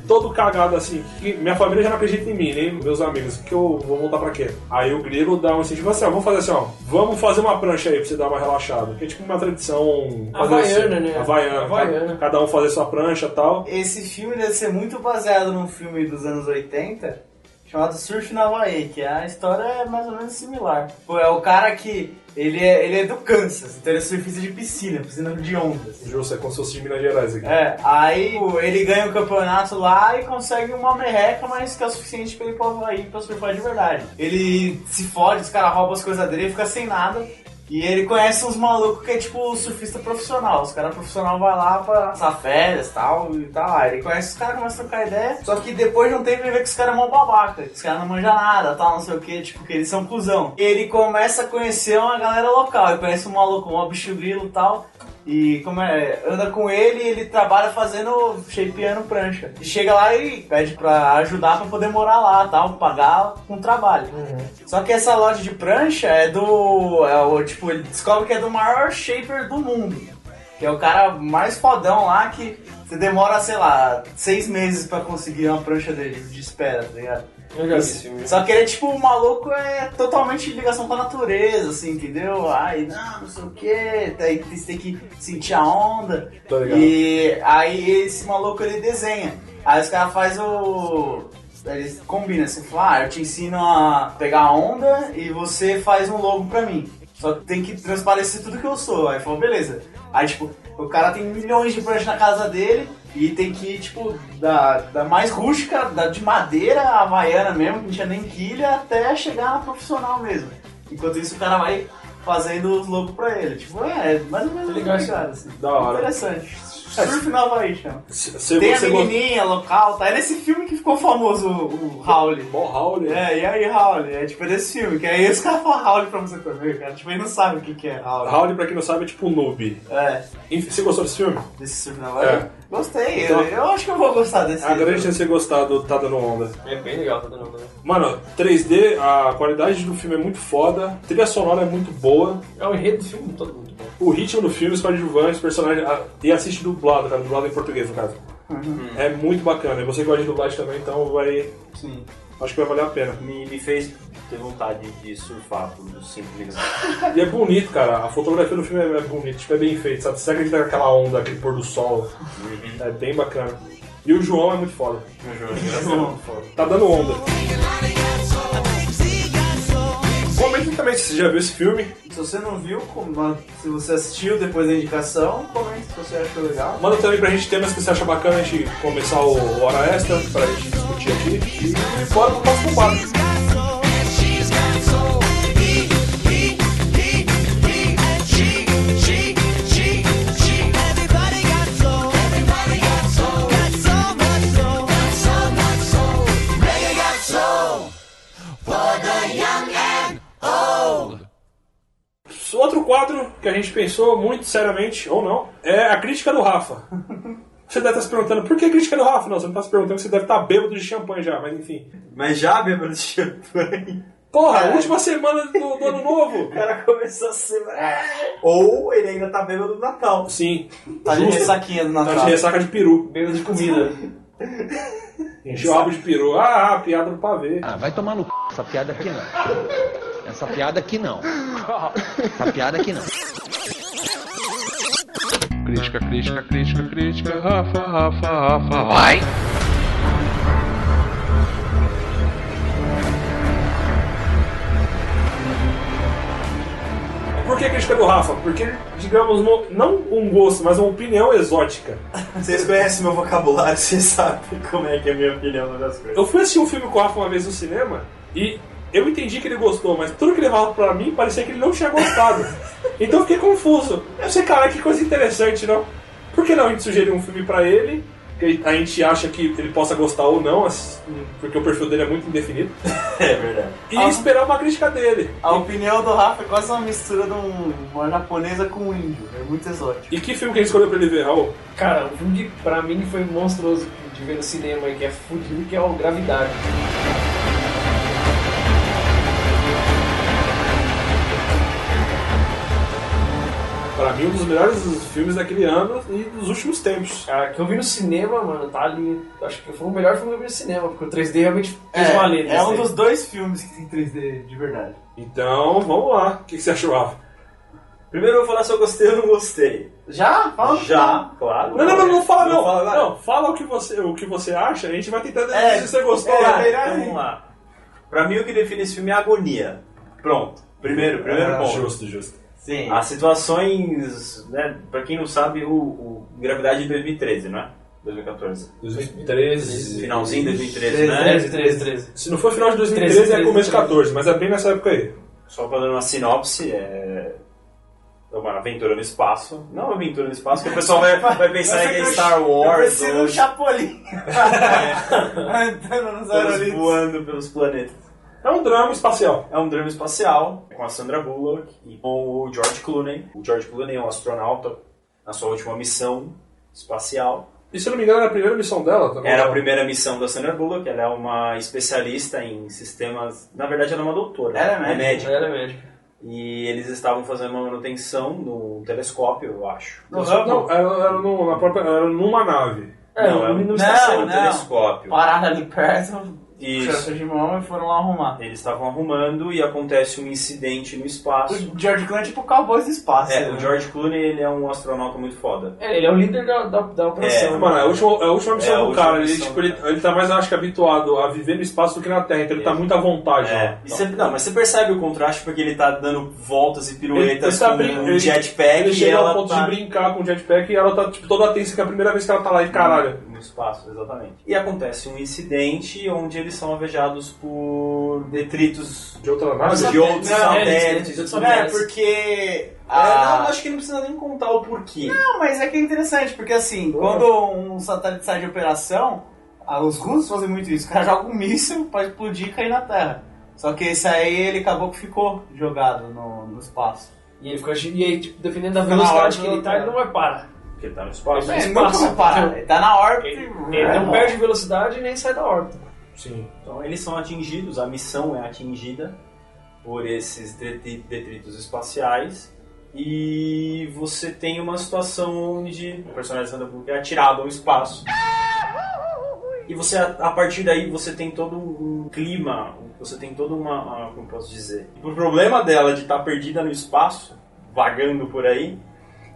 [SPEAKER 3] todo cagado assim. que minha família já não acredita em mim, nem meus amigos. Que eu vou voltar pra quê? Aí o Grilo dá um incentivo assim, ó, vamos fazer assim, ó. Vamos fazer uma prancha aí pra você dar uma relaxada. Que é tipo uma tradição... fazer
[SPEAKER 2] Havaiana,
[SPEAKER 3] assim,
[SPEAKER 2] né?
[SPEAKER 3] Havaiana.
[SPEAKER 2] Havaiana.
[SPEAKER 3] Cada um fazer sua prancha e tal.
[SPEAKER 1] Esse filme deve ser muito baseado num filme dos anos 80 chamado Surf na Havaí, que a história é mais ou menos similar. Pô, é o cara que. Ele é, ele é do Kansas, então ele é surfista de piscina, piscina de ondas.
[SPEAKER 3] Justo, é como se fosse de Minas Gerais aqui.
[SPEAKER 1] É, aí pô, ele ganha o campeonato lá e consegue uma merreca, mas que é o suficiente pra ele ir pro Havaí pra surfar de verdade. Ele se fode, os caras roubam as coisas dele, ele fica sem nada. E ele conhece uns malucos que é tipo surfista profissional. Os caras profissional vai lá pra passar férias tal, e tal. Aí ele conhece os caras, começa a trocar ideia. Só que depois de um tempo ele vê que os caras é mó babaca, que os caras não manjam nada, tal, não sei o que, tipo, que eles são cuzão. Ele começa a conhecer uma galera local, ele conhece um maluco, um bicho grilo e tal. E como é, anda com ele e ele trabalha fazendo shapeando prancha. E chega lá e pede pra ajudar pra poder morar lá, tal, pagar com trabalho. Só que essa loja de prancha é do. É o, tipo, ele descobre que é do maior shaper do mundo. Que é o cara mais fodão lá que você demora, sei lá, seis meses pra conseguir uma prancha dele de espera, tá ligado?
[SPEAKER 2] Eu já vi esse filme.
[SPEAKER 1] Só que ele é tipo, o maluco é totalmente em ligação com a natureza, assim, entendeu? Ai, não, não sei o que, aí você tem que sentir a onda.
[SPEAKER 3] Tô ligado.
[SPEAKER 1] E aí esse maluco ele desenha. Aí os caras fazem o. Eles combinam, assim, fala, ah, eu te ensino a pegar a onda e você faz um logo pra mim. Só que tem que transparecer tudo que eu sou. Aí falou, beleza. Aí, tipo, o cara tem milhões de pranchas na casa dele e tem que ir, tipo, da, da mais rústica, da de madeira, havaiana mesmo, que não tinha nem quilha, até chegar na profissional mesmo. Enquanto isso, o cara vai fazendo os logos pra ele. Tipo, é, mais ou menos
[SPEAKER 3] Legal,
[SPEAKER 1] complicado, assim.
[SPEAKER 3] Da hora.
[SPEAKER 1] Interessante.
[SPEAKER 4] É,
[SPEAKER 1] Surf na Havaí, chama.
[SPEAKER 3] Se- se
[SPEAKER 1] Tem a
[SPEAKER 3] você-
[SPEAKER 1] menininha local, tá? É nesse filme que ficou famoso o, o Howley.
[SPEAKER 3] Bom, Howley.
[SPEAKER 1] É, e aí Howley? É tipo desse filme, que aí os caras falam Howley pra você também, cara. Tipo, ele não sabe o que que é Howley.
[SPEAKER 3] Howley, pra quem não sabe, é tipo um noob.
[SPEAKER 1] É.
[SPEAKER 3] Enfim, você gostou desse filme?
[SPEAKER 1] Desse filme na hora?
[SPEAKER 4] É.
[SPEAKER 1] Gostei,
[SPEAKER 4] Então-
[SPEAKER 1] eu, eu acho que eu vou gostar desse
[SPEAKER 3] A grande
[SPEAKER 1] filme.
[SPEAKER 3] chance de você gostar do Tá Dando Onda.
[SPEAKER 2] É bem legal, tá dando onda.
[SPEAKER 3] Mano, 3D, a qualidade do filme é muito foda, a trilha sonora é muito boa,
[SPEAKER 2] É o enredo do filme todo muito bom.
[SPEAKER 3] o ritmo do filme, os coadjuvantes, os personagens. a- E assiste dublado, cara, dublado em português, no caso.
[SPEAKER 1] Uhum.
[SPEAKER 3] É muito bacana. E você que gosta de dublagem também, então vai.
[SPEAKER 1] Sim.
[SPEAKER 3] Acho que vai valer a pena.
[SPEAKER 4] Me, me fez ter vontade de surfar por uns 5 minutos.
[SPEAKER 3] E é bonito, cara. A fotografia do filme é é bonita, tipo, é bem feito, sabe? Você acredita naquela onda, aquele pôr do sol. É bem bacana. E o João é muito foda.
[SPEAKER 4] O
[SPEAKER 3] João é muito foda. Tá dando onda. Comenta também se você já viu esse filme.
[SPEAKER 1] Se você não viu, como- se você assistiu depois da indicação, comente se você achou legal.
[SPEAKER 3] Manda também pra gente temas que você acha bacana a gente começar o o Hora Extra pra gente discutir aqui. E bora pro próximo quadro. Outro quadro que a gente pensou muito seriamente, ou não, é a crítica do Rafa. Você deve estar se perguntando, por que a crítica do Rafa? Não, você não está se perguntando, você deve estar bêbado de champanhe já, mas enfim.
[SPEAKER 4] Mas já bêbado de champanhe.
[SPEAKER 3] Porra, última semana do, do ano novo!
[SPEAKER 1] O cara começou a ser.
[SPEAKER 4] Ou ele ainda tá bêbado do Natal.
[SPEAKER 3] Sim.
[SPEAKER 1] Tá de
[SPEAKER 3] Justo.
[SPEAKER 1] ressaquinha do
[SPEAKER 3] Tá
[SPEAKER 1] Natal.
[SPEAKER 3] de ressaca de peru.
[SPEAKER 2] Bêbado de comida.
[SPEAKER 3] Encheu o rabo de peru. Ah, ah, piada do pavê.
[SPEAKER 10] Ah, vai tomar no c... essa piada aqui não. Essa piada aqui não. Essa piada aqui não.
[SPEAKER 11] Crítica, crítica, crítica, crítica. Rafa, Rafa, Rafa. Vai!
[SPEAKER 3] Por que a crítica do Rafa? Porque, digamos, no- não um gosto, mas uma opinião exótica.
[SPEAKER 4] Vocês conhecem meu vocabulário, vocês sabem como é que é a minha opinião sobre as coisas.
[SPEAKER 3] Eu fui assistir um filme com o Rafa uma vez no cinema e eu entendi que ele gostou, mas tudo que ele falava pra mim parecia que ele não tinha gostado. então eu fiquei confuso. Eu sei, cara, que coisa interessante, não? Por que não a gente sugeriu um filme pra ele? Que a gente acha que ele possa gostar ou não, assim, porque o perfil dele é muito indefinido.
[SPEAKER 4] É verdade.
[SPEAKER 3] E esperar uma crítica dele.
[SPEAKER 1] A opinião do Rafa é quase uma mistura de um- uma japonesa com um índio. É muito exótico.
[SPEAKER 3] E que filme que ele escolheu pra ele ver, Raul?
[SPEAKER 2] Cara, um filme que pra mim foi monstruoso de ver no cinema e que é fudido, que é o Gravidade.
[SPEAKER 3] Pra mim, um dos melhores filmes daquele ano e dos últimos tempos.
[SPEAKER 2] Cara, que eu vi no cinema, mano, tá ali. Acho que foi o melhor filme que eu vi no cinema, porque o 3D realmente fez assim.
[SPEAKER 1] É,
[SPEAKER 2] valer.
[SPEAKER 4] né,
[SPEAKER 1] é um dos dois filmes que tem 3D de verdade.
[SPEAKER 3] Então, vamos lá. O que que você achou, Rafa?
[SPEAKER 4] Primeiro eu vou falar se eu gostei ou não gostei.
[SPEAKER 1] Já? Fala um
[SPEAKER 4] Já, claro.
[SPEAKER 3] Não, não, não, não fala não.
[SPEAKER 4] fala nada.
[SPEAKER 3] não, fala o que você, o que você acha, a gente vai tentar decidir
[SPEAKER 4] É,
[SPEAKER 3] se você gostou ou
[SPEAKER 4] é,
[SPEAKER 3] não.
[SPEAKER 4] então vamos lá. Pra mim, o que define esse filme é a agonia. Pronto. Primeiro, primeiro
[SPEAKER 3] Ah,
[SPEAKER 4] ponto.
[SPEAKER 3] Justo, justo.
[SPEAKER 1] Sim.
[SPEAKER 4] As situações, né? Pra quem não sabe, o, o Gravidade de 2013, não é? 2014.
[SPEAKER 3] 2013.
[SPEAKER 4] Finalzinho de 2013, né?
[SPEAKER 2] 13, 13, 13.
[SPEAKER 3] Se não for final de 2013, é começo de 14, mas é bem nessa época aí.
[SPEAKER 4] Só pra dar uma sinopse, é. é Uma aventura no espaço. Não é uma aventura no espaço, que o pessoal vai, vai pensar que é Star
[SPEAKER 1] Eu
[SPEAKER 4] Wars.
[SPEAKER 1] preciso
[SPEAKER 4] ou-
[SPEAKER 1] um Chapolin.
[SPEAKER 4] É.
[SPEAKER 1] Andando nos
[SPEAKER 4] Todos
[SPEAKER 1] aerolitos.
[SPEAKER 4] voando pelos planetas.
[SPEAKER 3] É um drama espacial.
[SPEAKER 4] É um drama espacial com a Sandra Bullock e com o George Clooney. O George Clooney é um astronauta na sua última missão espacial.
[SPEAKER 3] E se eu não me engano, era a primeira missão dela também.
[SPEAKER 4] Era a primeira missão da Sandra Bullock. Ela é uma especialista em sistemas. Na verdade, ela é uma doutora.
[SPEAKER 1] Ela é
[SPEAKER 4] né?
[SPEAKER 1] médica.
[SPEAKER 2] Ela é médica.
[SPEAKER 4] E eles estavam fazendo uma manutenção no telescópio, eu acho.
[SPEAKER 3] Não, não, era, era no- na própria, era numa nave.
[SPEAKER 4] Não, é um-
[SPEAKER 1] não,
[SPEAKER 4] é um
[SPEAKER 1] não.
[SPEAKER 4] telescópio.
[SPEAKER 1] Pararam ali perto,
[SPEAKER 4] Isso.
[SPEAKER 1] puxaram de mão e foram lá arrumar.
[SPEAKER 4] Eles estavam arrumando e acontece um incidente no espaço.
[SPEAKER 1] O George Clooney é tipo o cowboy do espaço.
[SPEAKER 4] É,
[SPEAKER 1] né?
[SPEAKER 4] o George Clooney ele é um astronauta muito foda.
[SPEAKER 2] É, ele é o líder da, da, da operação.
[SPEAKER 4] É,
[SPEAKER 3] Mano, é a última, é a última missão
[SPEAKER 4] É a
[SPEAKER 3] do
[SPEAKER 4] última
[SPEAKER 3] cara. Ele,
[SPEAKER 4] missão,
[SPEAKER 3] tipo, ele, ele tá mais, eu acho que, habituado a viver no espaço do que na Terra, então ele tá muito à vontade.
[SPEAKER 4] É. E cê- não, mas você percebe o contraste porque ele tá dando voltas e
[SPEAKER 3] Ele,
[SPEAKER 4] piruetas
[SPEAKER 3] ele tá
[SPEAKER 4] com
[SPEAKER 3] brin-
[SPEAKER 4] um
[SPEAKER 3] ele-
[SPEAKER 4] jetpack
[SPEAKER 3] ele
[SPEAKER 4] e
[SPEAKER 3] chega ao
[SPEAKER 4] ela
[SPEAKER 3] ponto
[SPEAKER 4] tá
[SPEAKER 3] de brincar com o jetpack e ela tá tipo, toda tensa que é a primeira vez que ela tá
[SPEAKER 4] Hum.
[SPEAKER 3] lá e caralho.
[SPEAKER 4] no espaço, exatamente. E acontece um incidente onde eles são alvejados por
[SPEAKER 1] É.
[SPEAKER 4] detritos
[SPEAKER 3] de outra
[SPEAKER 1] nave?
[SPEAKER 4] de outros
[SPEAKER 2] é,
[SPEAKER 1] Não,
[SPEAKER 4] satélites.
[SPEAKER 1] de outros
[SPEAKER 4] É,
[SPEAKER 1] satélites.
[SPEAKER 4] porque
[SPEAKER 1] Ah.
[SPEAKER 4] é, não, acho que não precisa nem contar o porquê.
[SPEAKER 1] Não, mas é que é interessante, porque assim, quando um satélite sai de operação, ah, os russos fazem muito isso. O cara joga um míssil pra explodir e cair na Terra. Só que esse aí, ele acabou que ficou jogado no, no espaço.
[SPEAKER 2] E ele fica e aí, tipo, dependendo da
[SPEAKER 1] Fica na
[SPEAKER 2] velocidade
[SPEAKER 1] hora
[SPEAKER 2] que
[SPEAKER 1] do-
[SPEAKER 2] ele tá, ele não vai parar.
[SPEAKER 4] Porque ele tá no espaço.
[SPEAKER 2] Mas
[SPEAKER 1] É,
[SPEAKER 2] passa.
[SPEAKER 1] nunca vai
[SPEAKER 4] Tipo,
[SPEAKER 1] parar. Ele tá na órbita. e-
[SPEAKER 2] Ele não perde velocidade e nem sai da órbita.
[SPEAKER 3] Sim.
[SPEAKER 4] Então eles são atingidos, a missão é atingida por esses detri- detritos espaciais e você tem uma situação onde o personagem Sandra Bullock é atirado ao espaço. E você a a partir daí você tem todo um clima, você tem toda uma, uma- como posso dizer, o problema dela de estar perdida no espaço, vagando por aí,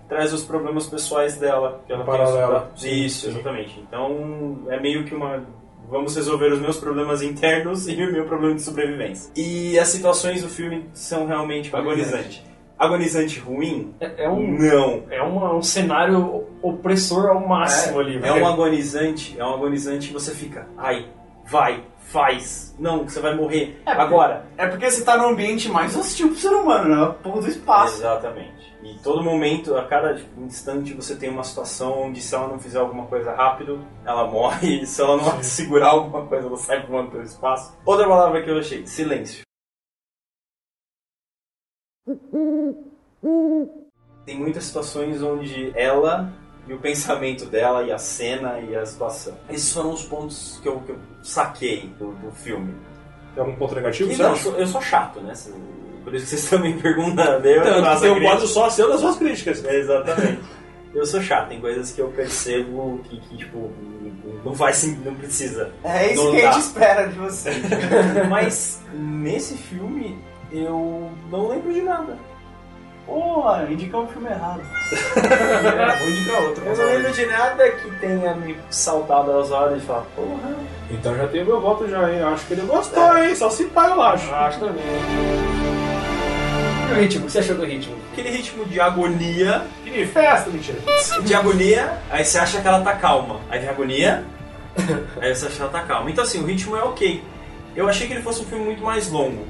[SPEAKER 4] traz os problemas pessoais dela, que ela tem os-
[SPEAKER 3] Paralela.
[SPEAKER 4] Isso, exatamente. Então é meio que uma vamos resolver os meus problemas internos e o meu problema de sobrevivência. E as situações do filme são realmente agonizantes. Agonizante ruim?
[SPEAKER 2] É, é um,
[SPEAKER 4] Não.
[SPEAKER 2] é uma- um cenário opressor ao máximo ali.
[SPEAKER 4] É
[SPEAKER 2] velho.
[SPEAKER 4] um agonizante, é um agonizante que você fica, ai, vai, faz, não, que você vai morrer,
[SPEAKER 1] É,
[SPEAKER 4] agora.
[SPEAKER 1] É porque você tá num ambiente mais hostil pro ser humano, né? Porra do espaço.
[SPEAKER 4] Exatamente. E todo momento, a cada tipo, instante, você tem uma situação onde se ela não fizer alguma coisa rápido, ela morre. Se ela não segurar alguma coisa, ela sai voando pelo espaço. Outra palavra que eu achei, silêncio. Tem muitas situações onde ela e o pensamento dela, e a cena, e a situação. Esses foram os pontos que eu, que eu saquei do, do filme.
[SPEAKER 3] Tem algum ponto negativo?
[SPEAKER 4] E
[SPEAKER 3] Tipo, você
[SPEAKER 4] não, eu
[SPEAKER 3] acha?
[SPEAKER 4] sou, eu sou chato, né? Cês- Por isso que vocês estão me perguntando. Eu
[SPEAKER 3] Tanto que
[SPEAKER 4] faço a
[SPEAKER 3] tem um
[SPEAKER 4] crítica.
[SPEAKER 3] quadro só seu das suas críticas. né?
[SPEAKER 4] É, Exatamente. Eu sou chato, tem coisas que eu percebo que, que, tipo, não faz sim, não precisa.
[SPEAKER 1] É isso
[SPEAKER 4] Não
[SPEAKER 1] que a
[SPEAKER 4] dá.
[SPEAKER 1] gente espera de você.
[SPEAKER 4] Mas nesse filme eu não lembro de nada.
[SPEAKER 1] Porra, indicamos o um filme errado.
[SPEAKER 2] é
[SPEAKER 4] Vou indicar outro. Eu não lembro de nada que tenha me saltado aos olhos e falar, porra.
[SPEAKER 3] Então já tem o meu voto já, hein? Eu Acho que ele gostou, hein? Então é Só se pá, eu acho.
[SPEAKER 2] Acho também. E o ritmo? O que você achou do ritmo?
[SPEAKER 4] Aquele ritmo de agonia.
[SPEAKER 3] Que festa, mentira.
[SPEAKER 4] De agonia, aí você acha que ela tá calma. Aí de agonia, aí você acha que ela tá calma. Então assim, o ritmo é ok. Eu achei que ele fosse um filme muito mais longo.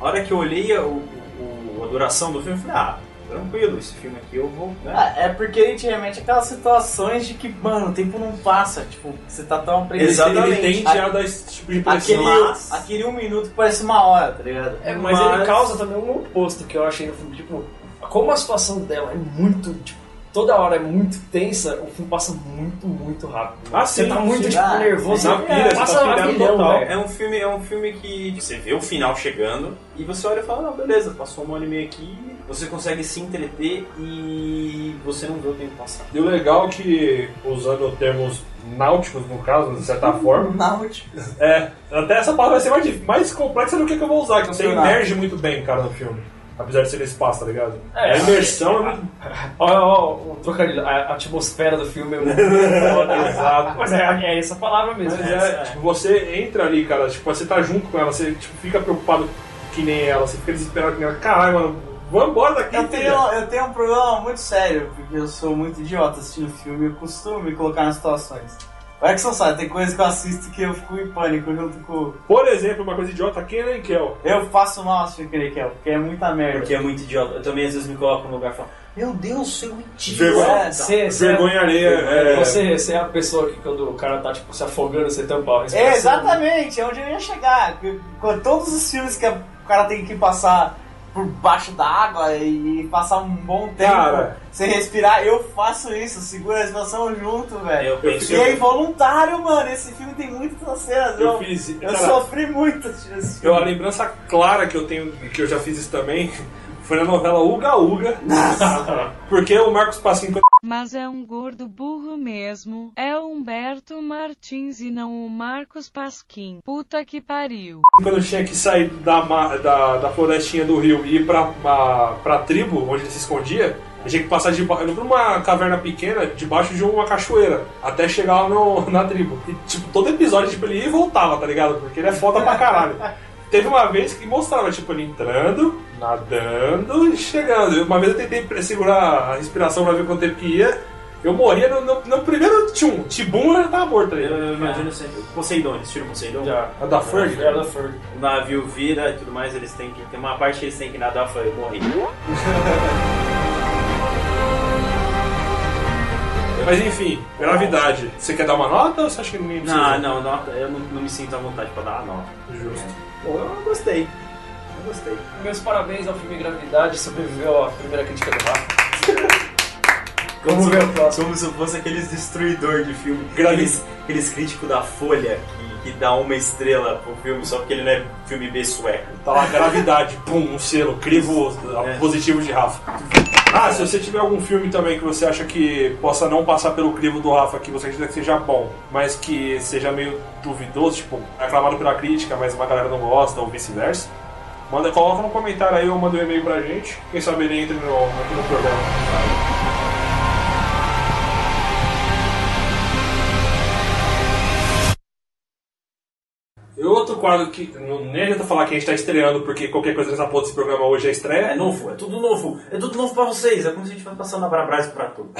[SPEAKER 4] A hora que eu olhei a, o- o- a duração do filme, eu falei, ah, tranquilo, esse filme aqui eu vou. né?
[SPEAKER 1] Ah, é porque a gente remete aquelas situações de que, mano, o tempo não passa. Tipo, você tá tão aprendido.
[SPEAKER 4] Exatamente. Ele tende a
[SPEAKER 3] dar esse tipo de
[SPEAKER 1] aquele,
[SPEAKER 4] impressão.
[SPEAKER 1] aquele um minuto parece uma hora, tá ligado?
[SPEAKER 2] É, mas, ele causa também um oposto que eu achei no filme. Tipo, como a situação dela é muito. Tipo, toda hora é muito tensa, o filme passa muito, muito rápido.
[SPEAKER 4] Ah,
[SPEAKER 2] você
[SPEAKER 4] sim,
[SPEAKER 2] tá muito
[SPEAKER 4] sim.
[SPEAKER 2] tipo,
[SPEAKER 4] Ah,
[SPEAKER 2] nervoso.
[SPEAKER 4] sim. Na pira,
[SPEAKER 2] é,
[SPEAKER 4] você tá
[SPEAKER 2] passa
[SPEAKER 4] pilhado
[SPEAKER 2] a milhão,
[SPEAKER 4] total.
[SPEAKER 2] velho.
[SPEAKER 4] É um filme, é um filme que você vê o final chegando e você olha e fala, não, beleza, passou uma hora e meia aqui, você consegue se entreter e você não vê o tempo passar.
[SPEAKER 3] E o legal é que, usando termos náuticos, no caso, de certa forma.
[SPEAKER 1] Náuticos?
[SPEAKER 3] É, até essa palavra vai ser mais, dif- mais complexa do que, que eu vou usar, que você
[SPEAKER 2] Não.
[SPEAKER 3] emerge muito bem, cara, no filme. Apesar de ser espaço, tá ligado?
[SPEAKER 2] É,
[SPEAKER 3] a imersão é muito
[SPEAKER 2] Olha, olha, o um trocadilho, a atmosfera do filme é muito foda, exato. Mas é, é essa palavra mesmo.
[SPEAKER 3] Mas é, tipo, você entra ali, cara, tipo, você tá junto com ela, você tipo, fica preocupado que nem ela, você fica desesperado que nem ela. Caralho, mano, vamos embora daqui,
[SPEAKER 1] Eu
[SPEAKER 3] filha.
[SPEAKER 1] tenho, eu tenho um problema muito sério, porque eu sou muito idiota assistindo filme e eu costumo me colocar nas situações. Vai que você não sabe, tem coisas que eu assisto que eu fico em pânico junto com.
[SPEAKER 3] Por exemplo, uma coisa idiota, Kenan e Kel.
[SPEAKER 1] Eu faço mal assistindo Kenan e Kel, porque é muita merda.
[SPEAKER 4] Porque é muito idiota. Eu também às vezes me coloco no lugar e falo,
[SPEAKER 1] Meu Deus, é seu
[SPEAKER 2] tipo,
[SPEAKER 4] Vergonha-
[SPEAKER 1] É,
[SPEAKER 2] Cê- cê-
[SPEAKER 3] vergonha alheia, é.
[SPEAKER 2] Você, você é a pessoa que quando o cara tá tipo, se afogando, você tampa
[SPEAKER 3] Tipo
[SPEAKER 2] a
[SPEAKER 3] assim,
[SPEAKER 2] respiração.
[SPEAKER 1] É, exatamente, é onde eu ia chegar. Que- Com todos os filmes que a- o cara tem que passar por baixo da água e passar um bom tempo
[SPEAKER 3] Cara.
[SPEAKER 1] sem respirar, eu faço isso, seguro a respiração junto, velho.
[SPEAKER 4] Eu penso-
[SPEAKER 1] E é involuntário, mano. Esse filme tem muitas cenas.
[SPEAKER 3] Eu
[SPEAKER 1] é um- Eu,
[SPEAKER 3] fiz-
[SPEAKER 1] eu
[SPEAKER 3] cara,
[SPEAKER 1] sofri muito assistindo esse
[SPEAKER 3] Eu,
[SPEAKER 1] filme.
[SPEAKER 3] a lembrança clara que eu tenho, que eu já fiz isso também, foi na novela Uga Uga. Porque o Marcos Passinho, quando
[SPEAKER 12] Mas é um gordo burro mesmo. É o Humberto Martins e não o Marcos Pasquim. Puta que pariu.
[SPEAKER 3] quando eu tinha que sair da, ma- da, da florestinha do rio e ir pra, pra, pra tribo, onde ele se escondia, eu tinha que passar debaixo de uma caverna pequena, debaixo de uma cachoeira, até chegar lá no, na tribo. E, tipo, todo episódio, tipo, ele ia e voltava, tá ligado? Porque ele é foda pra caralho. Teve uma vez que mostrava, tipo, ele entrando, nadando e chegando. Uma vez eu tentei pre- segurar a respiração pra ver quanto tempo que ia, eu morria no, no- no primeiro tchum. Tibum eu já tava morto aí.
[SPEAKER 4] Eu imagino sempre. Poseidon, eles tiram Poseidon? Já.
[SPEAKER 3] A da Ferg? né?
[SPEAKER 4] É, a da Ferg. O navio vira e tudo mais, eles têm que. Tem uma parte que eles têm que nadar foi morrer.
[SPEAKER 3] Mas enfim, gravidade. Você quer dar uma nota ou você acha que ninguém precisa?
[SPEAKER 4] Não, não, nota, eu não, não me sinto à vontade pra dar a nota.
[SPEAKER 3] Justo.
[SPEAKER 4] Bom, eu gostei. Eu gostei.
[SPEAKER 2] Meus parabéns ao filme Gravidade, sobreviveu à primeira crítica do Marco.
[SPEAKER 4] Como se, como se eu fosse aqueles destruidor de filme. Aqueles, aqueles críticos da Folha que, que dá uma estrela pro filme só porque ele não é filme B sueco.
[SPEAKER 3] Tá lá, gravidade, pum, um selo, crivo
[SPEAKER 4] É.
[SPEAKER 3] positivo de Rafa. Ah, se você tiver algum filme também que você acha que possa não passar pelo crivo do Rafa, que você acredita que seja bom, mas que seja meio duvidoso, tipo, aclamado pela crítica, mas uma galera não gosta, ou vice-versa, manda, coloca no comentário aí ou manda um e-mail pra gente. Quem sabe ele entra no, aqui no programa. E outro quadro que não- nem adianta falar que a gente tá estreando, porque qualquer coisa nessa porra desse programa hoje é estreia.
[SPEAKER 4] É novo, é tudo novo. É tudo novo pra vocês. É como se a gente fosse passando a Brabras pra tudo.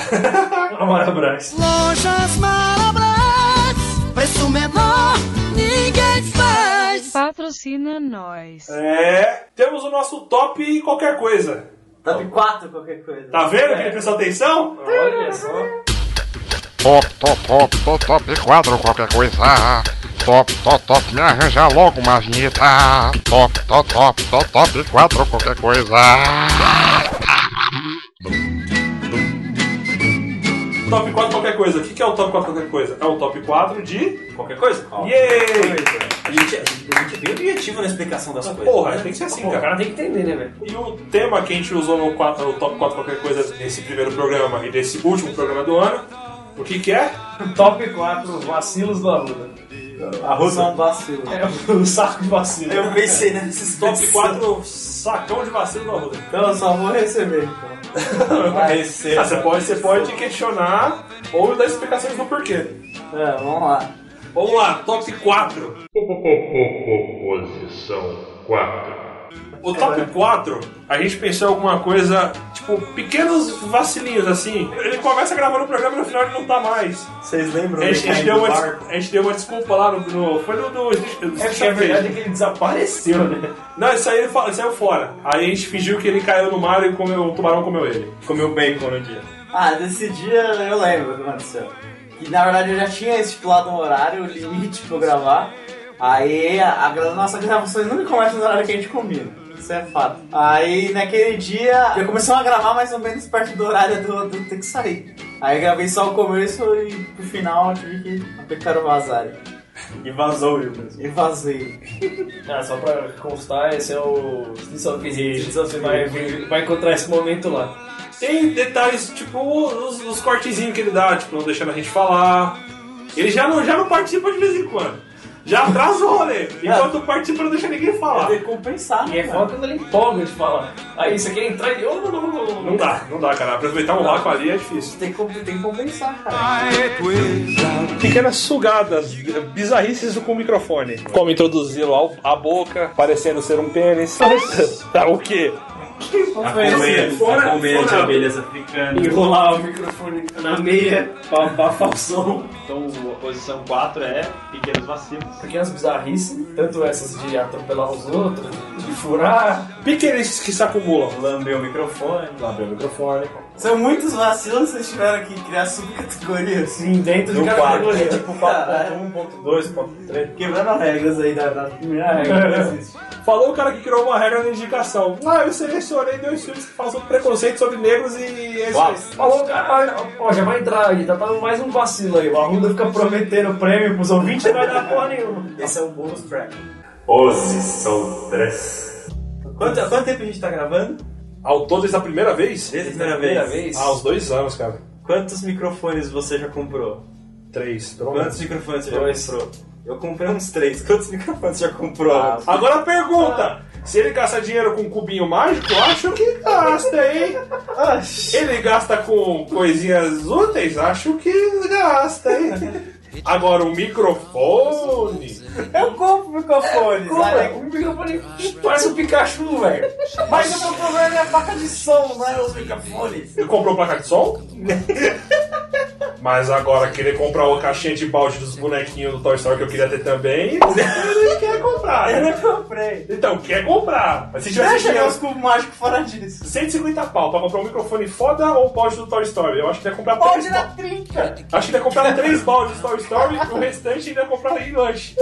[SPEAKER 2] Brás.
[SPEAKER 20] Lojas Marabras, preço menor, ninguém faz.
[SPEAKER 12] Patrocina nós.
[SPEAKER 3] É, temos o nosso top qualquer coisa.
[SPEAKER 1] Top 4 qualquer coisa.
[SPEAKER 3] Tá vendo que ele prestou atenção?
[SPEAKER 2] Olha só.
[SPEAKER 13] Top, top, top, top, top, quadro, qualquer coisa. Top, top, top, me arranja logo uma vinheta. Top, top, top, top, top, quadro, qualquer coisa.
[SPEAKER 3] Top 4 qualquer coisa. O que que é o top 4 qualquer coisa? É o top 4 de qualquer coisa. Yay!
[SPEAKER 4] A gente, a gente é bem objetivo na explicação das coisas.
[SPEAKER 3] Porra, tem que ser assim,
[SPEAKER 4] Pô,
[SPEAKER 3] cara.
[SPEAKER 4] O cara tem que entender, né, velho?
[SPEAKER 3] E o tema que a gente usou no, quatro- no top 4 qualquer coisa nesse primeiro programa e desse último programa do ano, o que que é?
[SPEAKER 2] Top 4 vacilos da Arruda.
[SPEAKER 3] Arruda?
[SPEAKER 2] um vacilo. É um saco de vacilo.
[SPEAKER 4] Eu pensei nesses
[SPEAKER 3] Top 4 sacão de vacilo da Arruda.
[SPEAKER 1] Então eu só vou receber.
[SPEAKER 3] Vai ser. Ah, você pode, você pode questionar ou dar explicações do porquê.
[SPEAKER 1] É, vamos lá.
[SPEAKER 3] Vamos lá, top 4.
[SPEAKER 15] Posição 4.
[SPEAKER 3] O top 4, a gente pensou em alguma coisa, tipo, pequenos vacilinhos assim. Ele começa a gravar no programa e no final ele não tá mais.
[SPEAKER 4] Vocês lembram?
[SPEAKER 3] A gente, a gente
[SPEAKER 4] Caindo
[SPEAKER 3] deu
[SPEAKER 4] do
[SPEAKER 3] uma,
[SPEAKER 4] barco?
[SPEAKER 3] des- a gente deu uma desculpa lá no. no- foi no. no, no
[SPEAKER 2] É, porque a verdade é que ele desapareceu, né?
[SPEAKER 3] Não, isso aí ele, fa- ele saiu fora. Aí a gente fingiu que ele caiu no mar e comeu, o tubarão comeu ele.
[SPEAKER 4] Comeu bacon no dia.
[SPEAKER 1] Ah, desse dia eu lembro o que aconteceu. E na verdade eu já tinha estipulado um horário, um limite pra eu gravar. Aí a, a gra- nossa gravações nunca começam no horário que a gente combina. Isso é fato. Aí naquele dia eu comecei a gravar mais ou menos perto do horário do, do ter que sair. Aí eu gravei só o começo e pro final eu tive que apertar o vazar.
[SPEAKER 4] E vazou, viu? mesmo.
[SPEAKER 1] E vazei.
[SPEAKER 2] Ah, só pra constar, esse é o Sessão Física. Você vai, vai encontrar esse momento lá.
[SPEAKER 3] Tem detalhes, tipo, os, os cortezinhos que ele dá, tipo, não deixando a gente falar. Ele já não, já não participa de vez em quando. Já atrasa o rolê. Enquanto participa, não deixa ninguém falar.
[SPEAKER 1] Tem que compensar, né,
[SPEAKER 2] E é foda quando ele empolga de falar. Aí você quer entrar e. Oh, não, não, não, não.
[SPEAKER 3] Não dá, não dá, cara. Aproveitar um vácuo ali é difícil.
[SPEAKER 1] Tem que, tem que compensar, cara.
[SPEAKER 3] Pequenas sugadas, bizarrices com o microfone. Como introduzi-lo ao- à boca, parecendo ser um pênis. Tá, o quê?
[SPEAKER 4] A colmeia, a colmeia de abelhas africanas.
[SPEAKER 2] Enrolar o microfone na meia pra abafar o som.
[SPEAKER 17] Então a posição 4 é pequenos vacilos.
[SPEAKER 2] Pequenas bizarrices, tanto essas de atropelar os outros, de furar.
[SPEAKER 3] Pequenas que se acumulam.
[SPEAKER 4] Lambeu o microfone.
[SPEAKER 2] Lambeu o microfone.
[SPEAKER 1] São muitos vacilos que vocês tiveram que criar subcategorias.
[SPEAKER 2] Sim, dentro
[SPEAKER 4] No
[SPEAKER 2] de cada
[SPEAKER 4] quarto,
[SPEAKER 2] categoria.
[SPEAKER 4] é tipo 4.1, 4.2, 4.3.
[SPEAKER 1] Quebrando as regras aí da, da primeira regra
[SPEAKER 2] É.
[SPEAKER 1] que existe.
[SPEAKER 3] Falou o cara que criou uma regra na indicação. Ah, eu selecionei dois filmes que falam sobre preconceito sobre negros e... esse-
[SPEAKER 2] Uau. Falou, cara, ó, já vai entrar aí, tá dando mais um vacilo aí. O Arruda fica prometendo prêmio pros ouvintes e não vai dar porra nenhuma.
[SPEAKER 4] Esse é
[SPEAKER 1] um
[SPEAKER 4] o bônus track.
[SPEAKER 15] Posição 3.
[SPEAKER 4] Quanto, há quanto tempo a gente tá gravando?
[SPEAKER 3] Ao todo, desde a primeira vez?
[SPEAKER 4] Desde a primeira,
[SPEAKER 3] Primeira
[SPEAKER 4] vez.
[SPEAKER 3] vez. Ah, uns dois anos, cara.
[SPEAKER 4] Quantos microfones você já comprou?
[SPEAKER 3] Três, pelo
[SPEAKER 4] Quantos microfones você
[SPEAKER 3] Dois.
[SPEAKER 4] já comprou? Eu comprei uns três. Quantos microfones você já comprou?
[SPEAKER 3] Agora a pergunta: se ele gasta dinheiro com um cubinho mágico, acho que gasta, hein? Ele gasta com coisinhas úteis, acho que gasta, hein? Agora o microfone.
[SPEAKER 1] Eu compro microfones.
[SPEAKER 2] Como,
[SPEAKER 1] né?
[SPEAKER 2] velho? O microfone parece um Pikachu, velho.
[SPEAKER 1] Mas o meu problema é a faca de som, não é os microfones.
[SPEAKER 3] Ele comprou placa de som? Mas agora querer comprar uma caixinha de balde dos bonequinhos do Toy Story que eu queria ter também, ele quer comprar.
[SPEAKER 1] Eu
[SPEAKER 3] né?
[SPEAKER 1] não comprei.
[SPEAKER 3] Então, quer comprar. Mas se tivesse
[SPEAKER 1] é- Deixa
[SPEAKER 3] dinheiro,
[SPEAKER 1] meus cubos mágicos fora disso.
[SPEAKER 3] 150 pau pra comprar um microfone foda ou o balde do Toy Story? Eu acho que ele ia comprar
[SPEAKER 1] Pode né?
[SPEAKER 3] três
[SPEAKER 1] na trinca.
[SPEAKER 3] Acho que ele ia comprar três baldes Toy Story e o restante ele ia comprar em lanche.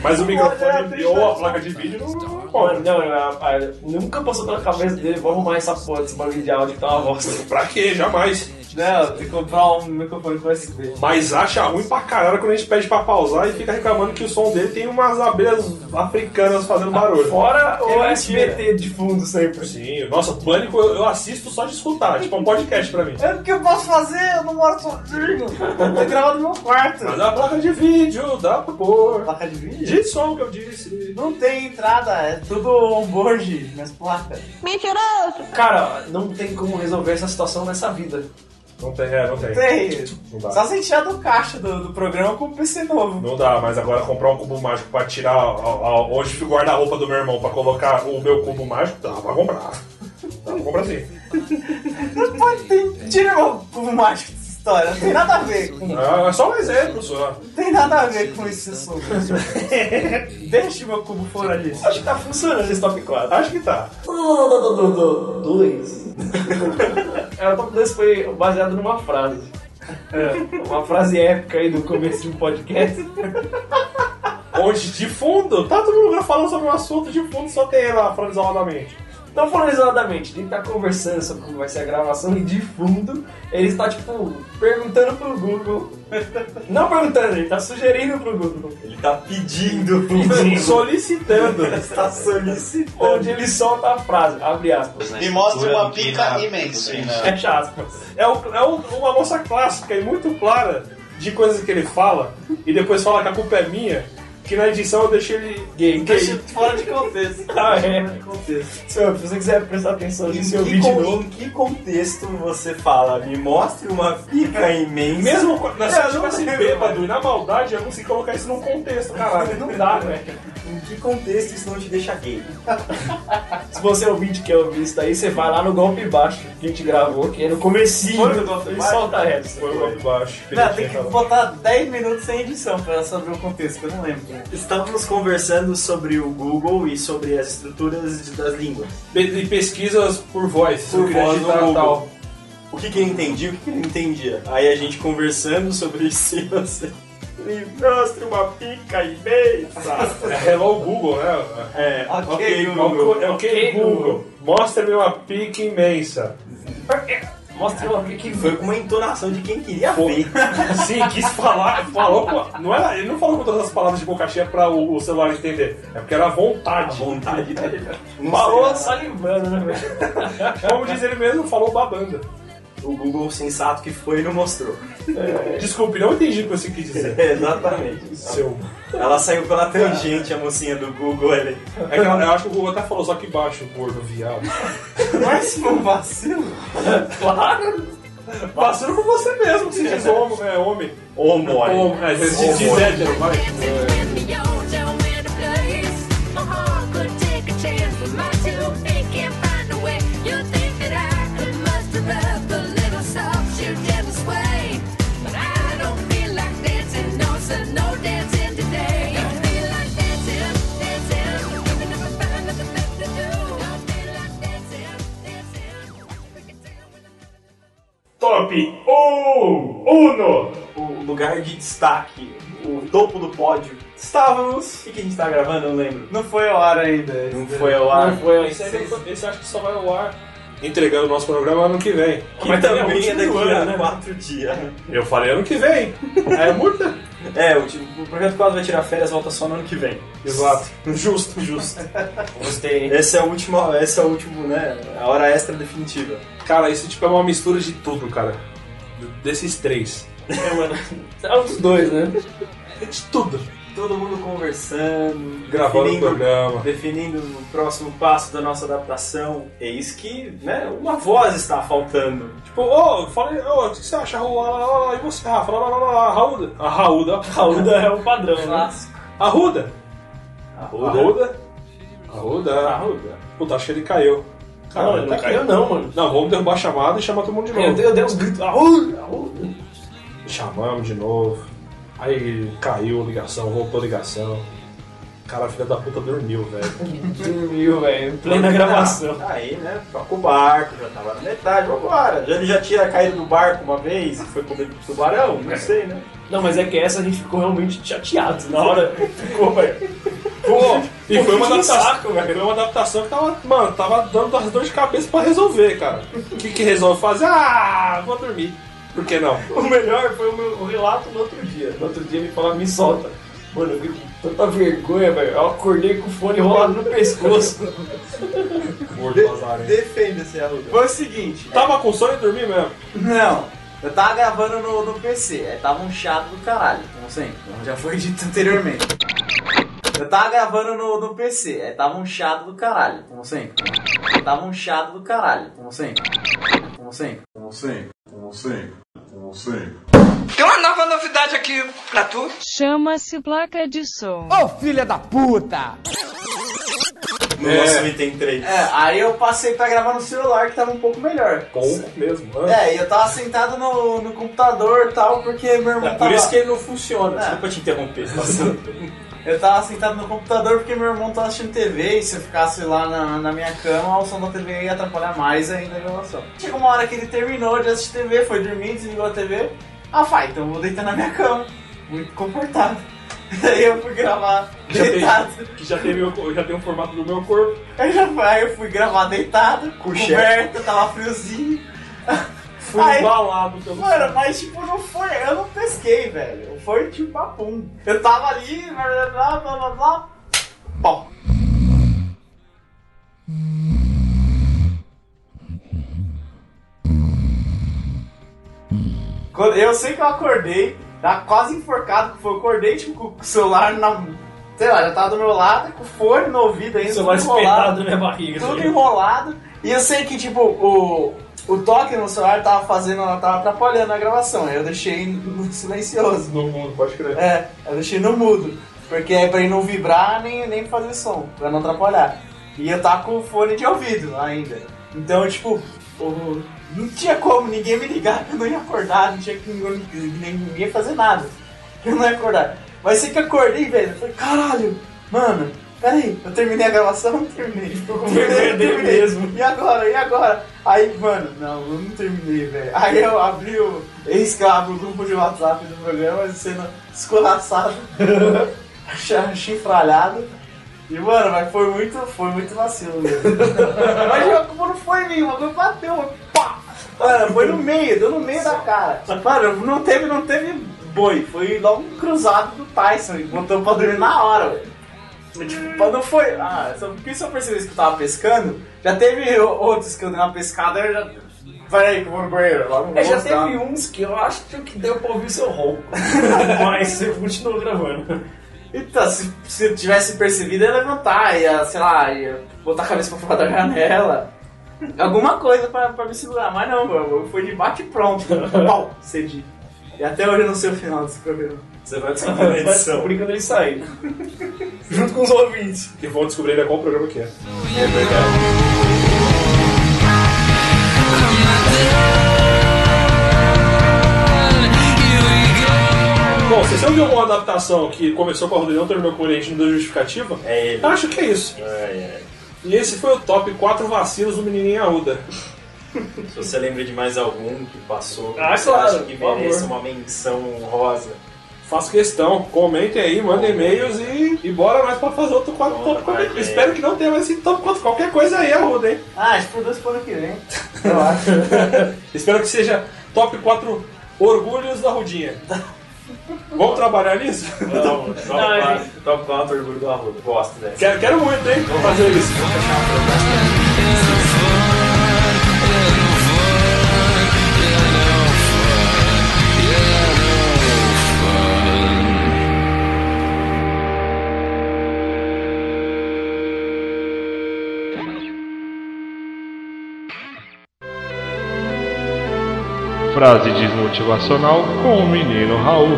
[SPEAKER 3] Mas o microfone ou a placa de vídeo não- não
[SPEAKER 2] Mano,
[SPEAKER 3] importa.
[SPEAKER 2] não, eu, eu, eu- nunca passou pela cabeça dele, vou arrumar essa porra desse barulho de áudio que tá uma bosta.
[SPEAKER 3] Pra quê? Jamais.
[SPEAKER 1] Não, tem que comprar um microfone com USB.
[SPEAKER 3] Mas acha ruim pra caralho quando a gente pede pra pausar e fica reclamando que o som dele tem umas abelhas africanas fazendo barulho.
[SPEAKER 2] Fora
[SPEAKER 3] É
[SPEAKER 2] o
[SPEAKER 3] mentira.
[SPEAKER 2] SBT de fundo sempre.
[SPEAKER 3] Sim, nossa, pânico eu, eu assisto só de escutar, tipo é um podcast pra mim.
[SPEAKER 1] É o que eu posso fazer, eu não moro sozinho. Eu tô gravando no meu quarto.
[SPEAKER 3] Mas é a placa de vídeo, dá pra pôr.
[SPEAKER 1] Placa de vídeo?
[SPEAKER 3] De som que eu disse.
[SPEAKER 1] Não tem entrada, é tudo onboard nas placas.
[SPEAKER 19] Mentiroso!
[SPEAKER 2] Cara, não tem como resolver essa situação nessa vida.
[SPEAKER 3] Não tem, é, não tem.
[SPEAKER 1] Tem.
[SPEAKER 3] Não dá.
[SPEAKER 1] Só se tirar do caixa do, do programa com o PC novo.
[SPEAKER 3] Não dá, mas agora comprar um cubo mágico pra tirar. a- a- onde fica o guarda-roupa do meu irmão pra colocar o meu cubo mágico, dá pra comprar. Dá pra comprar sim.
[SPEAKER 1] Não pode ter. Tira meu cubo mágico dessa história. Não tem nada a ver com
[SPEAKER 3] Ah, É só um exemplo só.
[SPEAKER 1] Não tem nada a ver com esse assunto. Deixa o meu cubo fora disso.
[SPEAKER 2] Acho que tá funcionando esse top 4.
[SPEAKER 3] Acho que tá.
[SPEAKER 2] Dois. Era o top 2 foi baseado numa frase. É, uma frase épica aí do começo de um podcast.
[SPEAKER 3] Onde de fundo, tá todo mundo falando sobre um assunto de fundo, só tem ela, finalizadamente.
[SPEAKER 2] Então, falando isoladamente, ele tá conversando sobre como vai ser a gravação e de fundo ele está, tipo, perguntando pro Google. Não perguntando, ele tá sugerindo pro Google.
[SPEAKER 1] Ele tá pedindo,
[SPEAKER 2] solicitando.
[SPEAKER 1] Está solicitando.
[SPEAKER 2] Onde ele solta a frase, abre aspas.
[SPEAKER 24] Me mostre é uma
[SPEAKER 4] é
[SPEAKER 24] pica imensa.
[SPEAKER 4] né?
[SPEAKER 24] né?
[SPEAKER 2] Fecha aspas.
[SPEAKER 3] É, o- é um- uma moça clássica e muito clara de coisas que ele fala e depois fala que a culpa é minha, que na edição eu deixei ele gay.
[SPEAKER 1] Deixa fora de contexto.
[SPEAKER 2] Ah, é.
[SPEAKER 1] Fora de contexto.
[SPEAKER 2] Senhor, Se você quiser prestar atenção
[SPEAKER 1] Em
[SPEAKER 2] nisso, eu
[SPEAKER 1] que,
[SPEAKER 2] vi de
[SPEAKER 1] con-
[SPEAKER 2] novo.
[SPEAKER 1] em que contexto você fala? Me mostre uma pica imensa.
[SPEAKER 3] Mesmo quando
[SPEAKER 1] É,
[SPEAKER 3] nós
[SPEAKER 1] eu não
[SPEAKER 3] tivesse
[SPEAKER 1] lembro,
[SPEAKER 3] bêbado e na maldade, eu consegui colocar isso num contexto, caralho. Não dá,
[SPEAKER 1] né?
[SPEAKER 3] velho.
[SPEAKER 1] Em que contexto isso não te deixa gay?
[SPEAKER 2] Se você é ouvinte que é ouvir isso daí, você vai lá no golpe baixo que a gente gravou, que é no comecinho.
[SPEAKER 1] Foi no golpe
[SPEAKER 2] e
[SPEAKER 1] baixo?
[SPEAKER 2] solta essa.
[SPEAKER 3] Foi o golpe baixo.
[SPEAKER 1] Não, tem que botar 10 minutos sem edição pra saber o contexto, que eu não lembro. Estávamos conversando sobre o Google e sobre as estruturas de- das línguas.
[SPEAKER 3] E pesquisas por voz.
[SPEAKER 1] Por
[SPEAKER 3] eu queria
[SPEAKER 1] voz no
[SPEAKER 3] digitar
[SPEAKER 1] Google.
[SPEAKER 3] tal.
[SPEAKER 1] O que, que ele entendia, o que, que ele não entendia. Aí a gente conversando sobre isso e você. Me mostra uma pica imensa.
[SPEAKER 3] É Hello Google, né?
[SPEAKER 1] É, ok,
[SPEAKER 3] Google.
[SPEAKER 1] Google.
[SPEAKER 3] É ok,
[SPEAKER 1] Ok,
[SPEAKER 3] Google.
[SPEAKER 1] Google.
[SPEAKER 3] Mostra-me uma pica imensa.
[SPEAKER 2] Mostra uma que
[SPEAKER 1] Foi com uma entonação de quem queria
[SPEAKER 3] Foi.
[SPEAKER 1] ver.
[SPEAKER 3] Sim, quis falar, falou com. Não era, ele não falou com todas as palavras de boca cheia pra o, o celular entender. É porque era à vontade.
[SPEAKER 1] vontade dele.
[SPEAKER 2] Falou salivando, né, velho?
[SPEAKER 3] Como diz ele mesmo, falou babando.
[SPEAKER 1] O Google sensato que foi não mostrou.
[SPEAKER 3] Desculpe, não entendi o que você quis dizer.
[SPEAKER 1] Exatamente.
[SPEAKER 3] Seu.
[SPEAKER 1] Ela saiu pela tangente, a mocinha do Google. Ele...
[SPEAKER 3] É que eu, eu acho que o Google até falou só que baixo, gordo, viado.
[SPEAKER 1] Mas foi um vacilo.
[SPEAKER 2] Claro!
[SPEAKER 3] Passando por você mesmo, que se diz homo, é homem.
[SPEAKER 1] Homói.
[SPEAKER 3] Homo, é, se diz, diz
[SPEAKER 1] Homói.
[SPEAKER 3] hétero, vai.
[SPEAKER 13] Top 1! Uno!
[SPEAKER 1] o lugar de destaque, o topo do pódio. Estávamos. O que que a gente estava gravando? Eu não lembro. Não foi ao ar ainda. Não foi ao ar.
[SPEAKER 2] Não foi
[SPEAKER 3] Esse,
[SPEAKER 1] é
[SPEAKER 3] aí tem- esse acho que só vai ao ar. Entregando o nosso programa ano que vem.
[SPEAKER 1] Que
[SPEAKER 3] Mas também é o
[SPEAKER 1] também é
[SPEAKER 3] último
[SPEAKER 1] daqui
[SPEAKER 3] ano,
[SPEAKER 1] a
[SPEAKER 3] né?
[SPEAKER 1] quatro dias.
[SPEAKER 3] Eu falei ano que vem. É muito.
[SPEAKER 1] É, o, tipo, o Projeto Quadro vai tirar férias, volta só no ano que vem.
[SPEAKER 3] Exato.
[SPEAKER 1] Justo, justo.
[SPEAKER 2] Gostei, hein?
[SPEAKER 1] Essa é a última, essa é a última, né? A hora extra definitiva.
[SPEAKER 3] Cara, isso tipo é uma mistura de tudo, cara. Desses três.
[SPEAKER 2] É, mano. É um dos dois, né?
[SPEAKER 3] É de tudo.
[SPEAKER 1] Todo mundo conversando,
[SPEAKER 3] Gravando o
[SPEAKER 1] definindo-
[SPEAKER 3] programa.
[SPEAKER 1] definindo o próximo passo da nossa adaptação. Eis que, né, uma voz está faltando.
[SPEAKER 3] Tipo, ô, oh, falei, ô, o que você acha, Raul? Lá, lá, lá, lá, e você, Rafa? Lá, lá, lá, lá, lá, Raúda. A Raúda, ó.
[SPEAKER 2] Raúda é o padrão, né?
[SPEAKER 3] Arruda.
[SPEAKER 1] Arruda.
[SPEAKER 3] Arruda. Arruda. Arruda. Puta, acho que ele caiu.
[SPEAKER 2] Não, ele
[SPEAKER 3] tá
[SPEAKER 2] não
[SPEAKER 3] aqui.
[SPEAKER 2] caiu não, mano.
[SPEAKER 3] Não, vamos derrubar a chamada e chamar todo mundo de
[SPEAKER 2] Eu
[SPEAKER 3] novo.
[SPEAKER 2] dei, eu dei uns gritos. Arruda, arruda.
[SPEAKER 3] Chamamos de novo. Aí caiu a ligação, voltou a ligação. Cara, filha da puta dormiu, velho.
[SPEAKER 2] Dormiu, velho. em Plena gravação.
[SPEAKER 1] Aí, né? Toca o barco, já tava na metade, vambora. Já ele já tinha caído do barco uma vez e foi comer tubarão, não sei, né?
[SPEAKER 2] Não, mas é que essa a gente ficou realmente chateado na hora. Ficou, velho.
[SPEAKER 3] Pô, e foi uma
[SPEAKER 2] Que
[SPEAKER 3] adaptação.
[SPEAKER 2] saco, velho.
[SPEAKER 3] Foi uma adaptação que tava, mano, tava dando as dores de cabeça pra resolver, cara. O que, que resolve fazer? Ah, vou dormir. Por que não?
[SPEAKER 2] O melhor foi o meu o relato no outro dia. No outro dia me falaram, me solta. Mano, eu fiquei com tanta vergonha, velho. Eu acordei com o fone enrolado no pescoço.
[SPEAKER 3] Gordo lazarento.
[SPEAKER 1] Defenda-se, Arruda. Foi o seguinte.
[SPEAKER 3] Tava com sono e dormi mesmo.
[SPEAKER 4] Não.
[SPEAKER 1] Eu tava gravando no, no PC, aí tava um chato do caralho, como sempre, como já foi dito anteriormente. Eu tava gravando no, no PC, aí tava um chato do caralho, como sempre. Tava um chato do caralho, como sempre. Como sempre. Como sempre. Como sempre. Como sempre.
[SPEAKER 25] Tem uma nova novidade aqui pra tu.
[SPEAKER 26] Chama-se placa de som.
[SPEAKER 1] No nosso item 3. É, aí eu passei pra gravar no celular que tava um pouco melhor.
[SPEAKER 3] Pouco mesmo. mano.
[SPEAKER 4] É, e eu tava sentado no, no computador e tal, porque meu irmão
[SPEAKER 1] É,
[SPEAKER 4] tava.
[SPEAKER 1] por isso que ele não funciona.
[SPEAKER 4] É.
[SPEAKER 1] Desculpa te interromper.
[SPEAKER 4] Eu tava sentado no computador porque meu irmão tava assistindo TV e se eu ficasse lá na, na minha cama, o som da TV ia atrapalhar mais ainda a gravação. Chegou uma hora que ele terminou de assistir TV, foi dormir, desligou a TV. Ah, vai, então eu vou deitar na minha cama. Muito confortável.
[SPEAKER 1] Aí eu fui gravar
[SPEAKER 3] Que já tem,
[SPEAKER 1] deitado.
[SPEAKER 3] que já tem, meu, já tem um formato do meu corpo.
[SPEAKER 1] Aí, já foi, aí eu fui gravar deitado,
[SPEAKER 3] chefe.
[SPEAKER 1] coberto, tava friozinho.
[SPEAKER 3] Fui embalado pelo
[SPEAKER 1] Mano, mas tipo, não foi. Eu não pesquei, velho. Foi tipo papum. Eu tava ali, blá blá blá blá blá. Bom. Quando- Eu sei que eu acordei, tava quase enforcado, porque eu acordei tipo, com o celular na. Sei lá, já tava do meu lado, com o fone no ouvido ainda.
[SPEAKER 2] Celular
[SPEAKER 1] tudo enrolado,
[SPEAKER 2] espetado na minha barriga,
[SPEAKER 1] Tudo
[SPEAKER 2] tá ligado?
[SPEAKER 1] enrolado. E eu sei que, tipo, o, o toque no celular tava fazendo, tava atrapalhando a gravação. Aí eu deixei no silencioso.
[SPEAKER 3] No mudo, pode crer.
[SPEAKER 1] É, eu deixei no mudo. Porque é pra ele não vibrar nem, nem fazer som, pra não atrapalhar. E eu tava com o fone de ouvido ainda. Então, tipo, o- não tinha como ninguém me ligar, que eu não ia acordar, não tinha que ninguém, nem- ninguém ia fazer nada. Eu não ia acordar. Mas sei que eu acordei, velho. Eu falei, caralho, mano, peraí, eu terminei a gravação? Não terminei. Eu terminei, eu terminei. mesmo. E agora? E agora? Aí, mano, não, eu não terminei, velho. Aí eu abri o. Eis que eu abro o grupo de WhatsApp do programa, sendo escorraçado, ch- chifralhado. E mano, mas foi muito, foi muito vacilo mesmo. mas eu- como não foi nenhuma, eu bateu, mas pá! Mano, foi no meio, deu no meio da cara. Mano, não teve, não teve boi, foi logo um cruzado do Tyson e botou pra dormir na hora, velho. Tipo, pô, não foi. Ah, só porque se eu percebesse que eu tava pescando, já teve o- outros que eu dei uma pescada eu já. Peraí, que eu vou no banheiro. Lá no
[SPEAKER 2] É, já
[SPEAKER 1] rosto, tá?
[SPEAKER 2] teve uns que eu acho que deu pra ouvir seu ronco. Mas você continuou gravando.
[SPEAKER 1] Então, se, se eu tivesse percebido, eu ia levantar, ia, sei lá, ia botar a cabeça pra fora da janela. Alguma coisa pra, pra me segurar, mas não, eu, eu fui de bate e pronto. Pau, cedi. E até hoje eu não sei o final desse programa.
[SPEAKER 4] Você vai descobrir na
[SPEAKER 2] Vai
[SPEAKER 4] edição.
[SPEAKER 2] descobrir quando ele sair. Junto com os ouvintes.
[SPEAKER 3] E vão descobrir ainda qual programa que é.
[SPEAKER 4] É verdade.
[SPEAKER 3] Bom, se você ouviu alguma adaptação que começou com a Rodrigão e terminou com o Oriente não deu justificativa,
[SPEAKER 4] é ele.
[SPEAKER 3] acho que é isso. E esse foi o top 4 vacilos do Menininho Arruda.
[SPEAKER 4] Se você lembra de mais algum que passou,
[SPEAKER 3] Ah,
[SPEAKER 4] que você
[SPEAKER 3] claro,
[SPEAKER 4] acha que
[SPEAKER 3] por
[SPEAKER 4] merece
[SPEAKER 3] favor.
[SPEAKER 4] uma menção honrosa.
[SPEAKER 3] Faço questão, comentem aí, mandem e-mails e, e bora mais pra fazer outro quadro top 4. Espero que não tenha mais esse top 4. Qualquer coisa aí, Arruda, hein?
[SPEAKER 1] Ah, a gente produz pro ano que vem. Eu acho.
[SPEAKER 3] Espero que seja top 4 orgulhos da Rudinha. Vamos trabalhar nisso?
[SPEAKER 4] Não, top
[SPEAKER 3] Ai.
[SPEAKER 4] 4, top 4 orgulho do arroz. Gosto né? dessa.
[SPEAKER 3] Quero, quero muito, hein? Vamos fazer isso.
[SPEAKER 6] Frase desmotivacional com o menino Raul.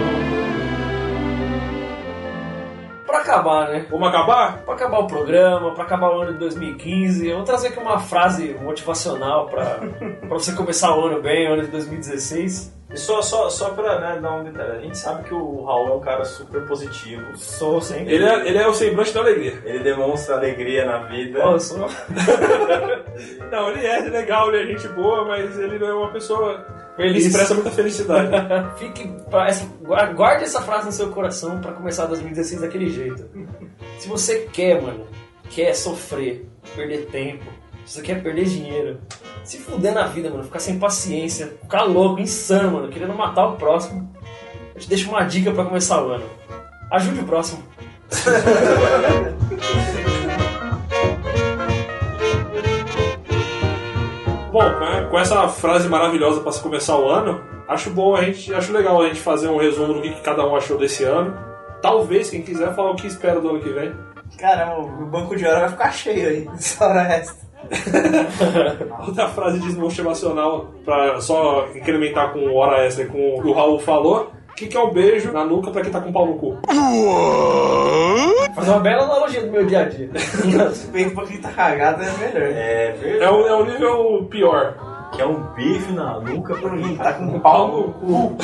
[SPEAKER 2] Pra acabar, né?
[SPEAKER 3] Vamos acabar?
[SPEAKER 2] Pra acabar o programa, pra acabar o ano de 2015, eu vou trazer aqui uma frase motivacional pra, pra você começar o ano bem, o ano de 2016.
[SPEAKER 4] E só, só, só pra né, dar um detalhe, a gente sabe que o Raul é um cara super positivo.
[SPEAKER 2] Sou sempre.
[SPEAKER 3] Ele é, ele é o semblante da alegria.
[SPEAKER 4] Ele demonstra alegria na vida.
[SPEAKER 2] Pô, eu sou-
[SPEAKER 3] Não, ele é legal, ele é gente boa, mas ele não é uma pessoa. Ele
[SPEAKER 2] Isso.
[SPEAKER 3] expressa muita felicidade.
[SPEAKER 2] Fique, pra essa- guar- guarde essa frase no seu coração pra começar 2016 daquele jeito. Se você quer, mano, quer sofrer, perder tempo, se você quer perder dinheiro, se fuder na vida, mano, ficar sem paciência, ficar louco, insano, mano, querendo matar o próximo, eu te deixo uma dica pra começar o ano. Ajude o próximo.
[SPEAKER 3] Bom, né, com essa frase maravilhosa para começar o ano, acho bom a gente, acho legal a gente fazer um resumo do que que cada um achou desse ano. Talvez quem quiser falar o que espera do ano que vem.
[SPEAKER 1] Caramba, o banco de hora vai ficar cheio aí. Essa hora resta.
[SPEAKER 3] Outra frase desmotivacional para só incrementar com hora extra com o que o Raul falou. O que, que é um beijo na nuca pra quem tá com pau no cu?
[SPEAKER 2] Fazer uma bela analogia do meu dia a dia.
[SPEAKER 1] Bem pra quem tá cagado é melhor.
[SPEAKER 4] É verdade.
[SPEAKER 3] É um, é um nível pior.
[SPEAKER 4] Que é um bife na nuca pra mim.
[SPEAKER 1] Tá com
[SPEAKER 3] Pau no cu.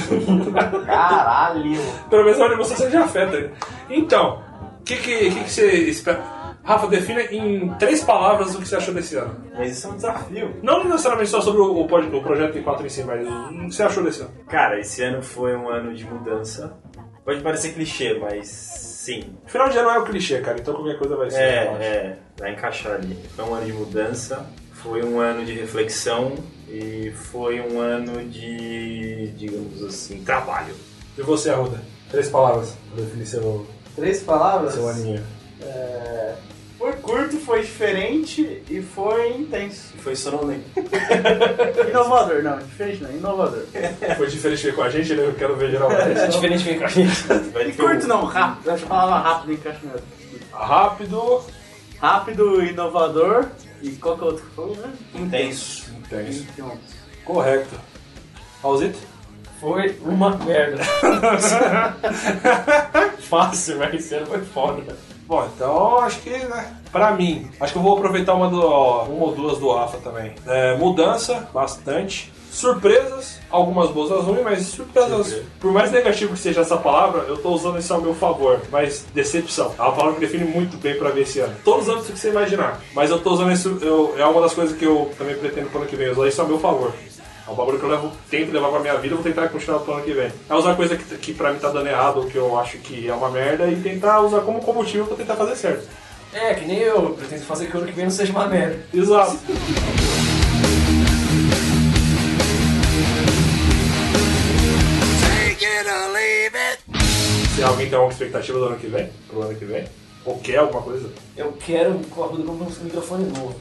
[SPEAKER 1] Caralho.
[SPEAKER 3] Pelo menos é uma negociação de afeta. Então, o que, que, que, que você espera? Rafa, defina em três palavras o que você achou desse ano.
[SPEAKER 4] Mas isso é um desafio.
[SPEAKER 3] Não necessariamente só sobre o, o pod- o projeto em 4 em si, mas o que você achou desse ano?
[SPEAKER 4] Cara, esse ano foi um ano de mudança. Pode parecer clichê, mas sim.
[SPEAKER 3] Final de ano é o clichê, cara, então qualquer coisa vai ser. eu acho.
[SPEAKER 4] É, é, vai encaixar ali. Foi um ano de mudança, foi um ano de reflexão e foi um ano de, digamos assim, trabalho.
[SPEAKER 3] E você, Arruda? Três palavras pra definir seu,
[SPEAKER 1] Três palavras?
[SPEAKER 3] seu aninho.
[SPEAKER 1] É, Foi curto, foi diferente e foi intenso.
[SPEAKER 4] Foi sonolento.
[SPEAKER 1] Inovador, não, diferente não, inovador.
[SPEAKER 3] Foi diferente ver com a gente, né? Eu quero ver geralmente.
[SPEAKER 1] É diferente
[SPEAKER 2] ver com a gente.
[SPEAKER 1] E curto não, rápido. Eu acho que a palavra rápido encaixa melhor.
[SPEAKER 3] Rápido.
[SPEAKER 1] Rápido, inovador e qual que é o outro que falou, né?
[SPEAKER 4] um
[SPEAKER 1] Então,
[SPEAKER 4] Intenso.
[SPEAKER 3] Intenso. Correto. Raulzito?
[SPEAKER 2] Foi uma merda. Fácil, mas esse ano foi foda.
[SPEAKER 3] Bom, então acho que, né? Pra mim, acho que eu vou aproveitar uma, do, uma ou duas do AFA também. É, mudança, bastante. Surpresas, algumas boas, outras ruins, mas surpresas, por mais negativo que seja essa palavra, eu tô usando isso ao meu favor. Mas decepção, é uma palavra que define muito bem pra ver esse ano. Todos os anos que você imaginar, mas eu tô usando isso, eu- é uma das coisas que eu também pretendo pro ano que vem, usar isso ao meu favor. É um bagulho que eu levo, tento levar pra minha vida, eu vou tentar continuar pro ano que vem. É usar coisa que, que pra mim tá dando errado, ou que eu acho que é uma merda, e tentar usar como combustível pra tentar fazer certo.
[SPEAKER 2] É, que nem eu, pretendo fazer que o ano que vem não seja uma merda.
[SPEAKER 3] Exato. Se alguém tem alguma expectativa do ano que vem, pro ano que vem, ou quer alguma coisa,
[SPEAKER 2] Eu quero que o Arruda compre um microfone novo.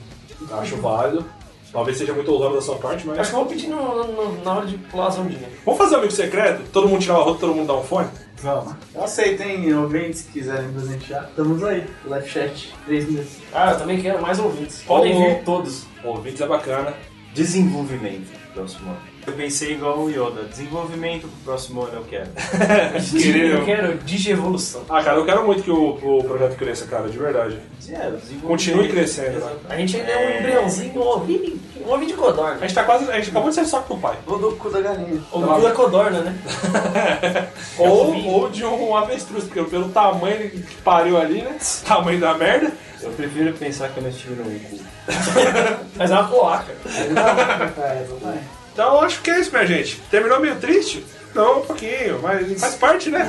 [SPEAKER 3] acho válido. Talvez seja muito ousado da sua parte, mas.
[SPEAKER 2] Acho que eu vou pedir no- no- na hora de pular as ondinhas.
[SPEAKER 3] Vamos fazer um amigo secreto? Todo mundo tirar uma roupa, todo mundo dá um fone?
[SPEAKER 1] Vamos. Eu aceito, hein, ouvintes que quiserem presentear. Estamos aí, live chat, três meses.
[SPEAKER 2] Ah, eu também quero mais ouvintes. Podem
[SPEAKER 3] Como-
[SPEAKER 2] vir todos.
[SPEAKER 3] Ouvintes é bacana.
[SPEAKER 4] Desenvolvimento pro próximo ano. Eu pensei igual o Yoda, desenvolvimento pro próximo ano eu quero.
[SPEAKER 3] Querer-
[SPEAKER 2] Eu quero digievolução.
[SPEAKER 3] Ah, cara, eu quero muito que o, o projeto cresça, cara, de verdade.
[SPEAKER 4] É, desenvolvimento.
[SPEAKER 3] Continue crescendo, né?
[SPEAKER 2] A gente ainda é um embriãozinho, um ovinho, um ovinho de codorna.
[SPEAKER 3] A gente tá quase. A gente acabou de ser só com o pai.
[SPEAKER 1] Vou do cu da galinha.
[SPEAKER 4] Tá
[SPEAKER 2] Ou do cu da codorna, né?
[SPEAKER 3] Ou, ou de um avestruz, porque pelo tamanho que pariu ali, né? Tamanho da merda.
[SPEAKER 4] Eu prefiro pensar que eu não estive no cu.
[SPEAKER 2] Mas é uma cloaca.
[SPEAKER 3] Então acho que é isso, minha gente. Terminou meio triste? Não, um pouquinho, mas faz parte, né?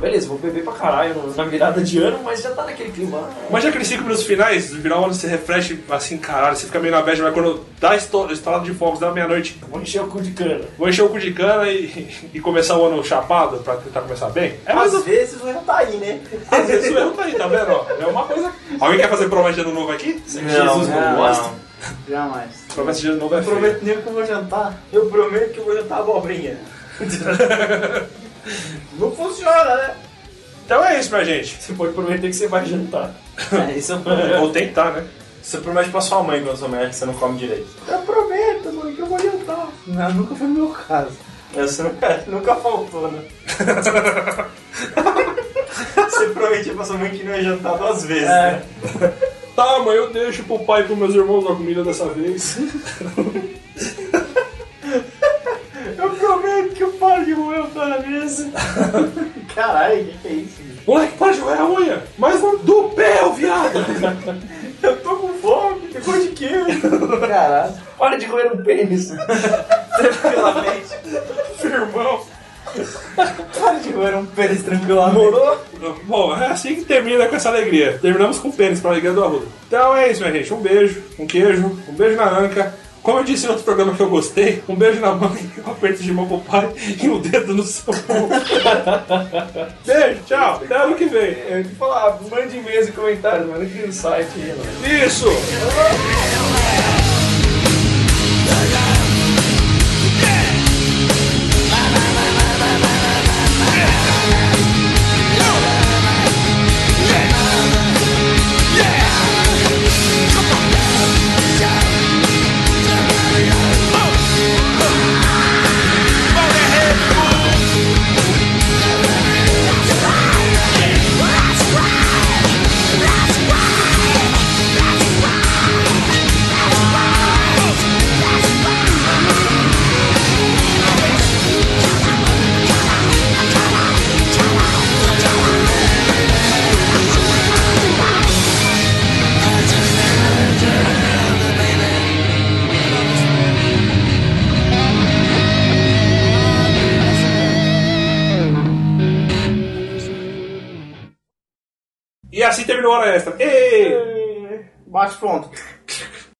[SPEAKER 2] Beleza, vou beber pra caralho na virada de ano, mas já tá naquele clima.
[SPEAKER 3] Mas já aqueles 5 minutos finais, no final você refresh assim, caralho, você fica meio na bad, mas quando dá esto- estourado de fogos da meia-noite,
[SPEAKER 2] Vou encher o cu de cana.
[SPEAKER 3] vou encher o cu de cana e, e começar o ano chapado pra tentar começar bem. É mais
[SPEAKER 4] Às vezes o erro tá aí, né?
[SPEAKER 3] Às vezes o erro tá aí, tá vendo? ó? É uma coisa. Alguém quer fazer promessa de ano novo aqui?
[SPEAKER 4] Jesus não, gosta.
[SPEAKER 1] Jamais.
[SPEAKER 3] Promessa de ano novo é
[SPEAKER 1] Não
[SPEAKER 3] feia.
[SPEAKER 1] prometo nem que eu vou jantar.
[SPEAKER 4] Eu prometo que eu vou jantar abobrinha.
[SPEAKER 1] Não funciona, né?
[SPEAKER 3] Então é isso, minha gente.
[SPEAKER 2] Você pode prometer que você vai jantar.
[SPEAKER 1] É, isso é um problema.
[SPEAKER 3] Ou tentar, né?
[SPEAKER 4] Você promete pra sua mãe quando sua mãe acha que você não come direito.
[SPEAKER 1] Eu prometo, mãe, que eu vou jantar. Não, nunca foi meu caso.
[SPEAKER 4] Essa nunca, nunca faltou, né? Você prometeu pra sua mãe que não ia jantar duas vezes,
[SPEAKER 1] É,
[SPEAKER 4] né?
[SPEAKER 3] Tá, mas eu deixo pro pai e pros meus irmãos a comida dessa vez.
[SPEAKER 1] Eu prometo é que eu paro de roer o pé na mesa. Caralho, o que, que é isso? gente?
[SPEAKER 3] Moleque, para de roer a unha! Mas não- do pé, ô viado!
[SPEAKER 1] Eu tô com fome, ficou de queijo. Caralho.
[SPEAKER 2] Para de roer um pênis.
[SPEAKER 1] Tranquilamente.
[SPEAKER 3] Irmão!
[SPEAKER 1] Para de roer um pênis tranquilamente.
[SPEAKER 3] Bom, é assim que termina com essa alegria. Terminamos com o pênis pra alegria do arrudo. Então é isso, minha gente. Um beijo, um queijo, um beijo na anca. Como eu disse em outro programa que eu gostei, um beijo na mãe, um aperto de mão pro pai e um dedo no seu pulso. beijo, tchau, até ano que vem. É
[SPEAKER 2] Eu ia te
[SPEAKER 1] Ah,
[SPEAKER 2] falar, mande e-mails e comentários, mano, que
[SPEAKER 1] um
[SPEAKER 2] no site, mano.
[SPEAKER 3] Isso!
[SPEAKER 27] That's why. That's why. That's why.
[SPEAKER 3] E assim terminou a hora extra. Ei!
[SPEAKER 1] Bate pronto.